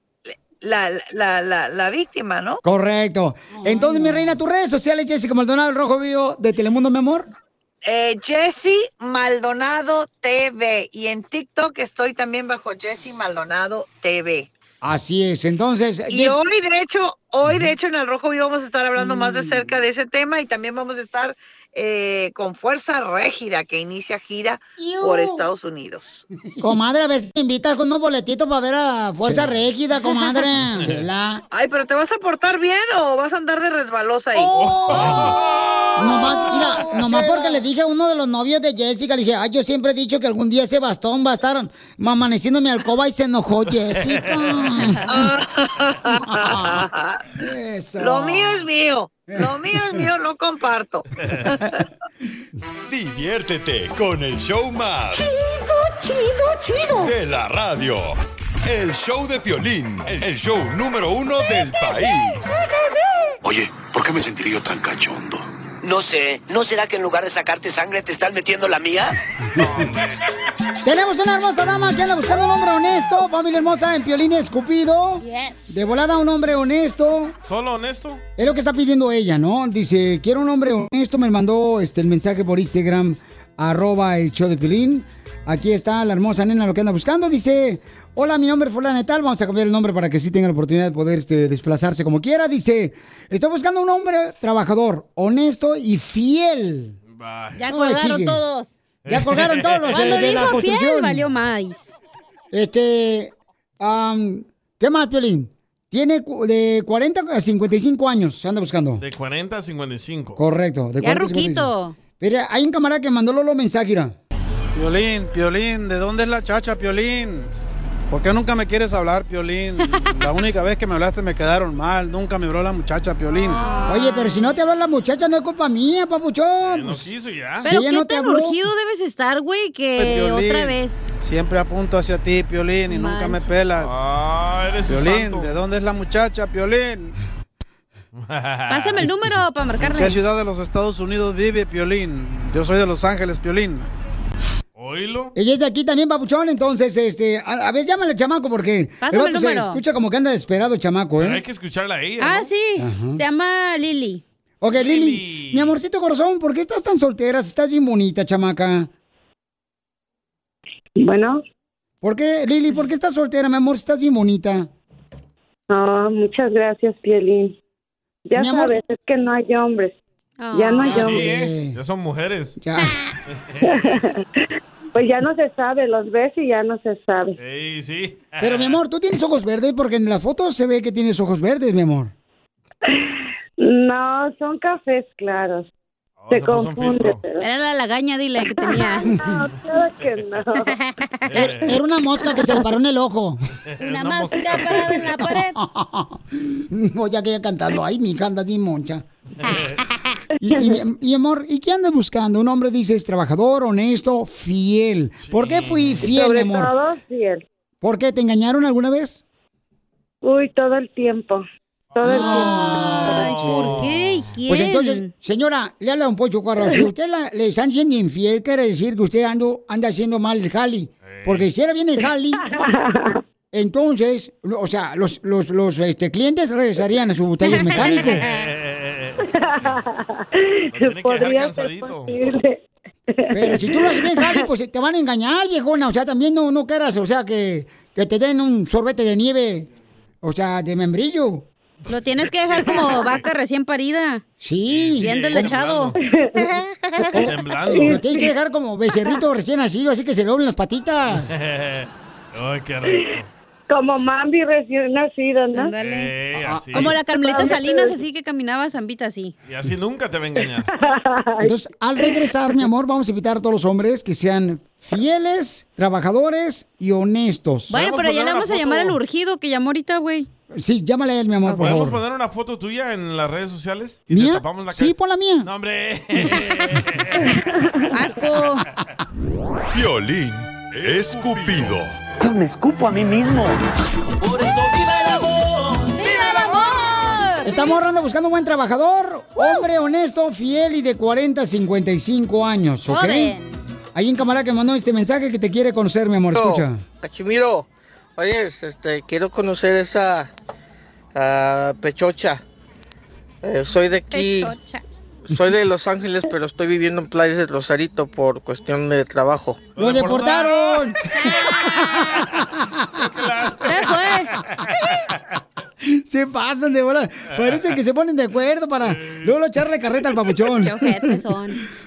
Speaker 3: la, la, la, la víctima, ¿no?
Speaker 1: Correcto. Entonces, mi reina, tus redes sociales, Jessica Maldonado, el Rojo Vivo de Telemundo, mi amor.
Speaker 3: Eh, Jessy Maldonado TV y en TikTok estoy también bajo Jessy Maldonado TV.
Speaker 1: Así es. Entonces,
Speaker 3: Y
Speaker 1: Jess-
Speaker 3: hoy de hecho, hoy de hecho en el Rojo Vivo vamos a estar hablando más de cerca de ese tema y también vamos a estar eh, con Fuerza Régida que inicia gira por Estados Unidos.
Speaker 1: comadre, a veces te invitas con unos boletitos para ver a Fuerza Régida, comadre. Chela.
Speaker 3: Ay, pero ¿te vas a portar bien o vas a andar de resbalosa ahí?
Speaker 1: Nomás, mira, nomás porque le dije a uno de los novios de Jessica, le dije, ay, yo siempre he dicho que algún día ese bastón va a estar amaneciendo en mi alcoba y se enojó Jessica. Eso.
Speaker 3: Lo mío es mío, lo mío es mío, no comparto.
Speaker 5: Diviértete con el show más.
Speaker 3: Chido, chido, chido.
Speaker 5: De la radio. El show de Piolín, el show número uno del país.
Speaker 4: Oye, ¿por qué me sentiré yo tan cachondo?
Speaker 34: No sé, ¿no será que en lugar de sacarte sangre te están metiendo la mía?
Speaker 1: Tenemos una hermosa dama que anda buscando un hombre honesto, familia hermosa, en piolín escupido. De volada un hombre honesto.
Speaker 2: ¿Solo honesto?
Speaker 1: Es lo que está pidiendo ella, ¿no? Dice, quiero un hombre honesto. Me mandó este, el mensaje por Instagram, arroba el show de Pilín. Aquí está la hermosa nena, lo que anda buscando. Dice, hola, mi nombre es fulana y tal. Vamos a cambiar el nombre para que sí tenga la oportunidad de poder este, desplazarse como quiera. Dice, estoy buscando un hombre trabajador, honesto y fiel.
Speaker 6: Ya
Speaker 1: No me
Speaker 6: colgaron
Speaker 1: chillen.
Speaker 6: todos.
Speaker 1: Ya colgaron todos los
Speaker 6: Cuando
Speaker 1: de- de la
Speaker 6: dijo fiel,
Speaker 1: construcción.
Speaker 6: valió más.
Speaker 1: Este, am, ¿qué más, Piolín? Tiene cu- de 40 a 55 años, se anda buscando.
Speaker 2: De 40 a 55.
Speaker 1: Correcto. De 40 a 55. Mira, hay un camarada que mandó Lolo mensaje, mira.
Speaker 31: Piolín, Piolín, ¿de dónde es la chacha, Piolín? ¿Por qué nunca me quieres hablar, Piolín? La única vez que me hablaste me quedaron mal, nunca me habló la muchacha, Piolín.
Speaker 6: Ah.
Speaker 1: Oye, pero si no te habla la muchacha, no es culpa mía, papuchón. Pues, si
Speaker 6: Pero
Speaker 1: ella
Speaker 6: qué
Speaker 1: no te
Speaker 6: tan
Speaker 1: habló.
Speaker 6: urgido debes estar, güey, que
Speaker 31: Piolín,
Speaker 6: otra vez.
Speaker 31: Siempre apunto hacia ti, Piolín, y nunca me pelas. Ah,
Speaker 2: eres un
Speaker 31: Piolín,
Speaker 2: santo.
Speaker 31: ¿de dónde es la muchacha, Piolín?
Speaker 6: Pásame el número para
Speaker 31: Ah, ¿En qué
Speaker 6: marcarle.
Speaker 31: ciudad de los Estados Unidos vive, Piolín? Yo soy de Los Ángeles, Piolín.
Speaker 2: ¿Oílo?
Speaker 1: Ella es de aquí también, papuchón, entonces, este, a, a ver, llámale al chamaco porque
Speaker 6: Pásame el
Speaker 1: el otro se
Speaker 6: número.
Speaker 1: escucha como que anda desesperado, chamaco,
Speaker 2: Pero
Speaker 1: ¿eh?
Speaker 2: hay que escucharla a ella.
Speaker 6: Ah,
Speaker 2: ¿no?
Speaker 6: sí.
Speaker 1: Ajá.
Speaker 6: Se llama Lili.
Speaker 1: Ok, Lili, mi amorcito corazón, ¿por qué estás tan soltera? Si Estás bien bonita, chamaca. Bueno. ¿Por qué, Lili, por qué estás soltera, mi amor? Si Estás bien bonita.
Speaker 21: Ah, muchas gracias, Pielín. Ya
Speaker 1: Mi amor.
Speaker 21: sabes, es que no hay hombres. Ya no hay
Speaker 2: Ah, sí,
Speaker 21: hombres.
Speaker 2: ¿eh? Ya son mujeres.
Speaker 21: Pues ya no se sabe, los ves y ya no se sabe.
Speaker 2: Ey, sí.
Speaker 1: Pero, mi amor, tú tienes ojos verdes porque en las fotos se ve que tienes ojos verdes, mi amor.
Speaker 21: No, son cafés claros. Se confunde. pero-
Speaker 6: Era la lagaña, dile, que tenía.
Speaker 21: No, claro que no.
Speaker 6: Eh,
Speaker 1: Era una mosca que se le paró en el ojo.
Speaker 6: Una máscara parada en la pared.
Speaker 1: Voy a quedar cantando. Ay, mi hija, andas bien moncha. Y, y mi- y, amor, ¿y qué andas buscando? Un hombre, dices, trabajador, honesto, fiel. ¿Por qué fui fiel, mi
Speaker 21: Sobre
Speaker 1: amor?
Speaker 21: todo fiel.
Speaker 1: ¿Por qué? ¿Te engañaron alguna vez?
Speaker 21: Uy, todo el tiempo. Todo el
Speaker 1: tiempo.
Speaker 21: ¿Por qué? ¿Quién?
Speaker 1: Pues entonces, señora, le habla un pocho cuarro. Si usted la- le están siendo infiel, quiere decir que usted ando, anda haciendo mal el jali. Porque si era bien el jali, entonces, o sea, los, los, los este, clientes regresarían a su taller mecánico.
Speaker 21: Podría ser posible.
Speaker 1: Pero si tú lo haces bien, Jali, pues te van a engañar, viejona. O sea, también no, no quieras, o sea, que, que te den un sorbete de nieve, o sea, de membrillo.
Speaker 6: Lo tienes que dejar como vaca recién parida.
Speaker 1: Sí.
Speaker 6: Bien deslechado.
Speaker 2: Temblando.
Speaker 1: Lo tienes que dejar como becerrito recién nacido, así que se le doblen las patitas.
Speaker 2: Ay, qué rico.
Speaker 21: Como Mambi recién nacida, ¿no?
Speaker 2: Ey,
Speaker 1: Ah,
Speaker 2: así.
Speaker 6: Como la Carmelita Salinas, así que caminaba zambita así.
Speaker 2: Y así nunca te va a engañar.
Speaker 1: Entonces, al regresar, mi amor, vamos a invitar a todos los hombres que sean fieles, trabajadores y honestos.
Speaker 6: Bueno, pero ya le vamos a llamar al urgido que llamó ahorita, güey.
Speaker 1: Sí, llámale a él, mi amor, por
Speaker 2: ¿Podemos
Speaker 1: favor.
Speaker 2: poner una foto tuya en las redes sociales? Y
Speaker 1: ¿Mía?
Speaker 2: te tapamos la cara.
Speaker 1: Sí, pon la mía.
Speaker 2: No, hombre.
Speaker 6: Asco.
Speaker 5: Violín escupido.
Speaker 9: Yo me escupo a mí mismo.
Speaker 1: ¡Viva el amor! Estamos anda buscando un buen trabajador, hombre honesto, fiel y de 40 a 55 años, ¿ok?
Speaker 9: Joven.
Speaker 1: Hay un camarada que mandó este mensaje que te quiere conocer, mi amor,
Speaker 6: Oh.
Speaker 1: escucha.
Speaker 9: Cachimiro, oye, este, quiero conocer esa ah, pechocha. Eh, soy de aquí. Soy de Los Ángeles, pero estoy viviendo en Playas de Rosarito por cuestión de trabajo.
Speaker 1: ¡Lo deportaron!
Speaker 9: Se
Speaker 1: Se pasan de bola. Parece que se ponen de acuerdo para luego echarle carreta al papuchón.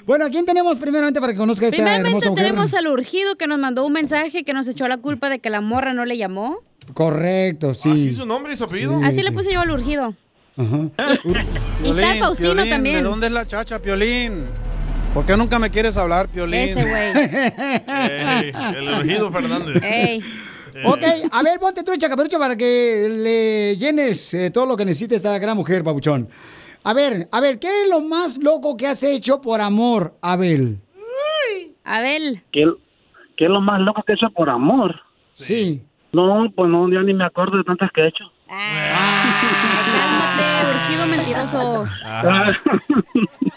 Speaker 1: Bueno, ¿a quién tenemos primeramente para que conozca a esta
Speaker 6: Primeramente
Speaker 1: hermosa Este, mujer?
Speaker 6: tenemos al urgido que nos mandó un mensaje que nos echó la culpa de que la morra no le llamó.
Speaker 1: Correcto, sí.
Speaker 2: ¿Así su nombre y su apellido?
Speaker 6: Así le puse yo al urgido. Y está
Speaker 31: Piolín,
Speaker 6: Faustino
Speaker 31: Piolín, ¿De
Speaker 6: también.
Speaker 31: dónde es la chacha, Piolín? ¿Por qué nunca me quieres hablar, Piolín?
Speaker 6: Ese
Speaker 2: Ey, el urgido Fernández.
Speaker 1: Ok, a ver, ponte tú el chacaperucho para que le llenes eh, todo lo que necesita esta gran mujer, papuchón. A ver, a ver, ¿qué es lo más loco que has hecho por amor, Abel?
Speaker 6: Abel.
Speaker 35: ¿Qué, qué es lo más loco que he hecho por amor?
Speaker 1: Sí.
Speaker 35: No, pues no, ya ni me acuerdo de tantas que he hecho.
Speaker 6: Cálmate, urgido mentiroso.
Speaker 35: Ah.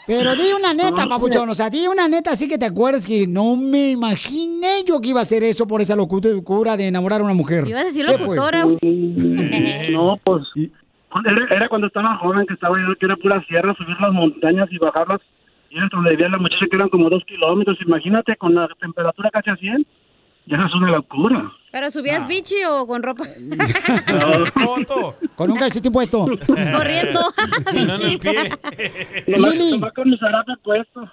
Speaker 1: Pero di una neta, papuchón, o sea, di una neta así que te acuerdes que no me imaginé yo que iba a hacer eso por esa locura de enamorar a una mujer.
Speaker 35: Ibas a decir
Speaker 1: ¿Qué fue?
Speaker 35: locutora, No, pues cuando- era, era cuando estaba joven que estaba yo, que era pura sierra, subir las montañas y bajarlas. Y hasta donde vivía la muchacha que eran como dos kilómetros. Imagínate con la temperatura casi a 100. Ya eso es una locura.
Speaker 6: ¿Pero
Speaker 1: Ah.
Speaker 6: subías bichi o con ropa?
Speaker 1: Con un calcetín puesto.
Speaker 6: Corriendo.
Speaker 1: Lili.
Speaker 35: con mi zarape puesto.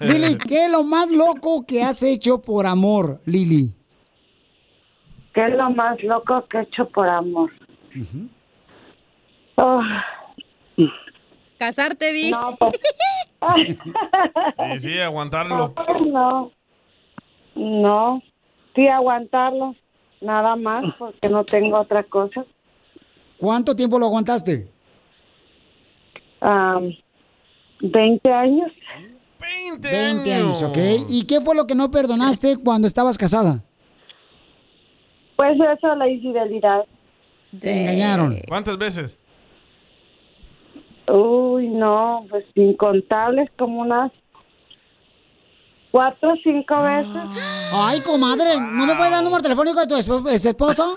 Speaker 1: Lili, ¿qué es lo más loco que has hecho por amor, Lili?
Speaker 21: ¿Qué es lo más loco que he hecho por amor? Ah,
Speaker 6: Casarte, di.
Speaker 2: Y sí, aguantarlo.
Speaker 21: pues. no, pues. no, sí aguantarlo, nada más, porque no tengo otra cosa.
Speaker 1: ¿Cuánto tiempo lo aguantaste?
Speaker 21: Ah, 20 años.
Speaker 1: 20 años, ¿ok? ¿Y qué fue lo que no perdonaste cuando estabas casada?
Speaker 21: Pues eso, la infidelidad.
Speaker 1: Te engañaron.
Speaker 2: ¿Cuántas veces?
Speaker 21: Uy, no, pues incontables, como unas cuatro o cinco veces.
Speaker 6: Ah.
Speaker 1: Ay, comadre, ¿no me puedes dar el número telefónico de tu esp- ex esposo?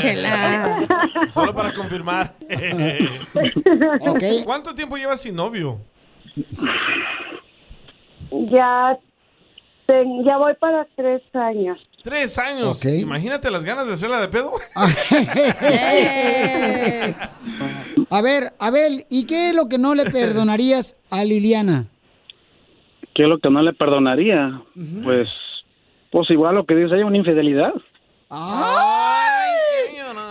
Speaker 2: Chela. Solo para confirmar. ¿Cuánto tiempo llevas sin novio?
Speaker 21: Ya, ten- ya voy para tres años.
Speaker 2: Tres años. Imagínate las ganas de hacerla de pedo.
Speaker 1: A ver, Abel, ¿y qué es lo que no le perdonarías a Liliana?
Speaker 35: ¿Qué es lo que no le perdonaría? Pues, pues igual lo que dice ella, una infidelidad.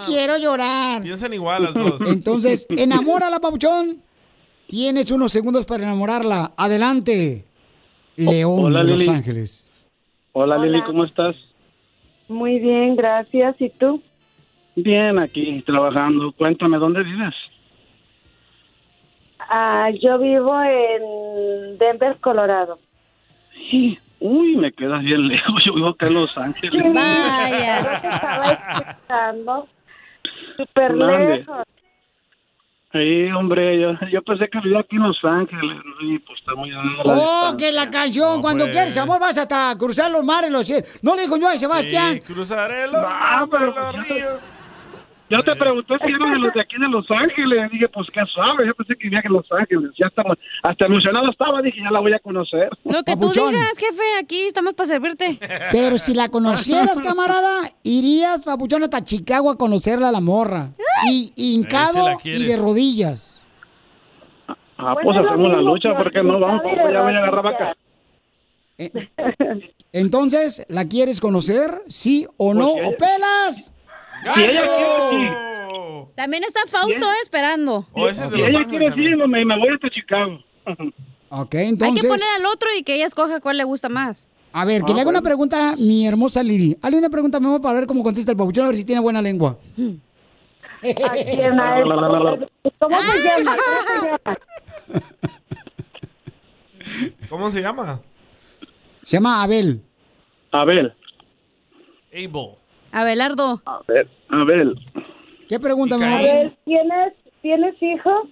Speaker 1: Quiero llorar.
Speaker 2: Piensan igual las dos.
Speaker 1: Entonces, enamórala, papuchón. Tienes unos segundos para enamorarla. Adelante. León
Speaker 35: Hola,
Speaker 1: de
Speaker 35: Lili.
Speaker 1: Los Ángeles.
Speaker 35: Hola, Lili, ¿cómo estás?
Speaker 21: Muy bien, gracias. ¿Y tú?
Speaker 35: Bien, aquí trabajando. Cuéntame, ¿dónde vives?
Speaker 21: Ah, yo vivo en Denver, Colorado.
Speaker 35: Sí. Uy, me quedas bien lejos. Yo vivo acá en Los Ángeles.
Speaker 6: Ah,
Speaker 21: Yo te estaba escuchando. Súper
Speaker 35: Mande.
Speaker 21: lejos.
Speaker 35: Sí, hombre, yo, yo pensé que vivía aquí en Los Ángeles. Y pues está muy larga la
Speaker 1: Oh,
Speaker 35: distancia.
Speaker 1: que la canción. Cuando
Speaker 35: pues.
Speaker 1: quieres, amor, vas hasta cruzar los mares, los cielos. No le dijo yo a Sebastián.
Speaker 35: Sí, cruzaré los Ah, Yo te pregunté si eran de los de aquí de Los Ángeles. Dije, pues qué sabes. Yo pensé que vivía aquí en Los Ángeles. Ya estamos, hasta emocionado estaba. Dije, ya la voy a conocer.
Speaker 6: Lo que tú digas, jefe, aquí estamos para servirte.
Speaker 1: Pero si la conocieras, camarada, irías, papuchón, hasta Chicago a conocerla a la morra. Y
Speaker 35: Ahí se
Speaker 1: hincado
Speaker 35: la quieres.
Speaker 1: y de rodillas.
Speaker 35: Ah, pues hacemos la lucha porque no vamos. Ya voy a agarrar vaca.
Speaker 1: Eh, Entonces, ¿la quieres conocer? ¿Sí o no?
Speaker 35: si
Speaker 1: ¿O
Speaker 35: ella-
Speaker 1: pelas?
Speaker 35: Pues, Si ella quiere, sí.
Speaker 6: También está Fausto eh, esperando.
Speaker 35: Si ella quiere, sí, no, me, me voy hasta Chicago.
Speaker 1: Ok,
Speaker 6: Hay que
Speaker 1: entonces.
Speaker 6: poner al otro y que ella escoja cuál le gusta más.
Speaker 1: A ver, que le haga
Speaker 35: Ah,
Speaker 1: una pregunta a mi hermosa Lili. Hazle una pregunta, mi amor, para ver cómo contesta el papuchón, a ver si tiene buena lengua.
Speaker 21: ¿A quién? ¿A él? ¿Cómo se llama? ¿Cómo se llama?
Speaker 2: ¿Cómo se llama?
Speaker 1: Se llama Abel.
Speaker 35: Abel,
Speaker 2: Abel.
Speaker 6: Abelardo.
Speaker 35: Abel, Abel.
Speaker 1: ¿Qué pregunta,
Speaker 35: mi
Speaker 21: A ver, ¿tienes, ¿tienes hijos?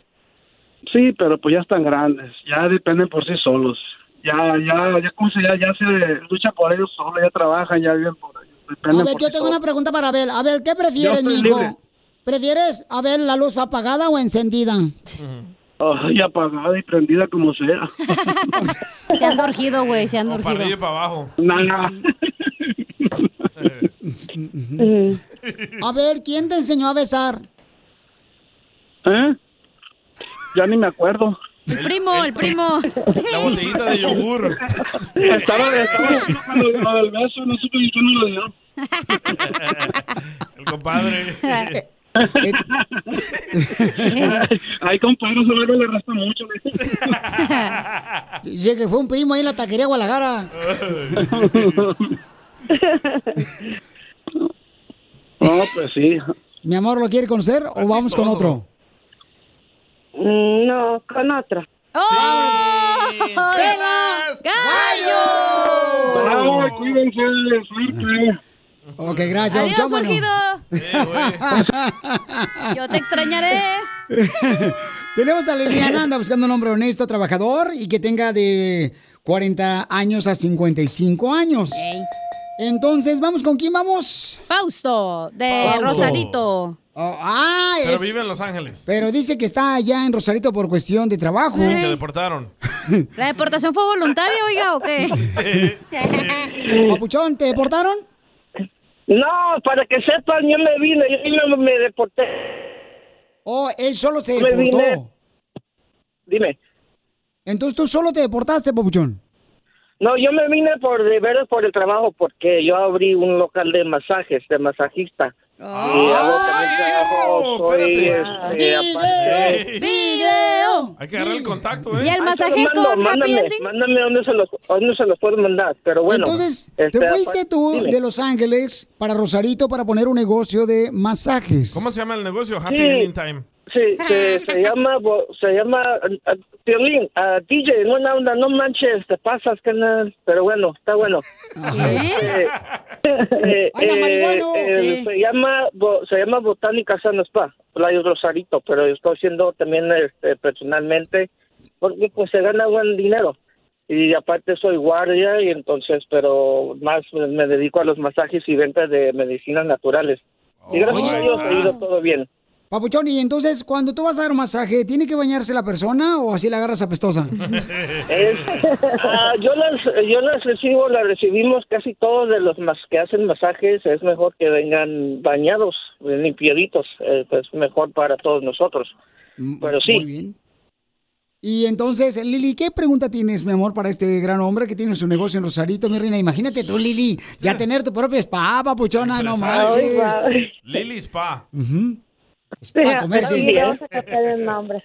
Speaker 35: Sí, pero pues ya están grandes, ya dependen por sí solos. Ya, ya, ya, ¿cómo se- ya, ya se lucha por ellos solos, ya trabajan, ya viven por ellos. dependen
Speaker 1: A ver,
Speaker 35: por
Speaker 1: yo
Speaker 35: sí
Speaker 1: tengo
Speaker 35: solos.
Speaker 1: una pregunta para Abel. A ver, ¿qué prefieres,
Speaker 35: Yo estoy
Speaker 1: mijo?
Speaker 35: libre.
Speaker 1: ¿Prefieres, Abel, la luz apagada o encendida?
Speaker 35: Ay, apagada y prendida como sea.
Speaker 6: Se han dorgido, güey, se han
Speaker 2: Para arriba y
Speaker 6: dorgido.
Speaker 2: para abajo.
Speaker 35: Nada.
Speaker 21: Mm.
Speaker 1: A ver, ¿quién te enseñó a besar?
Speaker 35: ¿Eh? Ya ni me acuerdo.
Speaker 6: El primo, el primo.
Speaker 2: La botellita de yogur.
Speaker 35: Estaba, estaba haciendo cuando lo del beso, no supe quién me lo dio.
Speaker 2: El compadre.
Speaker 35: Ay, compadre, se ve que le resta mucho.
Speaker 1: Dice que fue un primo ahí en la taquería Guadalajara.
Speaker 35: No, pues sí.
Speaker 1: Mi amor, ¿lo quiere conocer o vamos con otro?
Speaker 21: No, con otro.
Speaker 6: ¡Oh! ¡Pelas!
Speaker 35: ¡Gallo! Ay, cuídense, suerte.
Speaker 1: Ok, gracias.
Speaker 6: Adiós,
Speaker 1: chao, mano.
Speaker 6: surgido. Yo te extrañaré.
Speaker 1: Tenemos a Liliana, anda buscando un hombre honesto, trabajador y que tenga de 40 años a 55 años. Entonces, Pues ¿vamos con quién vamos?
Speaker 6: Fausto, de
Speaker 1: Fausto.
Speaker 6: Rosarito.
Speaker 1: ah,
Speaker 2: Pero
Speaker 1: es-
Speaker 2: vive en Los Ángeles.
Speaker 1: Pero dice que está allá en Rosarito por cuestión de trabajo.
Speaker 2: Que deportaron.
Speaker 6: ¿La deportación fue voluntaria, oiga, o qué?
Speaker 1: Papuchón, ¿te deportaron?
Speaker 7: No, para que sepan, yo me vine, yo no me deporté.
Speaker 1: Oh, él solo se
Speaker 7: Me
Speaker 1: deportó.
Speaker 7: vine. Dime.
Speaker 1: Entonces tú solo te deportaste, Papuchón.
Speaker 7: No, yo me vine por de veras por el trabajo, porque yo abrí un local de masajes, de masajista. Y hago también trabajo, soy, este, aparte-
Speaker 6: ¡Video!
Speaker 2: Hay que agarrar el contacto, ¿eh?
Speaker 7: Ahí te lo mando, mándame, mándame dónde se los, dónde se los puedo mandar, pero bueno.
Speaker 1: Entonces,
Speaker 7: este,
Speaker 1: te fuiste
Speaker 7: aparte-
Speaker 1: tú
Speaker 7: dime.
Speaker 1: de Los Ángeles para Rosarito para poner un negocio de masajes.
Speaker 2: ¿Cómo se llama el negocio? Happy
Speaker 7: Sí.
Speaker 2: Ending Time.
Speaker 7: Sí, se, se llama, bo- se llama, ah, ah, Piolín, ah, DJ, en una onda, no manches, te pasas, canal, pero bueno, está bueno. Eh, eh,
Speaker 4: Anda,
Speaker 7: eh,
Speaker 4: marihuano.
Speaker 7: eh,
Speaker 4: Sí.
Speaker 7: Se llama, bo- se llama Botánica San Spa, Playa Rosarito, pero yo estoy haciendo también este, personalmente, porque pues se gana buen dinero. Y aparte soy guardia y entonces, pero más me- me dedico a los masajes y ventas de medicinas naturales. Y gracias a Dios ha ido todo bien.
Speaker 1: Papuchón, y entonces cuando tú vas a dar un masaje, ¿tiene que bañarse la persona o así la agarras apestosa?
Speaker 7: Es- ah, yo las yo las recibo, las recibimos casi todos de los mas, que hacen masajes, es mejor que vengan bañados, limpiaditos, eh, pues mejor para todos nosotros. Pero sí.
Speaker 1: Y entonces, Lili, ¿qué pregunta tienes, mi amor, para este gran hombre que tiene su negocio en Rosarito, mi reina? Imagínate tú, Lili, ya tener tu propio spa, papuchona, Ah, no
Speaker 2: Empresario.
Speaker 1: marches.
Speaker 2: Lily Spa.
Speaker 6: Pues
Speaker 1: Ujú. Es para comerse.
Speaker 21: Sí, vamos a cambiar el nombre.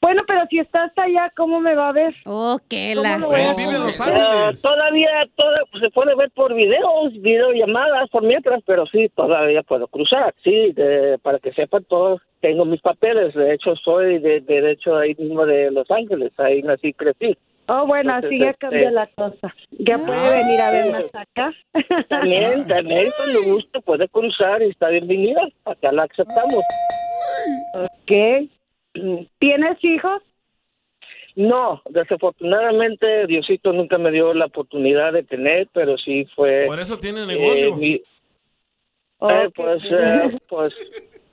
Speaker 21: Bueno, pero si estás allá, ¿cómo me va a ver?
Speaker 6: Oh, qué la.
Speaker 7: Eh, todavía toda- pues, se puede ver por videos, videollamadas por mientras, pero sí, todavía puedo cruzar. Sí, de- para que sepan todos, tengo mis papeles. De hecho, soy de derecho ahí mismo de Los Ángeles. Ahí nací y crecí.
Speaker 21: Oh, bueno, así
Speaker 7: Entonces,
Speaker 21: ya
Speaker 7: este- Ah,
Speaker 21: cambia la cosa. Ya puede venir a vernos acá.
Speaker 7: También, también, cuando guste, puede cruzar y está bienvenida. Acá la aceptamos.
Speaker 21: Ok. ¿Tienes hijos?
Speaker 7: No, desafortunadamente Diosito nunca me dio la oportunidad de tener, pero sí fue...
Speaker 2: Por eso tiene
Speaker 7: eh,
Speaker 2: negocio.
Speaker 7: mi- eh,
Speaker 1: Oh,
Speaker 2: Ok.
Speaker 7: pues, eh, pues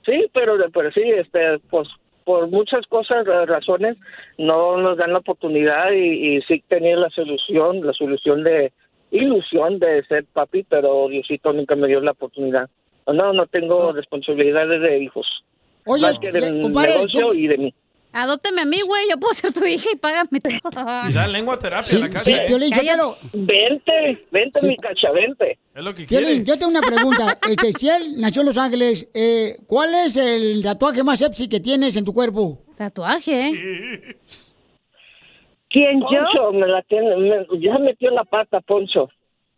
Speaker 7: sí, pero, pero sí, este, pues por muchas cosas, eh, razones, no nos dan la oportunidad y, y sí tenía la solución, la solución de ilusión de ser papi, pero Diosito nunca me dio la oportunidad. No, no tengo responsabilidades de hijos.
Speaker 1: Oh. Oye,
Speaker 7: más que del
Speaker 1: compadre,
Speaker 7: negocio
Speaker 1: tú-
Speaker 7: y de mí.
Speaker 6: Adóptame a mí, güey. Yo puedo ser tu hija y págame todo.
Speaker 2: Y da lengua a terapia
Speaker 1: Sí,
Speaker 2: a la casa.
Speaker 1: sí,
Speaker 2: ¿eh?
Speaker 1: Piolín, Sotelo.
Speaker 7: Vente, vente, mi cacha, vente.
Speaker 2: Es lo que
Speaker 1: Piolín,
Speaker 2: quiere.
Speaker 1: yo tengo una pregunta. Este, si él nació en Los Ángeles, eh, ¿cuál es el tatuaje más sepsi que tienes en tu cuerpo?
Speaker 6: ¿Tatuaje?
Speaker 21: ¿Quién
Speaker 7: Poncho, me la tiene, me- ya metió la pata, Poncho.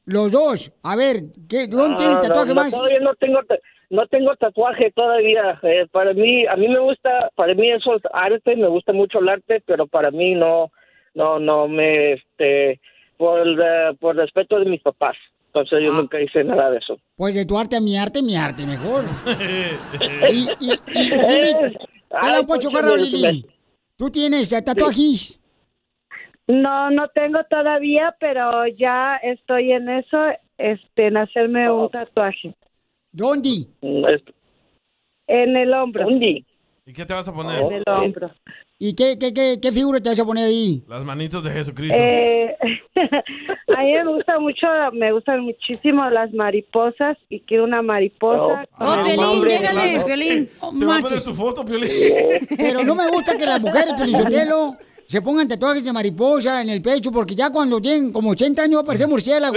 Speaker 1: Los dos. A ver, ¿qué, ¿dónde tiene el
Speaker 7: No,
Speaker 1: tatuaje
Speaker 7: no,
Speaker 1: más?
Speaker 7: No, todavía no tengo, ta- no tengo tatuaje todavía. Eh, para mí, a mí me gusta, para mí eso es arte, me gusta mucho el arte, pero para mí no, no, no me, este, por, el, eh, por respeto de mis papás. Entonces
Speaker 1: Ah.
Speaker 7: yo nunca hice nada de eso.
Speaker 1: Pues de tu arte a mi arte, mi arte mejor.
Speaker 7: y,
Speaker 1: y, Lili, Hola,
Speaker 2: pues,
Speaker 1: Poncho Corrado, Lili. ¿Tú tienes eh, ya tatuajes?
Speaker 21: No, no tengo todavía, pero ya estoy en eso, este, en hacerme
Speaker 7: Oh.
Speaker 21: un tatuaje.
Speaker 1: ¿Dónde?
Speaker 21: En el hombro.
Speaker 7: ¿Dónde?
Speaker 2: ¿Y qué te vas a poner?
Speaker 21: En el hombro.
Speaker 1: ¿Y qué, qué, qué, qué figura te vas a poner ahí?
Speaker 2: Las manitos de Jesucristo.
Speaker 21: Eh, a mí me gusta mucho, me gustan muchísimo las mariposas y quiero una mariposa.
Speaker 7: Oh.
Speaker 2: Ah,
Speaker 21: con el
Speaker 2: Piolín,
Speaker 21: nombre de
Speaker 2: llégale,
Speaker 21: la-
Speaker 2: Piolín. Eh, Te va a poner tu foto, Piolín.
Speaker 1: Pero no me gusta que las mujeres, Pelizotelo, se pongan tatuajes de mariposa en el pecho, porque ya cuando tienen como 80 años va a parecer murciélago.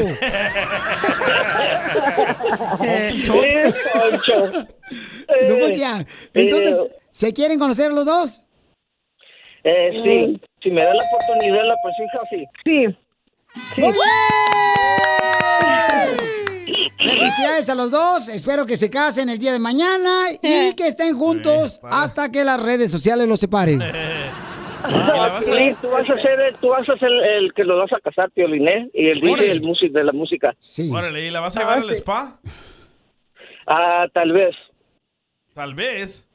Speaker 1: No, pues ya. Entonces, ¿se quieren conocer los dos?
Speaker 7: Eh,
Speaker 1: Mm.
Speaker 7: sí, si me da la oportunidad, la pues hija, sí.
Speaker 21: Sí.
Speaker 1: ¡Muy bien! Felicidades a los dos. Espero que se casen el día de mañana y que estén juntos hasta que las redes sociales los separen.
Speaker 7: Piolín, tú Ah, vas a ser, el- tú vas a ser el, el que lo vas a casar, Piolín, ¿eh? Y el DJ del músico de la música.
Speaker 1: Sí.
Speaker 2: Órale, ¿y la vas a llevar al spa?
Speaker 7: Ah, tal vez.
Speaker 2: Tal vez.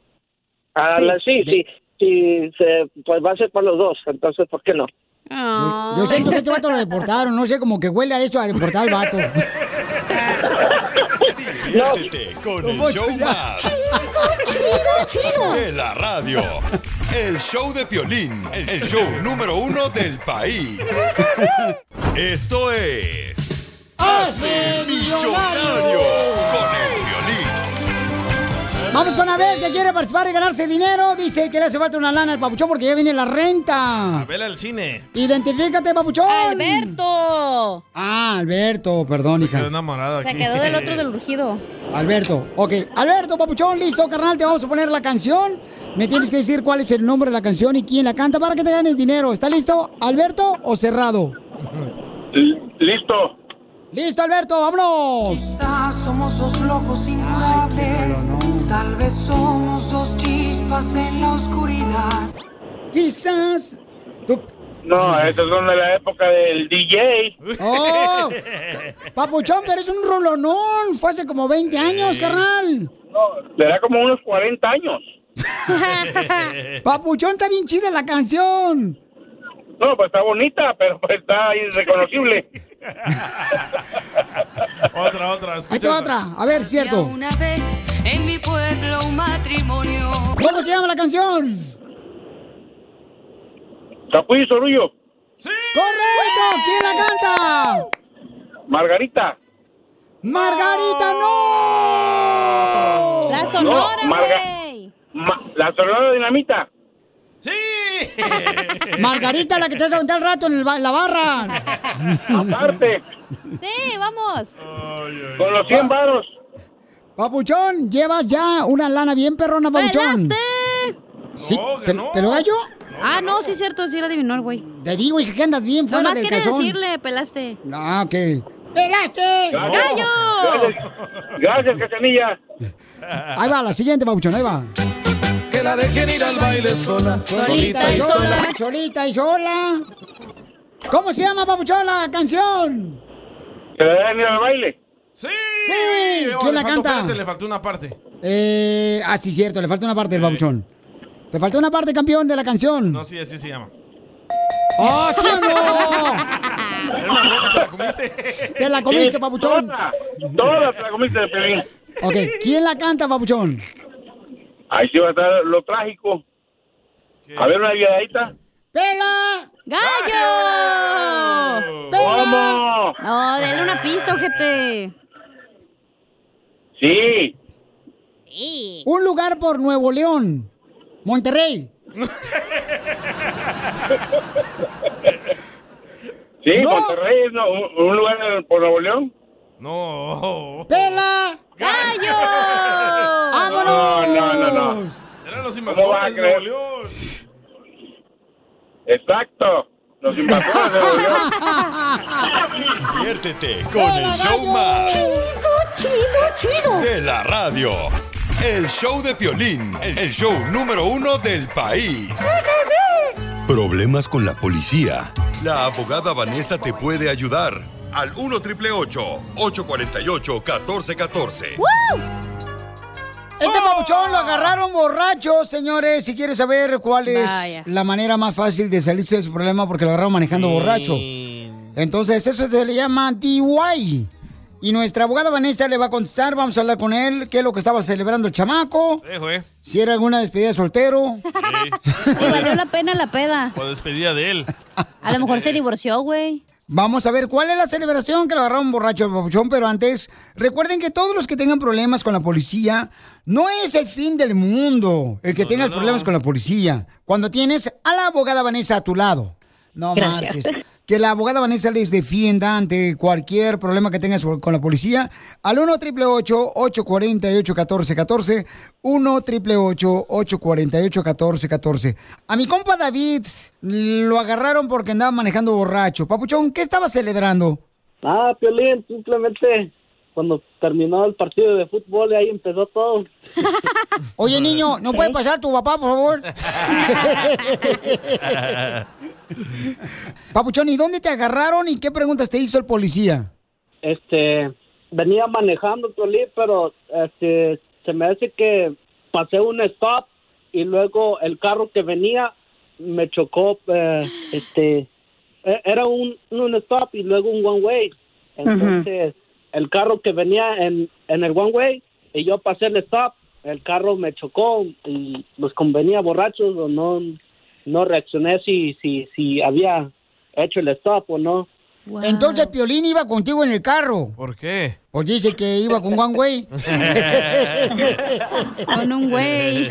Speaker 7: Ah, la- sí, sí, sí, se- pues va a ser para los dos, entonces, ¿por qué no?
Speaker 1: Yo siento que este vato lo deportaron. No sé, como que huele a esto a deportar al vato.
Speaker 5: Diviértete con el
Speaker 1: Don Poncho,
Speaker 5: show
Speaker 1: ya.
Speaker 5: más
Speaker 1: chido.
Speaker 5: de la radio. El show de Piolín, el show número uno del país. Esto es
Speaker 1: ¡Hazme
Speaker 5: millonario con el Piolín.
Speaker 1: Vamos con Abel, que quiere participar y ganarse dinero. Dice que le hace falta una lana al papuchón porque ya viene la renta.
Speaker 2: Vela al cine.
Speaker 1: Identifícate, papuchón.
Speaker 6: Alberto.
Speaker 1: Ah, Alberto, perdón, hija.
Speaker 2: enamorada
Speaker 6: Se quedó del otro del urgido.
Speaker 1: Alberto, ok. Alberto, papuchón, listo, carnal, te vamos a poner la canción. Me tienes que decir cuál es el nombre de la canción y quién la canta para que te ganes dinero. ¿Está listo, Alberto o cerrado?
Speaker 8: Listo.
Speaker 1: Listo, Alberto, vámonos.
Speaker 28: Quizás somos dos locos incurables. Tal vez somos dos chispas en la oscuridad.
Speaker 1: Quizás.
Speaker 8: No, estos son de la época del DJ.
Speaker 1: Oh. Papuchón, pero es un rolonón. Fue hace como 20 años, carnal.
Speaker 8: Será como unos 40 años.
Speaker 1: Papuchón, está bien chida la canción.
Speaker 8: No, pues está bonita, pero pues está irreconocible.
Speaker 2: Otra, otra.
Speaker 1: Ahí te va otra. A ver, cierto.
Speaker 28: Una vez en mi pueblo un matrimonio.
Speaker 1: ¿Cómo se llama la canción?
Speaker 8: Capuy y Sorullo,
Speaker 1: ¡Correcto! ¿Quién la canta?
Speaker 8: Margarita.
Speaker 1: ¡Margarita, no!
Speaker 6: Oh. La
Speaker 8: Sonora, No, Marga- Ma- la Sonora Dinamita.
Speaker 1: Margarita, la que te vas a aventar al rato en el ba- la barra.
Speaker 8: Aparte,
Speaker 6: Sí, vamos.
Speaker 8: con los 100 varos.
Speaker 1: Papuchón, llevas ya una lana bien perrona, Papuchón.
Speaker 6: ¡Bailaste!
Speaker 1: Sí, pe- ¿Pero gallo?
Speaker 6: Ah, no, sí es cierto, sí la adivinó el güey.
Speaker 1: Te digo, hija, que andas bien fuera
Speaker 6: Nomás
Speaker 1: del
Speaker 6: quiere
Speaker 1: calzón.
Speaker 6: decirle, pelaste.
Speaker 1: Ah, ok. ¡Pelaste!
Speaker 6: ¡Gallo!
Speaker 36: Gracias, Cachanilla.
Speaker 1: Ahí va, la siguiente, Pabuchón, ahí va.
Speaker 36: Que la dejen ir al baile sola.
Speaker 1: Solita y sola, solita y sola. ¿Cómo se llama, Pabuchón, la canción?
Speaker 2: ¿Que le dejen ir al baile? ¡Sí!
Speaker 1: ¡Sí! ¿Quién la canta?
Speaker 2: le faltó una parte.
Speaker 1: Eh, ah, sí, cierto, le falta una parte del Pabuchón. Te falta una parte, campeón, de la canción.
Speaker 2: No, sí, así se llama.
Speaker 1: ¡Oh, sí o no!
Speaker 2: Era una broma, ¿Te la comiste?
Speaker 1: Te la comiste, papuchón.
Speaker 36: Todas te la comiste de pelín.
Speaker 1: Ok, ¿quién la canta, Pabuchón?
Speaker 36: Ahí sí va a estar lo trágico. A ver, una ayudadita.
Speaker 1: ¡Pela!
Speaker 6: ¡Gallo!
Speaker 36: ¡Vamos!
Speaker 6: No, dale una pista, ojete.
Speaker 36: Sí.
Speaker 6: Sí.
Speaker 1: Un lugar por Nuevo León. Monterrey.
Speaker 36: Sí,
Speaker 1: No.
Speaker 36: Monterrey es no, un, un lugar por Nuevo León.
Speaker 2: No.
Speaker 1: ¡Pela!
Speaker 6: ¡Gallo!
Speaker 36: No, no, no, no.
Speaker 2: Eran
Speaker 36: ¿Cómo vas a
Speaker 2: los invasores de Nuevo
Speaker 36: creer?
Speaker 2: León.
Speaker 36: Exacto. Los invasores de Nuevo León.
Speaker 5: Diviértete con el show más.
Speaker 1: Chido, chido, chido.
Speaker 5: De la radio. El show de Piolín, el show número uno del país. Problemas con la policía. La abogada Vanessa te puede ayudar. Al 1 triple 848 1414.
Speaker 1: Este papuchón lo agarraron borracho, señores. Si quieres saber cuál es
Speaker 6: Vaya.
Speaker 1: la manera más fácil de salirse de su problema porque lo agarraron manejando borracho. Entonces, eso se le llama DUI. Y nuestra abogada Vanessa le va a contestar. Vamos a hablar con él. ¿Qué es lo que estaba celebrando el chamaco?
Speaker 2: Sí, güey.
Speaker 1: Si era alguna despedida de soltero.
Speaker 6: Le valió la pena la peda.
Speaker 2: O despedida de él.
Speaker 6: A lo mejor se divorció, güey.
Speaker 1: Vamos a ver cuál es la celebración que lo agarraron borracho el papuchón, pero antes, recuerden que todos los que tengan problemas con la policía, no es el fin del mundo el que tengas problemas con la policía. Cuando tienes a la abogada Vanessa a tu lado, no
Speaker 19: Gracias.
Speaker 1: marches. Que la abogada Vanessa les defienda ante cualquier problema que tengas con la policía al 1 888 848 1414 1 888 848 1414 A mi compa David lo agarraron porque andaba manejando borracho. Papuchón, ¿qué estaba celebrando?
Speaker 7: Ah, Piolín, simplemente cuando terminó el partido de fútbol y ahí empezó todo.
Speaker 1: Oye, niño, ¿no puede pasar tu papá, por favor? Papuchón, ¿y dónde te agarraron y qué preguntas te hizo el policía?
Speaker 7: Este, venía manejando Piolín, pero este, se me hace que pasé un stop y luego el carro que venía me chocó, eh, este, e- era un, un stop y luego un one way. Entonces, el carro que venía en, en el one way y yo pasé el stop, el carro me chocó y los convenía borrachos o no, no reaccioné si, si, si había hecho el stop o no.
Speaker 1: Entonces Piolín iba contigo en el carro.
Speaker 2: ¿Por qué?
Speaker 1: Pues dice que iba con Juan Güey.
Speaker 6: Con un güey.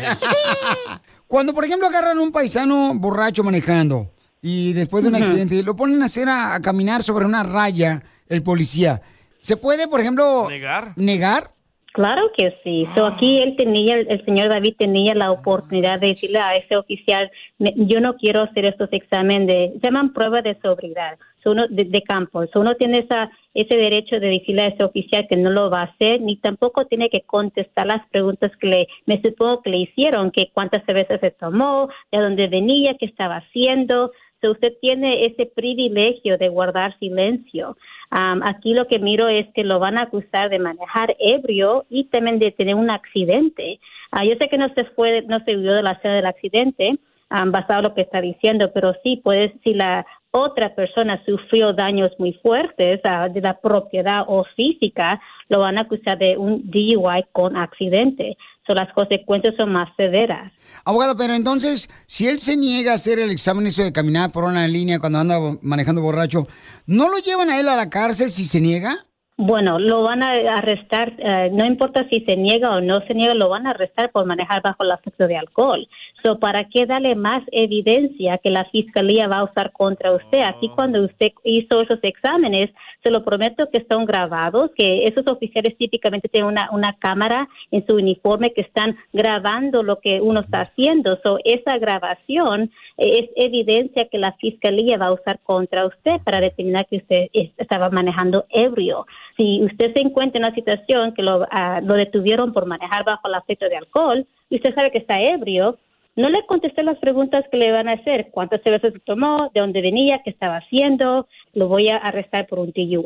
Speaker 1: Cuando, por ejemplo, agarran a un paisano borracho manejando y después de un
Speaker 7: Ujú.
Speaker 1: accidente lo ponen a hacer a, a caminar sobre una raya el policía, ¿se puede, por ejemplo, negar? ¿Negar?
Speaker 22: Claro que sí. So, aquí él tenía, el, el señor David tenía la oportunidad de decirle a ese oficial, "Me- yo no quiero hacer estos exámenes de, se llaman prueba de sobriedad, so, uno, de, de campo. So, uno tiene esa, ese derecho de decirle a ese oficial que no lo va a hacer, ni tampoco tiene que contestar las preguntas que le, me supongo que le hicieron, que cuántas veces se tomó, de dónde venía, qué estaba haciendo. So, usted tiene ese privilegio de guardar silencio. Am, aquí lo que miro es que lo van a acusar de manejar ebrio y también de tener un accidente. Ah, yo sé que no se fue, no se huyó de la escena del accidente, am, basado en lo que está diciendo, pero sí puede si la otra persona sufrió daños muy fuertes ah, de la propiedad o física, lo van a acusar de un DUI con accidente. So, las consecuencias son más severas.
Speaker 1: Abogado, pero entonces, si él se niega a hacer el examen eso de caminar por una línea cuando anda bo- manejando borracho, ¿no lo llevan a él a la cárcel si se niega?
Speaker 22: Bueno, lo van a arrestar, eh, no importa si se niega o no se niega, lo van a arrestar por manejar bajo el efecto de alcohol. So, ¿Para qué darle más evidencia que la fiscalía va a usar contra usted? Aquí cuando usted hizo esos exámenes, se lo prometo que son grabados, que esos oficiales típicamente tienen una, una cámara en su uniforme que están grabando lo que uno está haciendo. So, esa grabación es evidencia que la fiscalía va a usar contra usted para determinar que usted es- estaba manejando ebrio. Si usted se encuentra en una situación que lo, ah, lo detuvieron por manejar bajo el efecto de alcohol y usted sabe que está ebrio, no le contesté las preguntas que le van a hacer. ¿Cuántas cervezas tomó? ¿De dónde venía? ¿Qué estaba haciendo? Lo voy a arrestar por un DUI.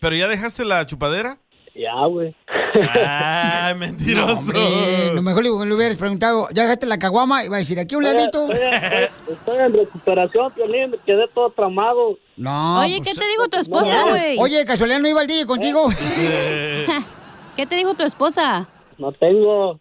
Speaker 2: ¿Pero ya dejaste la chupadera?
Speaker 22: Ya, güey.
Speaker 2: Ay, mentiroso.
Speaker 1: Hombre, lo mejor le, le hubieras preguntado, ¿ya dejaste la caguama? Y va a decir, aquí a un ladito.
Speaker 18: Estoy en recuperación, Piolín, me quedé todo tramado.
Speaker 1: No. pues,
Speaker 6: Oye, ¿qué te dijo tu esposa,
Speaker 18: no.
Speaker 6: güey?
Speaker 1: Oye, casualidad no iba al DJ contigo.
Speaker 6: ¿Qué te dijo tu esposa?
Speaker 18: No tengo.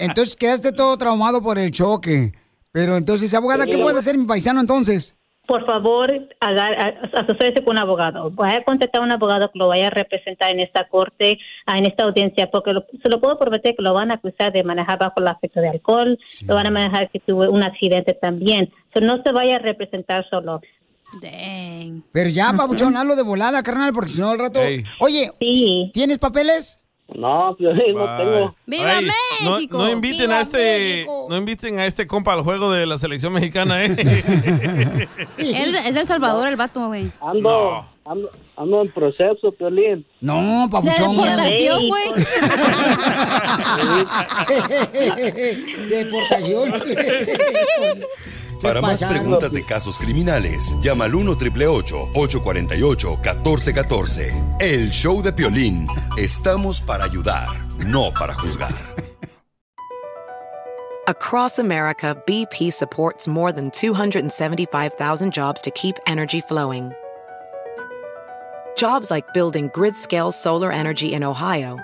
Speaker 1: Entonces quedaste todo traumado por el choque. Pero entonces, abogada, ¿qué
Speaker 22: Sí.
Speaker 1: puede hacer mi paisano entonces?
Speaker 22: Por favor, agar- a- asociarse con un abogado. Vaya a contratar a un abogado que lo vaya a representar en esta corte, ah, en esta audiencia, porque lo- se lo puedo prometer que lo van a acusar de manejar bajo el afecto de alcohol, lo van a manejar que tuvo un accidente también. So, no se vaya a representar solo.
Speaker 1: Pero ya, papuchón, hazlo de volada, carnal, porque si no al rato.
Speaker 22: Ey.
Speaker 1: Oye, ¿tienes papeles?
Speaker 18: No, Piolín, no tengo.
Speaker 2: ¡Viva México! No, inviten a este, no inviten a este compa al juego de la selección mexicana, ¿eh?
Speaker 6: Él es de El Salvador, el vato, güey.
Speaker 18: Ando, ando, ando en proceso, Piolín.
Speaker 1: No,
Speaker 6: papuchón. De deportación, güey.
Speaker 1: Deportación.
Speaker 5: Para más
Speaker 1: pasaron.
Speaker 5: preguntas de casos criminales, llama al 1 888 848 1414 El show de Piolín. Estamos para ayudar, no para juzgar.
Speaker 16: Across America, BP supports more than 275,000 jobs to keep energy flowing. Jobs like building grid scale solar energy in Ohio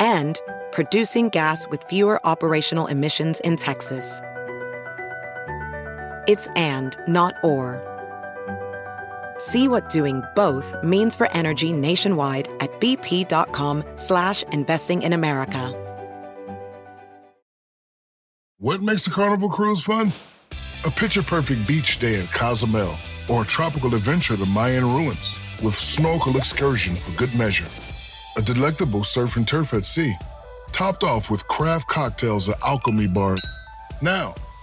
Speaker 16: and producing gas with fewer operational emissions in Texas. It's and, not or. See what doing both means for energy nationwide at bp.com slash investing in America.
Speaker 8: What makes a carnival cruise fun? A picture perfect beach day at Cozumel or a tropical adventure to Mayan ruins with snorkel excursion for good measure. A delectable surf and turf at sea, topped off with craft cocktails at Alchemy Bar. Now,